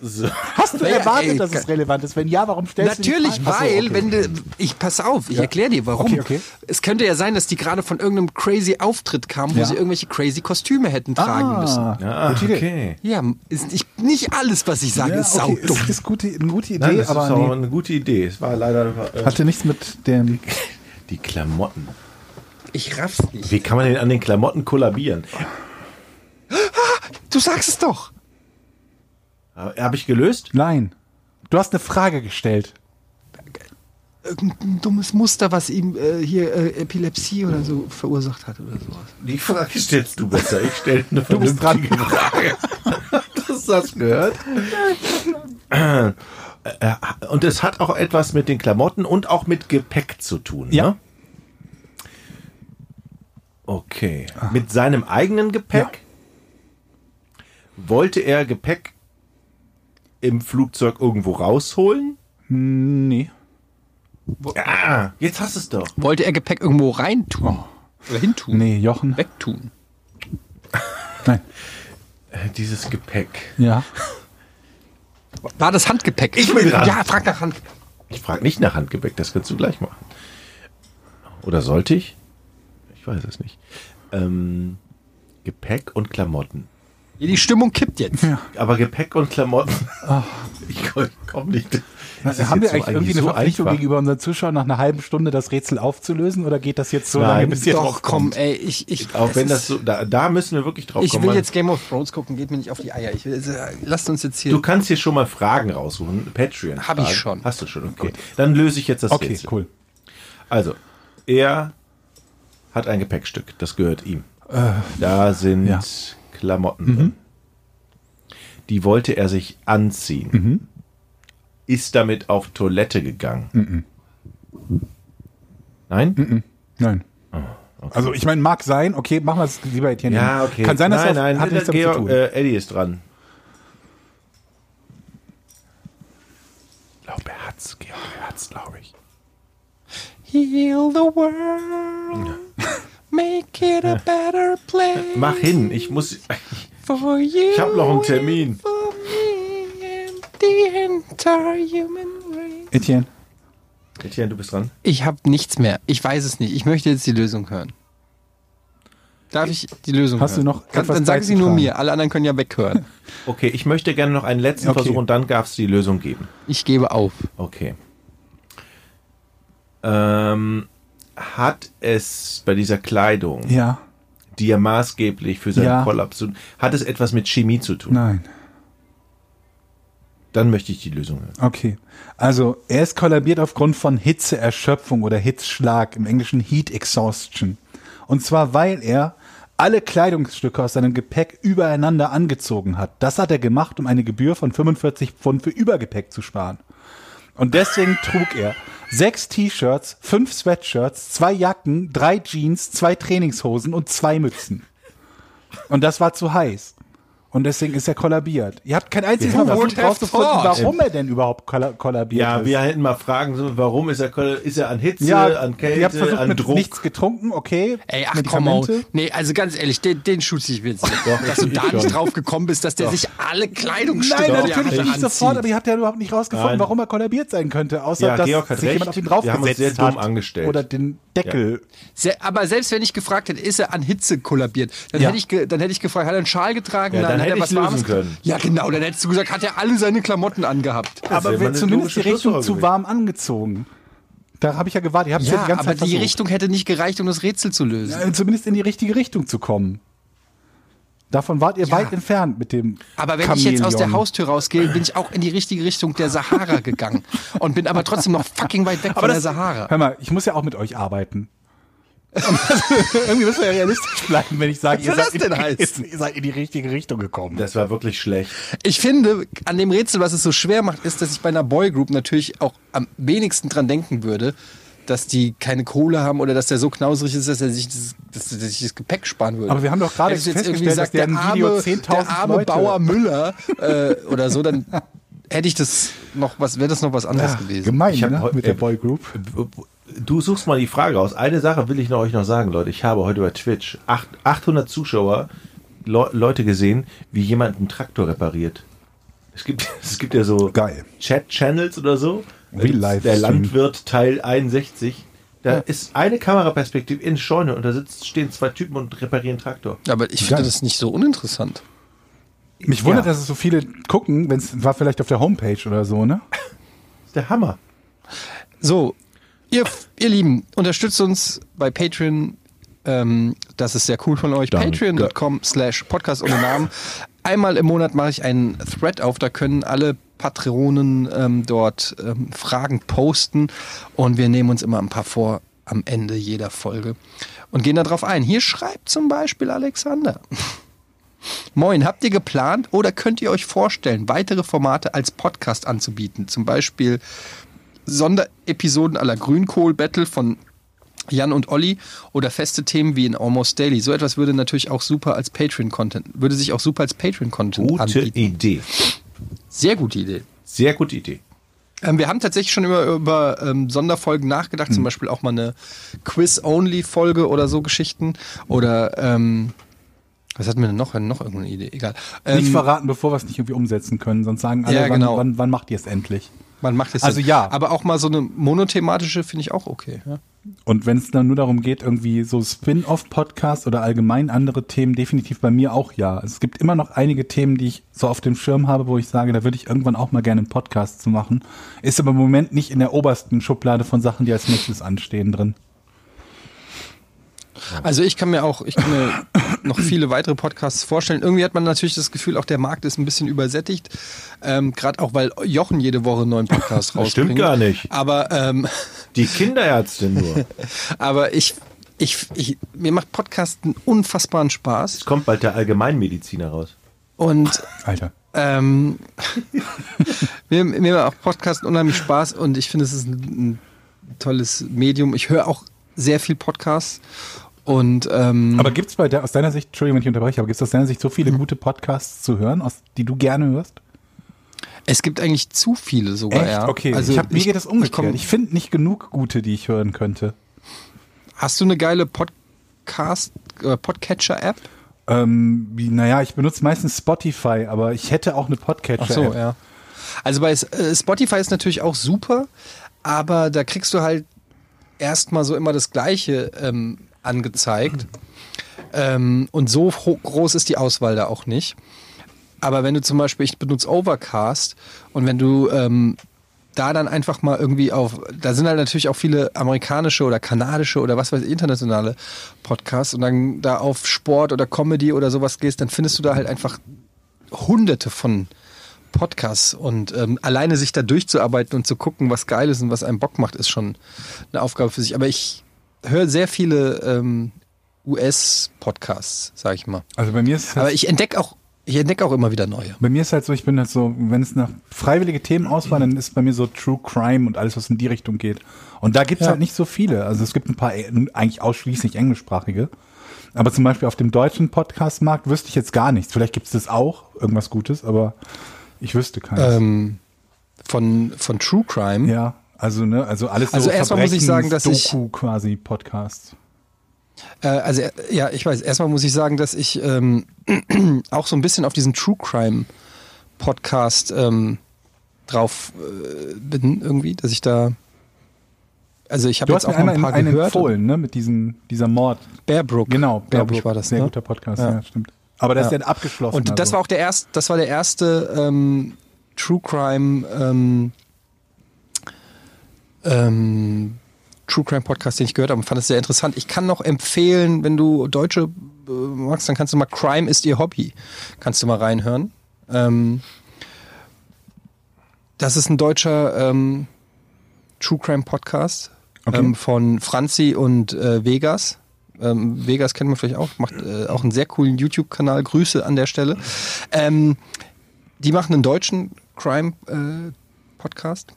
Speaker 1: So.
Speaker 4: Hast du
Speaker 2: Naja,
Speaker 4: erwartet,
Speaker 2: ey,
Speaker 4: dass es relevant ist? Wenn ja, warum stellst du die
Speaker 2: Natürlich,
Speaker 4: Frage? Also,
Speaker 2: weil, wenn du, ich pass auf, ich erkläre dir warum.
Speaker 4: Okay, okay.
Speaker 2: Es könnte ja sein, dass die gerade von irgendeinem crazy Auftritt kamen, wo
Speaker 4: Ja.
Speaker 2: sie irgendwelche crazy Kostüme hätten tragen müssen.
Speaker 4: Ah,
Speaker 1: Ah, okay.
Speaker 2: Ja, ist nicht, nicht alles, was ich sage,
Speaker 4: ja,
Speaker 2: ist
Speaker 4: okay.
Speaker 2: saudumm.
Speaker 4: Ist, ist gute, eine gute Idee,
Speaker 1: Nein, das ist auch
Speaker 4: aber nee,
Speaker 1: eine gute Idee. Es war leider. Äh,
Speaker 4: hatte nichts mit dem.
Speaker 1: die Klamotten.
Speaker 2: Ich raff's nicht.
Speaker 1: Wie kann man denn an den Klamotten kollabieren?
Speaker 2: Du sagst es doch.
Speaker 1: Habe Äh, ich gelöst?
Speaker 4: Nein. Du hast eine Frage gestellt.
Speaker 2: Irgendein dummes Muster, was ihm äh, hier äh, Epilepsie oder so verursacht hat oder sowas.
Speaker 1: Die Frage stellst du besser. Ich stelle eine
Speaker 4: Du bist dran.
Speaker 1: Hast du das gehört? Äh, äh, Und es hat auch etwas mit den Klamotten und auch mit Gepäck zu tun.
Speaker 4: Ja.
Speaker 1: Ne? Okay.
Speaker 4: Ah.
Speaker 1: Mit seinem eigenen Gepäck wollte er Gepäck im Flugzeug irgendwo rausholen.
Speaker 4: Nee.
Speaker 1: Ah, jetzt hast du es doch.
Speaker 2: Wollte er Gepäck irgendwo reintun?
Speaker 1: Oh.
Speaker 2: Oder hintun?
Speaker 4: Nee, Jochen.
Speaker 2: Wegtun?
Speaker 4: Nein.
Speaker 1: Äh, Dieses Gepäck.
Speaker 4: Ja.
Speaker 2: War das Handgepäck?
Speaker 1: Ich bin dran.
Speaker 2: Ja, frag nach Handgepäck.
Speaker 1: Ich frage nicht nach Handgepäck, das kannst du gleich machen. Oder sollte ich? Ich weiß es nicht. Ähm, Gepäck und Klamotten.
Speaker 2: Die Stimmung kippt jetzt.
Speaker 1: Aber Gepäck und Klamotten. Ich komme nicht. Das ist
Speaker 4: haben wir
Speaker 1: jetzt so
Speaker 4: eigentlich irgendwie eine Verpflichtung
Speaker 1: einfach.
Speaker 4: gegenüber unseren Zuschauern, nach einer halben Stunde das Rätsel aufzulösen? Oder geht das jetzt so
Speaker 1: Nein.
Speaker 4: lange, bis ihr
Speaker 2: Doch,
Speaker 4: drauf
Speaker 2: komm,
Speaker 4: kommt?
Speaker 2: ey, ich, ich.
Speaker 1: Auch wenn
Speaker 2: es
Speaker 1: das
Speaker 2: ist-
Speaker 1: so, da, da müssen wir wirklich drauf
Speaker 2: Ich
Speaker 1: kommen.
Speaker 2: will
Speaker 1: Man-
Speaker 2: jetzt Game of Thrones gucken, geht mir nicht auf die Eier. Ich will, äh, lasst uns jetzt hier.
Speaker 1: du kannst hier schon mal Fragen raussuchen. Patreon.
Speaker 2: Hab ich
Speaker 1: Fragen.
Speaker 2: schon.
Speaker 1: Hast du schon, okay. Dann löse ich jetzt das
Speaker 4: Okay,
Speaker 1: Rätsel.
Speaker 4: cool.
Speaker 1: Also, er hat ein Gepäckstück, das gehört ihm. da sind
Speaker 4: Äh, ja. Mhm.
Speaker 1: Klamotten drin. Die wollte er sich anziehen.
Speaker 4: Mhm.
Speaker 1: Ist damit auf Toilette gegangen.
Speaker 4: Mhm.
Speaker 1: Nein?
Speaker 4: Nein. Also ich meine, mag sein, okay, machen wir es lieber Etienne.
Speaker 1: Ah, Ja, okay.
Speaker 4: Kann sein, dass
Speaker 1: nein,
Speaker 4: das
Speaker 1: nein,
Speaker 4: hat nichts damit
Speaker 1: Georg,
Speaker 4: zu tun.
Speaker 1: Äh, Eddie ist dran. Ich glaube, er hat's, Georg, er hat's, glaube ich.
Speaker 2: Heal the world. Make it a better place
Speaker 1: Mach hin, ich muss.
Speaker 2: for you.
Speaker 1: Ich hab noch einen Termin.
Speaker 2: For me and the entire human race.
Speaker 4: Etienne.
Speaker 1: Etienne, du bist dran.
Speaker 2: Ich hab nichts mehr. Ich weiß es nicht. Ich möchte jetzt die Lösung hören. Darf ich die Lösung
Speaker 4: Hast du
Speaker 2: hören?
Speaker 4: noch
Speaker 2: Kann,
Speaker 4: etwas
Speaker 2: Dann sag sie nur
Speaker 4: beizutragen?
Speaker 2: mir. Alle anderen können ja weghören.
Speaker 1: Okay, ich möchte gerne noch einen letzten
Speaker 4: Okay.
Speaker 1: Versuch und dann darfst du die Lösung geben.
Speaker 2: Ich gebe auf.
Speaker 1: Okay. Ähm, hat es bei dieser Kleidung,
Speaker 4: Ja,
Speaker 1: die ja maßgeblich für seinen
Speaker 4: Ja.
Speaker 1: Kollaps, zu- hat es etwas mit Chemie zu tun?
Speaker 4: nein.
Speaker 1: Dann möchte ich die Lösung hören.
Speaker 4: Okay. Also er ist kollabiert aufgrund von Hitzeerschöpfung oder Hitzschlag, im Englischen Heat Exhaustion. Und zwar, weil er alle Kleidungsstücke aus seinem Gepäck übereinander angezogen hat. Das hat er gemacht, um eine Gebühr von 45 Pfund für Übergepäck zu sparen. Und deswegen trug er sechs T-Shirts, fünf Sweatshirts, zwei Jacken, drei Jeans, zwei Trainingshosen und zwei Mützen. Und das war zu heiß. Und deswegen ist er kollabiert. Ihr habt kein einziges Mal versucht
Speaker 2: have
Speaker 4: rauszufinden,
Speaker 2: thought?
Speaker 4: warum er denn überhaupt kolla kollabiert
Speaker 1: Ja,
Speaker 4: ist.
Speaker 1: wir hätten mal fragen sollen, warum ist er, Kol- ist er an Hitze, an
Speaker 4: ihr habt versucht,
Speaker 1: Kälte, an
Speaker 4: mit
Speaker 1: Druck?
Speaker 4: nichts getrunken, okay.
Speaker 2: Ey, ach komm
Speaker 4: Medikamente.
Speaker 2: mal. Nee, also ganz ehrlich, den, den schütze ich mir jetzt nicht. dass du da nicht drauf gekommen bist, dass der sich alle Kleidungsstücke
Speaker 4: Nein,
Speaker 2: die er
Speaker 4: natürlich
Speaker 2: hatte,
Speaker 4: nicht
Speaker 2: anzieht.
Speaker 4: sofort, aber ihr habt ja überhaupt nicht rausgefunden,
Speaker 1: Nein.
Speaker 4: warum er kollabiert sein könnte, außer
Speaker 1: Ja,
Speaker 4: dass
Speaker 1: Georg hat
Speaker 4: sich jemand
Speaker 1: recht.
Speaker 4: auf ihn
Speaker 1: Wir haben uns
Speaker 4: draufgesetzt
Speaker 1: sehr dumm
Speaker 4: hat
Speaker 1: angestellt.
Speaker 4: oder den Deckel
Speaker 2: Se aber selbst wenn ich gefragt hätte, ist er an Hitze kollabiert, dann,
Speaker 4: Ja.
Speaker 2: hätte, ich ge- dann hätte ich gefragt, hat er einen Schal getragen?
Speaker 1: Ja, dann
Speaker 2: hat
Speaker 1: hätte
Speaker 2: er was
Speaker 1: ich's lösen
Speaker 2: Warmes ge-
Speaker 1: können.
Speaker 2: Ja, genau, dann hättest du gesagt, hat er alle seine Klamotten angehabt.
Speaker 1: wäre
Speaker 4: Aber
Speaker 1: mal
Speaker 4: wir
Speaker 1: eine
Speaker 4: zumindest
Speaker 1: logische
Speaker 4: die Richtung
Speaker 1: Schlussfolgerung
Speaker 4: zu warm angezogen. Da habe ich ja gewartet. Ich hab's ja,
Speaker 2: Ja,
Speaker 4: die ganze
Speaker 2: aber
Speaker 4: Zeit
Speaker 2: die
Speaker 4: versucht.
Speaker 2: Richtung hätte nicht gereicht, um das Rätsel zu lösen.
Speaker 4: Äh, Zumindest in die richtige Richtung zu kommen. Davon wart ihr weit entfernt mit dem.
Speaker 2: Aber wenn ich jetzt aus der
Speaker 4: Chamäleon.
Speaker 2: Haustür rausgehe, bin ich auch in die richtige Richtung der Sahara gegangen und bin aber trotzdem noch fucking weit weg
Speaker 4: Aber
Speaker 2: von
Speaker 4: das,
Speaker 2: der Sahara.
Speaker 4: Hör mal, ich muss ja auch mit euch arbeiten. Irgendwie müssen wir ja realistisch bleiben, wenn ich sage, ihr
Speaker 2: soll
Speaker 4: seid,
Speaker 2: das denn
Speaker 4: in,
Speaker 2: heißen?
Speaker 4: ihr seid in die richtige Richtung gekommen.
Speaker 1: Das war wirklich schlecht.
Speaker 2: Ich finde, an dem Rätsel, was es so schwer macht, ist, dass ich bei einer Boygroup natürlich auch am wenigsten dran denken würde, dass die keine Kohle haben oder dass der so knauserig ist, dass er sich das, dass er sich das Gepäck sparen würde.
Speaker 4: Aber wir haben doch gerade
Speaker 2: Hättest du jetzt irgendwie
Speaker 4: festgestellt, dass der im Video
Speaker 2: arme,
Speaker 4: 10.000
Speaker 2: der arme
Speaker 4: Leute-
Speaker 2: Bauer Müller äh, oder so, dann hätte ich das noch was, wäre das noch was anderes
Speaker 4: Ach,
Speaker 2: gewesen.
Speaker 4: gemein,
Speaker 1: Ich hab
Speaker 4: ne?
Speaker 1: heu-
Speaker 4: Mit der
Speaker 1: äh,
Speaker 4: Boygroup.
Speaker 1: Du suchst mal die Frage aus. Eine Sache will ich noch euch noch sagen, Leute. Ich habe heute bei Twitch acht- 800 Zuschauer Le Leute gesehen, wie jemand einen Traktor repariert. Es gibt, es gibt ja so
Speaker 7: Geil.
Speaker 1: Chat-Channels oder so.
Speaker 4: Real Life
Speaker 1: Der
Speaker 4: Stream.
Speaker 1: Landwirt Teil 61. Da ist eine Kameraperspektive in Scheune und da sitzt, stehen zwei Typen und reparieren Traktor.
Speaker 2: Aber ich finde
Speaker 4: Geil.
Speaker 2: das nicht so uninteressant.
Speaker 4: Mich wundert, dass es so viele gucken, wenn es war vielleicht auf der Homepage oder so, ne?
Speaker 1: Das ist der Hammer.
Speaker 2: So, ihr, ihr Lieben, unterstützt uns bei Patreon. Ähm, das ist sehr cool von euch. Patreon.com slash Podcast ohne Namen. Einmal im Monat mache ich einen Thread auf, da können alle Patronen ähm, dort ähm, Fragen posten und wir nehmen uns immer ein paar vor am Ende jeder Folge und gehen darauf ein. Hier schreibt zum Beispiel Alexander. Moin, habt ihr geplant oder könnt ihr euch vorstellen, weitere Formate als Podcast anzubieten? Zum Beispiel Sonderepisoden aller Grünkohl-Battle von Jan und Olli oder feste Themen wie in Almost Daily. So etwas würde natürlich auch super als Patreon-Content, würde sich auch super als Patreon-Content
Speaker 1: Gute
Speaker 2: anbieten.
Speaker 1: Idee.
Speaker 2: Sehr gute Idee.
Speaker 1: Sehr gute Idee.
Speaker 2: Ähm, wir haben tatsächlich schon über, über ähm, Sonderfolgen nachgedacht, zum Beispiel auch mal eine Quiz-Only-Folge oder so Geschichten. Oder ähm, was hatten wir denn noch? Wir hatten Noch irgendeine Idee, egal. Ähm,
Speaker 4: nicht verraten, bevor wir es nicht irgendwie umsetzen können, sonst sagen alle,
Speaker 2: Ja, genau.
Speaker 4: wann, wann, wann macht ihr es endlich?
Speaker 2: man macht es
Speaker 4: Also
Speaker 2: Sinn.
Speaker 4: ja.
Speaker 2: Aber auch mal so eine monothematische finde ich auch okay. Ja.
Speaker 4: Und wenn es dann nur darum geht, irgendwie so Spin-off-Podcasts oder allgemein andere Themen, definitiv bei mir auch ja. Es gibt immer noch einige Themen, die ich so auf dem Schirm habe, wo ich sage, da würde ich irgendwann auch mal gerne einen Podcast zu machen. Ist aber im Moment nicht in der obersten Schublade von Sachen, die als nächstes anstehen drin.
Speaker 2: Also ich kann mir auch, ich kann mir noch viele weitere Podcasts vorstellen. Irgendwie hat man natürlich das Gefühl, auch der Markt ist ein bisschen übersättigt. Ähm, Gerade auch, weil Jochen jede Woche einen neuen Podcast
Speaker 1: Das
Speaker 2: rausbringt.
Speaker 1: stimmt gar nicht.
Speaker 2: Aber ähm,
Speaker 1: Die Kinderärztin nur.
Speaker 2: Aber ich, ich, ich, mir macht Podcasten unfassbaren Spaß.
Speaker 1: Es kommt bald der Allgemeinmediziner raus.
Speaker 2: Und
Speaker 4: Alter.
Speaker 2: ähm, mir, mir macht auch Podcasten unheimlich Spaß und ich finde, es ist ein, ein tolles Medium. Ich höre auch sehr viel Podcasts. Und ähm,
Speaker 4: Aber gibt es bei der, aus deiner Sicht, Entschuldigung, wenn ich unterbreche, aber gibt es aus deiner Sicht so
Speaker 2: Hm.
Speaker 4: viele gute Podcasts zu hören, aus, die du gerne hörst?
Speaker 2: es gibt eigentlich zu viele sogar. Ja.
Speaker 4: Okay,
Speaker 2: Also
Speaker 4: ich hab, mir geht das umgekehrt.
Speaker 2: komm-
Speaker 4: Ich, finde nicht genug gute, die ich hören könnte.
Speaker 2: hast du eine geile Podcast, äh, Podcatcher-App?
Speaker 4: Ähm, wie, naja, ich benutze meistens Spotify, aber ich hätte auch eine Podcatcher.
Speaker 2: Ach so,
Speaker 4: App.
Speaker 2: ja. Also bei S- äh, Spotify ist natürlich auch super, aber da kriegst du halt erstmal so immer das Gleiche ähm, angezeigt. Ähm, und so ho- groß ist die Auswahl da auch nicht. Aber wenn du zum Beispiel, ich benutze Overcast und wenn du ähm, da dann einfach mal irgendwie auf, da sind halt natürlich auch viele amerikanische oder kanadische oder was weiß ich, internationale Podcasts und dann da auf Sport oder Comedy oder sowas gehst, dann findest du da halt einfach hunderte von Podcasts und ähm, alleine sich da durchzuarbeiten und zu gucken, was geil ist und was einem Bock macht, ist schon eine Aufgabe für sich. Aber ich höre sehr viele ähm, US-Podcasts, sag ich mal.
Speaker 4: Also bei mir ist es
Speaker 2: Aber ich entdecke auch, ich entdecke auch immer wieder neue.
Speaker 4: Bei mir ist halt so, ich bin halt so, wenn es nach freiwillige Themen auswahl, dann ist bei mir so True Crime und alles, was in die Richtung geht. Und da gibt's halt nicht so viele. Also es gibt ein paar äh, eigentlich ausschließlich englischsprachige. Aber zum Beispiel auf dem deutschen Podcast-Markt wüsste ich jetzt gar nichts. Vielleicht gibt's das auch, irgendwas Gutes, aber ich wüsste keines.
Speaker 2: Ähm, von, von True Crime.
Speaker 4: ja, also ne, also alles
Speaker 2: Ähm. Also erstmal muss ich sagen, dass ich-
Speaker 4: Doku quasi Podcasts.
Speaker 2: Äh, also äh, ja, ich weiß, erstmal muss ich sagen, dass ich ähm, auch so ein bisschen auf diesen True Crime Podcast ähm, drauf äh, bin irgendwie, dass ich da also ich habe
Speaker 4: Du
Speaker 2: jetzt
Speaker 4: hast
Speaker 2: auch
Speaker 4: mir
Speaker 2: mal
Speaker 4: einmal
Speaker 2: ein
Speaker 4: einen,
Speaker 2: paar
Speaker 4: einen
Speaker 2: gehört.
Speaker 4: empfohlen, ne, mit diesem dieser Mord.
Speaker 2: Bearbrook.
Speaker 4: Genau,
Speaker 2: glaube ich war das.
Speaker 4: Sehr
Speaker 2: ne?
Speaker 4: guter Podcast,
Speaker 2: Ja.
Speaker 4: ja, stimmt. Aber das
Speaker 2: Ja.
Speaker 4: ist dann abgeschlossen. also.
Speaker 2: Und das war auch der erste, das war der erste ähm, True Crime ähm, ähm, True Crime Podcast, den ich gehört habe und fand es sehr interessant. Ich kann noch empfehlen, wenn du Deutsche äh, magst, dann kannst du mal Crime ist ihr Hobby. Kannst du mal reinhören. Ähm, das ist ein deutscher ähm, True Crime Podcast ähm, von Franzi und äh, Vegas. Ähm, Vegas kennt man vielleicht auch, macht äh, auch einen sehr coolen YouTube-Kanal. Grüße an der Stelle. Ähm, die machen einen deutschen äh, Crime-Podcast.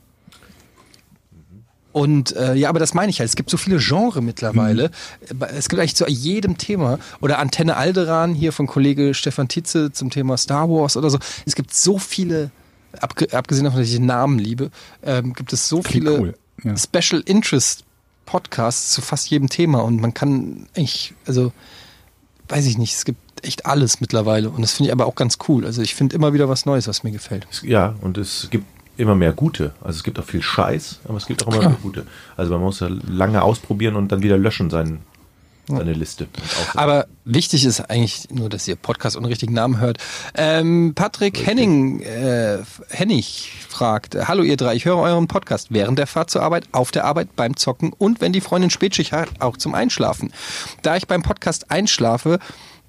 Speaker 2: und äh, ja, aber das meine ich halt. Es gibt so viele Genre mittlerweile.
Speaker 4: Mhm.
Speaker 2: Es gibt eigentlich zu jedem Thema. Oder Antenne Alderan hier von Kollege Stefan Tietze zum Thema Star Wars oder so. Es gibt so viele, abg- abgesehen davon, dass ich den Namen liebe, ähm, gibt es so
Speaker 4: Klingt
Speaker 2: viele
Speaker 4: cool, ja.
Speaker 2: Special Interest Podcasts zu fast jedem Thema und man kann eigentlich, also weiß ich nicht, es gibt gibt echt alles mittlerweile. Und das finde ich aber auch ganz cool. Also ich finde immer wieder was Neues, was mir gefällt.
Speaker 1: Es- Ja, und es gibt immer mehr gute. Also es gibt auch viel Scheiß, aber es gibt auch immer mehr gute. Also man muss ja lange ausprobieren und dann wieder löschen seinen, seine Liste. Und auch-
Speaker 2: Aber wichtig ist eigentlich nur, dass ihr Podcast ohne richtigen Namen hört. Ähm, Patrick Henning, äh, Hennig fragt, hallo ihr drei, ich höre euren Podcast während der Fahrt zur Arbeit, auf der Arbeit, beim Zocken und wenn die Freundin Spätschicht hat, auch zum Einschlafen. Da ich beim Podcast einschlafe,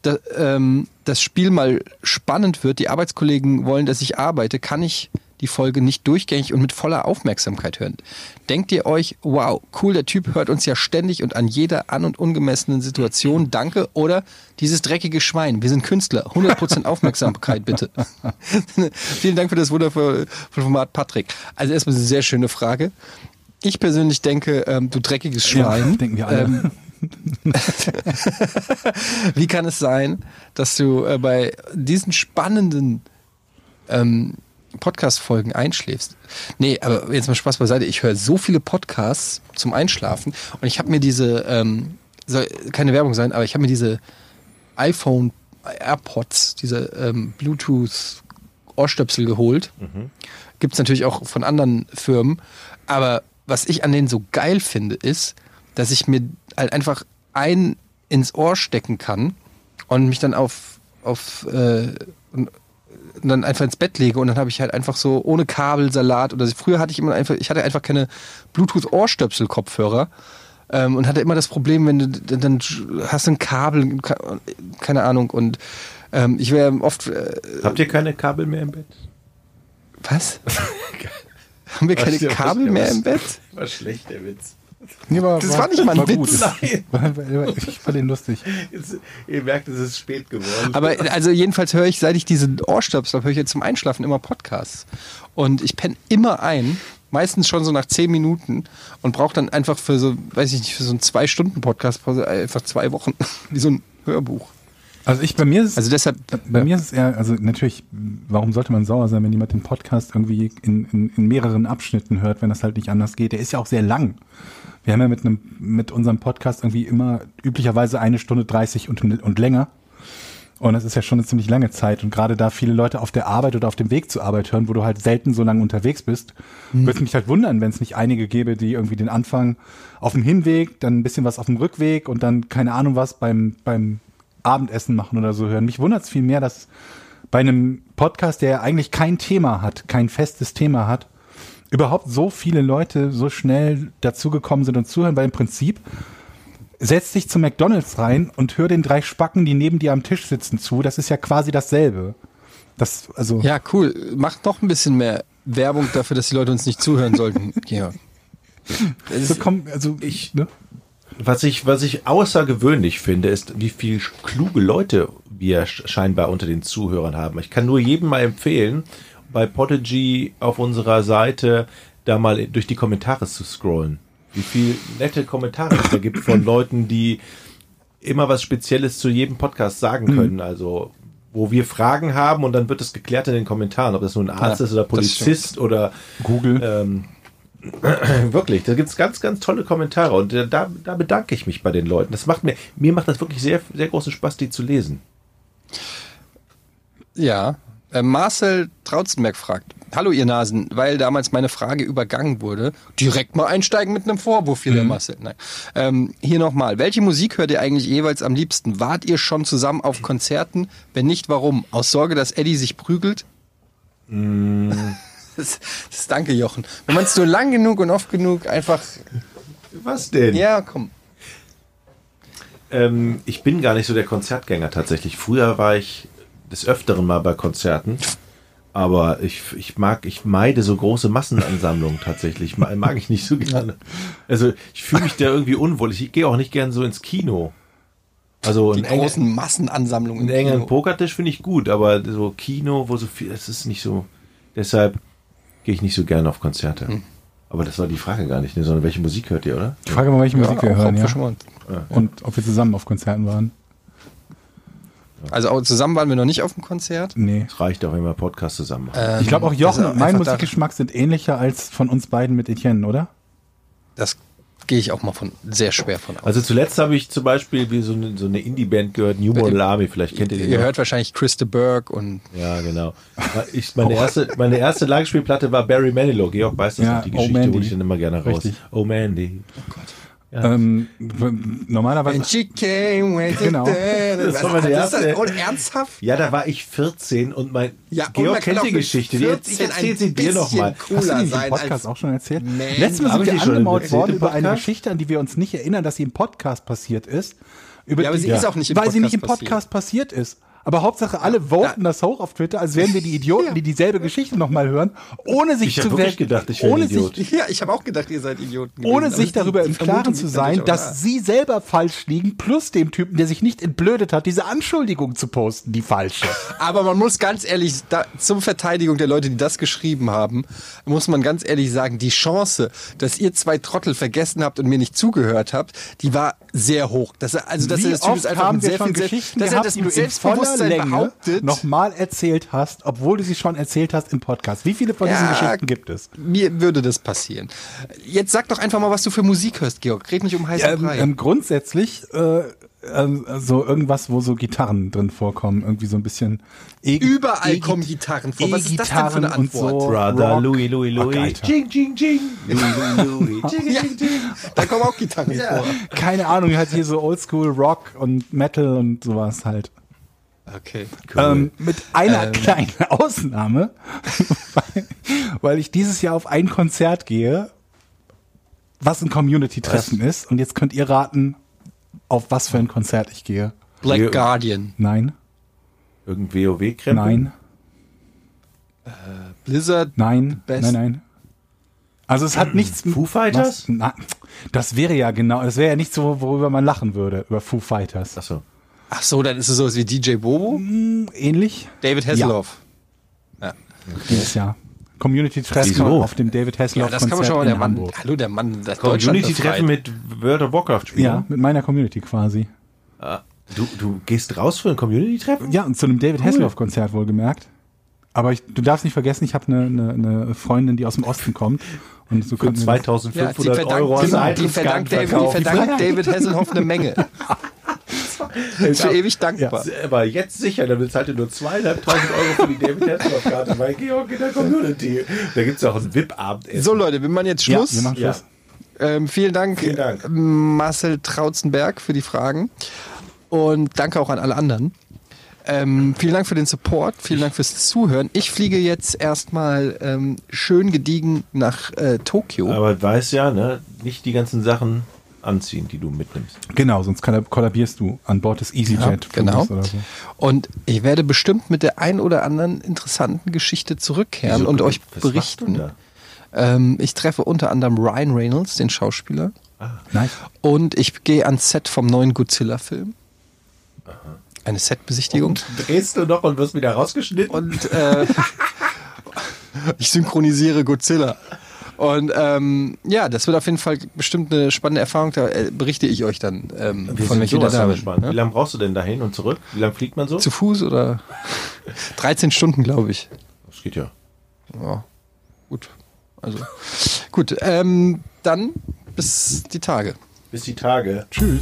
Speaker 2: da, ähm, das Spiel mal spannend wird, die Arbeitskollegen wollen, dass ich arbeite, kann ich die Folge nicht durchgängig und mit voller Aufmerksamkeit hören. Denkt ihr euch, wow, cool, der Typ hört uns ja ständig und an jeder an- und ungemessenen Situation, danke, oder dieses dreckige Schwein, wir sind Künstler, 100% Aufmerksamkeit bitte. Vielen Dank für das wundervolle Format, Patrick. Also erstmal eine sehr schöne Frage. Ich persönlich denke, ähm, du dreckiges Schwein.
Speaker 4: denken wir alle.
Speaker 2: Ähm, wie kann es sein, dass du äh, bei diesen spannenden ähm, Podcast-Folgen einschläfst? Nee, aber jetzt mal Spaß beiseite. Ich höre so viele Podcasts zum Einschlafen und ich habe mir diese, ähm, soll keine Werbung sein, aber ich habe mir diese iPhone AirPods, diese ähm, Bluetooth Ohrstöpsel geholt. Gibt es natürlich auch von anderen Firmen. Aber was ich an denen so geil finde, ist, dass ich mir halt einfach ein ins Ohr stecken kann und mich dann auf, auf äh, und und dann einfach ins Bett lege und dann habe ich halt einfach so ohne Kabel Salat oder so. früher hatte ich immer einfach ich hatte einfach keine Bluetooth Ohrstöpsel Kopfhörer ähm, und hatte immer das Problem wenn du dann dann hast du ein Kabel ke- keine Ahnung und ähm, ich wäre oft äh,
Speaker 1: Habt ihr keine Kabel mehr im Bett?
Speaker 2: was haben wir keine
Speaker 1: Was- was-
Speaker 2: Kabel mehr
Speaker 1: was-
Speaker 2: im Bett
Speaker 1: War schlecht, der Witz.
Speaker 4: Nee, war,
Speaker 2: das war nicht mal ein Witz.
Speaker 1: Nein,
Speaker 4: War- war- war- Ich fand den lustig.
Speaker 1: jetzt, ihr merkt, es ist spät geworden.
Speaker 2: Aber also jedenfalls höre ich, seit ich diese Ohrstöpsel habe, höre ich jetzt zum Einschlafen immer Podcasts. Und ich penne immer ein, meistens schon so nach zehn Minuten und brauche dann einfach für so, weiß ich nicht, für so einen Zwei-Stunden-Podcast einfach zwei Wochen, wie so ein Hörbuch.
Speaker 4: Also ich bei mir ist
Speaker 2: Also deshalb,
Speaker 4: bei mir ist es eher, also natürlich, warum sollte man sauer sein, wenn jemand den Podcast irgendwie in, in, in mehreren Abschnitten hört, wenn das halt nicht anders geht? Der ist ja auch sehr lang. Wir haben ja mit, einem, mit unserem Podcast irgendwie immer üblicherweise eine Stunde 30 und, und länger. Und das ist ja schon eine ziemlich lange Zeit. Und gerade da viele Leute auf der Arbeit oder auf dem Weg zur Arbeit hören, wo du halt selten so lange unterwegs bist, würde mich halt wundern, wenn es nicht einige gäbe, die irgendwie den Anfang auf dem Hinweg, dann ein bisschen was auf dem Rückweg und dann keine Ahnung was beim, beim Abendessen machen oder so hören. Mich wundert es viel mehr, dass bei einem Podcast, der eigentlich kein Thema hat, kein festes Thema hat, überhaupt so viele Leute so schnell dazugekommen sind und zuhören, weil im Prinzip setz dich zu McDonalds rein und hör den drei Spacken, die neben dir am Tisch sitzen, zu. Das ist ja quasi dasselbe. Das, also,
Speaker 2: ja cool, macht noch ein bisschen mehr Werbung dafür, dass die Leute uns nicht zuhören sollten, Georg.
Speaker 4: so komm, also ich, ne?
Speaker 1: Was ich, was ich außergewöhnlich finde, ist, wie viel kluge Leute wir sch- scheinbar unter den Zuhörern haben. Ich kann nur jedem mal empfehlen, bei Podigy auf unserer Seite da mal durch die Kommentare zu scrollen. Wie viel nette Kommentare es da gibt von Leuten, die immer was Spezielles zu jedem Podcast sagen
Speaker 2: Mhm.
Speaker 1: können. Also wo wir Fragen haben und dann wird es geklärt in den Kommentaren, ob das nun ein Arzt
Speaker 2: Ja,
Speaker 1: ist oder
Speaker 2: das stimmt.
Speaker 1: Polizist oder
Speaker 4: Google.
Speaker 1: ähm, wirklich, da gibt's ganz, ganz tolle Kommentare und äh, da, da bedanke ich mich bei den Leuten. Das macht mir, mir macht das wirklich sehr, sehr großen Spaß, die zu lesen.
Speaker 2: Ja. Äh, Marcel Trautzenberg fragt, hallo ihr Nasen, weil damals meine Frage übergangen wurde, direkt mal einsteigen mit einem Vorwurf hier, der
Speaker 4: Mhm.
Speaker 2: Marcel. Nein. Ähm, hier nochmal, welche Musik hört ihr eigentlich jeweils am liebsten? Wart ihr schon zusammen auf Konzerten? Wenn nicht, warum? Aus Sorge, dass Eddie sich prügelt?
Speaker 4: Mhm.
Speaker 2: Das, das danke, Jochen. Wenn man es nur lang genug und oft genug einfach,
Speaker 1: Was denn?
Speaker 2: ja komm,
Speaker 1: Ähm, ich bin gar nicht so der Konzertgänger tatsächlich. Früher war ich des Öfteren mal bei Konzerten. Aber ich, ich mag, ich meide so große Massenansammlungen tatsächlich. Ma- Mag ich nicht so gerne. Also ich fühle mich da irgendwie unwohl. Ich gehe auch nicht gern so ins Kino. Also
Speaker 2: die
Speaker 1: in enge-
Speaker 2: großen Massenansammlungen.
Speaker 1: Einen
Speaker 2: im
Speaker 1: engen
Speaker 2: Kino.
Speaker 1: Pokertisch finde ich gut, aber so Kino, wo so viel, das ist nicht so. Deshalb gehe ich nicht so gerne auf Konzerte.
Speaker 2: Hm.
Speaker 1: Aber das war die Frage gar nicht, ne, sondern welche Musik hört ihr, oder?
Speaker 4: Ich frage mal, welche Musik wir
Speaker 2: auch,
Speaker 4: hören,
Speaker 2: ob
Speaker 4: ja.
Speaker 2: wir schon mal-
Speaker 4: Und ob wir zusammen auf Konzerten waren.
Speaker 2: Also auch zusammen waren wir noch nicht auf dem Konzert.
Speaker 4: Nee.
Speaker 1: Es reicht auch, wenn wir Podcast zusammen machen.
Speaker 2: Äh.
Speaker 4: Ich glaube auch Jochen
Speaker 2: Ähm, also
Speaker 4: und mein
Speaker 2: einfach da-
Speaker 4: Musikgeschmack sind ähnlicher als von uns beiden mit Etienne, oder?
Speaker 2: Das gehe ich auch mal von sehr schwer von aus.
Speaker 1: Also zuletzt habe ich zum Beispiel wie so eine, so eine Indie-Band gehört, New Model Army, vielleicht kennt ihr
Speaker 2: ihr
Speaker 4: Also,
Speaker 1: die noch.
Speaker 2: hört wahrscheinlich Chris de Burgh und
Speaker 1: Ja, genau. Ich, meine, erste, meine erste Langspielplatte war Barry Manilow. Georg weiß das
Speaker 4: Ja,
Speaker 1: noch, die
Speaker 4: Oh
Speaker 1: Geschichte
Speaker 4: Mandy.
Speaker 1: hole ich dann immer gerne raus.
Speaker 4: Richtig.
Speaker 1: Oh Mandy.
Speaker 4: Ähm, w- normalerweise.
Speaker 2: She came with
Speaker 4: Genau.
Speaker 1: Das war meine
Speaker 2: das
Speaker 1: erste-
Speaker 2: ist und ernsthaft?
Speaker 1: Ja, da war ich 14 und mein
Speaker 2: Ja, und man
Speaker 1: Georg
Speaker 2: kann
Speaker 1: kennt
Speaker 2: auch
Speaker 1: die
Speaker 2: mit
Speaker 1: Geschichte. Die jetzt, ich
Speaker 2: 14
Speaker 1: erzähl
Speaker 2: ein
Speaker 1: sie dir
Speaker 2: bisschen
Speaker 1: nochmal.
Speaker 2: cooler
Speaker 4: Hast du die
Speaker 2: sein
Speaker 4: im Podcast
Speaker 2: als-
Speaker 4: auch schon erzählt?
Speaker 2: Nee.
Speaker 4: Letztes Mal
Speaker 1: Hab
Speaker 4: sind
Speaker 1: ich die
Speaker 4: wir
Speaker 1: schon
Speaker 4: angemaut
Speaker 1: erzählt im
Speaker 4: worden über eine
Speaker 1: Podcast?
Speaker 4: Geschichte, an die wir uns nicht erinnern, dass sie im Podcast passiert ist. Über
Speaker 2: Ja, aber
Speaker 4: die-
Speaker 2: sie ist auch nicht im
Speaker 4: Weil sie nicht im
Speaker 2: Podcast
Speaker 4: Podcast passiert ist. Aber Hauptsache, alle voten das hoch auf Twitter, als wären wir die Idioten, die dieselbe Geschichte nochmal hören, ohne sich
Speaker 1: Ich hab
Speaker 4: zu
Speaker 1: wirklich
Speaker 4: wer-
Speaker 1: gedacht, ich wär ein
Speaker 4: ohne
Speaker 1: Idiot.
Speaker 4: sich,
Speaker 2: Ja, ich habe auch gedacht, ihr seid Idioten. gewesen,
Speaker 4: ohne
Speaker 2: aber
Speaker 4: sich
Speaker 2: die-
Speaker 4: darüber
Speaker 2: die
Speaker 4: im
Speaker 2: Vermutung
Speaker 4: Klaren zu
Speaker 2: liegt
Speaker 4: sein,
Speaker 2: natürlich auch
Speaker 4: dass
Speaker 2: nahe.
Speaker 4: sie selber falsch liegen, plus dem Typen, der sich nicht entblödet hat, diese Anschuldigung zu posten, die falsche.
Speaker 2: Aber man muss ganz ehrlich, da, zur Verteidigung der Leute, die das geschrieben haben, muss man ganz ehrlich sagen, die Chance, dass ihr zwei Trottel vergessen habt und mir nicht zugehört habt, die war sehr hoch. Das, also, dass
Speaker 4: Wie
Speaker 2: er das Typ
Speaker 4: oft
Speaker 2: ist einfach
Speaker 4: haben
Speaker 2: mit
Speaker 4: wir
Speaker 2: sehr
Speaker 4: schon
Speaker 2: viel Selbst,
Speaker 4: Geschichten
Speaker 2: dass er
Speaker 4: gehabt,
Speaker 2: das
Speaker 4: die
Speaker 2: mit
Speaker 4: du in voller
Speaker 2: Selbstbewusstsein
Speaker 4: Länge
Speaker 2: behauptet.
Speaker 4: nochmal erzählt hast, obwohl du sie schon erzählt hast im Podcast. Wie viele von diesen
Speaker 2: Ja,
Speaker 4: Geschichten gibt es?
Speaker 2: Mir würde das passieren. Jetzt sag doch einfach mal, was du für Musik hörst, Georg. Red nicht um heißen
Speaker 4: Ähm,
Speaker 2: Brei.
Speaker 4: ähm, grundsätzlich äh, ähm, so irgendwas, wo so Gitarren drin vorkommen, irgendwie so ein bisschen. E
Speaker 2: Überall
Speaker 4: E-
Speaker 2: kommen Gitarren vor. Was ist das denn für eine
Speaker 4: E-Gitarren und
Speaker 2: Antwort?
Speaker 4: So
Speaker 1: Brother
Speaker 4: Rock.
Speaker 1: Louis, Louis,
Speaker 4: Ach,
Speaker 1: Louis.
Speaker 4: Alter.
Speaker 1: jing, jing, jing. Louis, Louis, Louis. Jing,
Speaker 2: Ja,
Speaker 1: jing, jing.
Speaker 2: da kommen auch Gitarren vor.
Speaker 4: Keine Ahnung, halt hier so Oldschool Rock und Metal und sowas halt.
Speaker 2: Okay.
Speaker 4: Ähm, mit einer kleinen Ausnahme, weil, weil ich dieses Jahr auf ein Konzert gehe, was ein Community-Treffen ist. Und jetzt könnt ihr raten, auf was für ein Konzert ich gehe.
Speaker 2: Black
Speaker 1: Wir-
Speaker 2: Guardian.
Speaker 4: Nein,
Speaker 1: Irgendein WoW-Krempel?
Speaker 4: nein,
Speaker 2: Blizzard.
Speaker 4: nein,
Speaker 2: Best- Hm.
Speaker 4: nein, nein. Also es hat nichts.
Speaker 1: Foo Fighters?
Speaker 4: Was? Na, das wäre ja genau, das wäre ja nichts, so, worüber man lachen würde, über Foo Fighters.
Speaker 1: Achso.
Speaker 2: Ach so, dann ist es sowas wie DJ Bobo.
Speaker 4: Mhm. Ähnlich
Speaker 2: David Hasselhoff.
Speaker 4: dieses Jahr. Community-Treffen
Speaker 1: Wieso?
Speaker 4: auf dem David
Speaker 2: Ja,
Speaker 4: Hasselhoff
Speaker 2: das kann man schon mal
Speaker 4: in
Speaker 2: der Mann.
Speaker 4: Hamburg.
Speaker 2: Hallo, der Mann. Das Deutschland
Speaker 1: Community-Treffen
Speaker 2: befreit.
Speaker 1: mit World of Warcraft-Spielen?
Speaker 4: Ja, mit meiner Community quasi.
Speaker 1: Ah, Du, du gehst raus für ein Community-Treffen?
Speaker 4: Ja, und zu einem David Hasselhoff-Konzert wohlgemerkt. Aber ich, du darfst nicht vergessen, ich habe eine, eine, eine Freundin, die aus dem Osten kommt. Und so
Speaker 1: Für
Speaker 4: könnten wir das-
Speaker 2: Ja, die
Speaker 1: 2500 Euro
Speaker 2: verdankt,
Speaker 1: an
Speaker 2: die, die, verdankt David, die verdankt David Hasselhoff eine Menge. Ist für ewig dankbar.
Speaker 1: Aber jetzt sicher, dann bezahlt ihr nur zweieinhalbtausend Euro für die David Hasselhoff-Karte bei Georg in der Community. Da gibt es auch einen VIP-Abendessen.
Speaker 2: So Leute, wir machen jetzt
Speaker 4: Ja,
Speaker 2: Schluss.
Speaker 4: wir machen
Speaker 1: Ja.
Speaker 4: Schluss.
Speaker 2: ähm, vielen, Dank,
Speaker 1: Vielen Dank.
Speaker 2: Marcel Trauzenberg, für die Fragen. Und danke auch an alle anderen. Ähm, vielen Dank für den Support, vielen Dank fürs Zuhören. Ich fliege jetzt erstmal ähm, schön gediegen nach äh, Tokio.
Speaker 1: Aber weiß ja, ne, nicht die ganzen Sachen anziehen, die du mitnimmst.
Speaker 4: Genau, sonst kolla- kollabierst du an Bord des EasyJet.
Speaker 2: Ja, genau.
Speaker 4: Fluges Oder so.
Speaker 2: Und ich werde bestimmt mit der ein oder anderen interessanten Geschichte zurückkehren
Speaker 1: Wieso?
Speaker 2: und euch
Speaker 1: Was machst du
Speaker 2: berichten.
Speaker 1: da?
Speaker 2: Ähm, ich treffe unter anderem Ryan Reynolds, den Schauspieler.
Speaker 4: Nice.
Speaker 2: Und ich gehe ans Set vom neuen Godzilla-Film. Eine Setbesichtigung.
Speaker 1: Drehst du noch und wirst wieder rausgeschnitten?
Speaker 2: Und äh, ich synchronisiere Godzilla. Und ähm, ja, das wird auf jeden Fall bestimmt eine spannende Erfahrung. Da äh, berichte ich euch dann, ähm,
Speaker 1: Wir
Speaker 2: von
Speaker 1: sind
Speaker 2: welcher
Speaker 1: sowas
Speaker 2: da
Speaker 1: von
Speaker 2: bin.
Speaker 1: gespannt.
Speaker 2: Ja?
Speaker 1: Wie lange brauchst du denn dahin und zurück? Wie lange fliegt man so?
Speaker 2: Zu Fuß oder 13 Stunden, glaube ich.
Speaker 1: Das geht ja.
Speaker 2: Ja, gut. Also, gut, ähm, dann bis die Tage.
Speaker 1: Bis die Tage.
Speaker 4: Tschüss.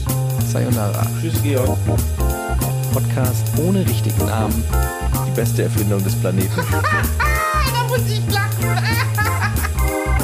Speaker 2: Sayonara.
Speaker 1: Tschüss, Georg.
Speaker 5: Podcast ohne richtigen Namen.
Speaker 6: Die beste Erfindung des Planeten.
Speaker 3: Ah, Da muss ich lachen.